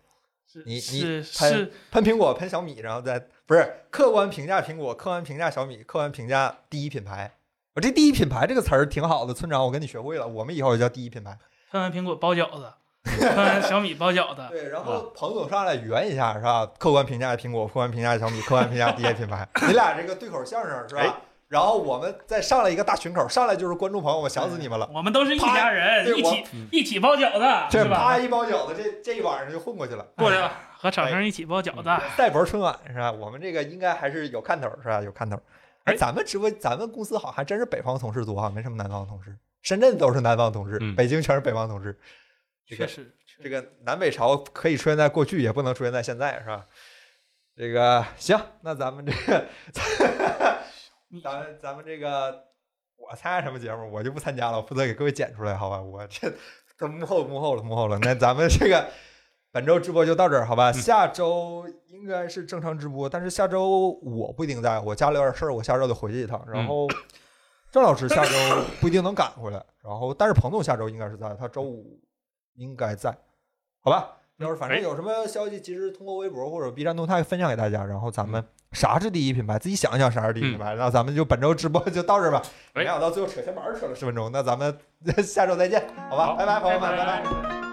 是你是你是，喷苹果，喷小米，然后再不是客观评价苹果，客观评价小米，客观评价第一品牌。我这第一品牌这个词儿挺好的，村长，我跟你学会了，我们以后也叫第一品牌。看完苹果包饺子，看完小米包 饺子，对，然后彭总上来圆一下是吧？客观评价苹果，客观评价小米，客观评价第一品牌。你俩这个对口相声是哎吧？然后我们再上来一个大群口，上来就是观众朋友，我想死你们了。我们都是一家对人，一我起一起包饺子，这哎是吧？啪一包饺子，这这一晚上就混过去了。过来了，和厂商一起包饺子，赛博春晚是吧？我们这个应该还是有看头是吧？有看头。哎，哎咱们直播，咱们公司好，还真是北方同事多哈，没什么南方同事。深圳都是南方同事，嗯北京全是北方同事。这确个实，确这实个南北朝可以出现在过去，也不能出现在现在，是吧？这个行，那咱们这个，你咱们咱们这个，我参加什么节目，我就不参加了，我负责给各位剪出来，好吧？我这 都幕后幕后了，幕后了。那咱们这个本周直播就到这儿，好嗯吧？下周应该是正常直播，但是下周我不一定在，我家里有点事儿，我下周得回去一趟。嗯然后郑老师下周不一定能赶回来，然后但是彭总下周应该是在，他周五应该在，好吧？要是反正哎有什么消息，及时通过微博或者 B 站动态分享给大家，然后咱嗯们啥是第一品牌，自己想一想啥是第一品牌。那咱们就本周直播就到这儿吧，哎没想到最后扯闲白儿扯了十分钟，那咱们 下周再见，好吧？好拜拜，朋友们，拜拜拜。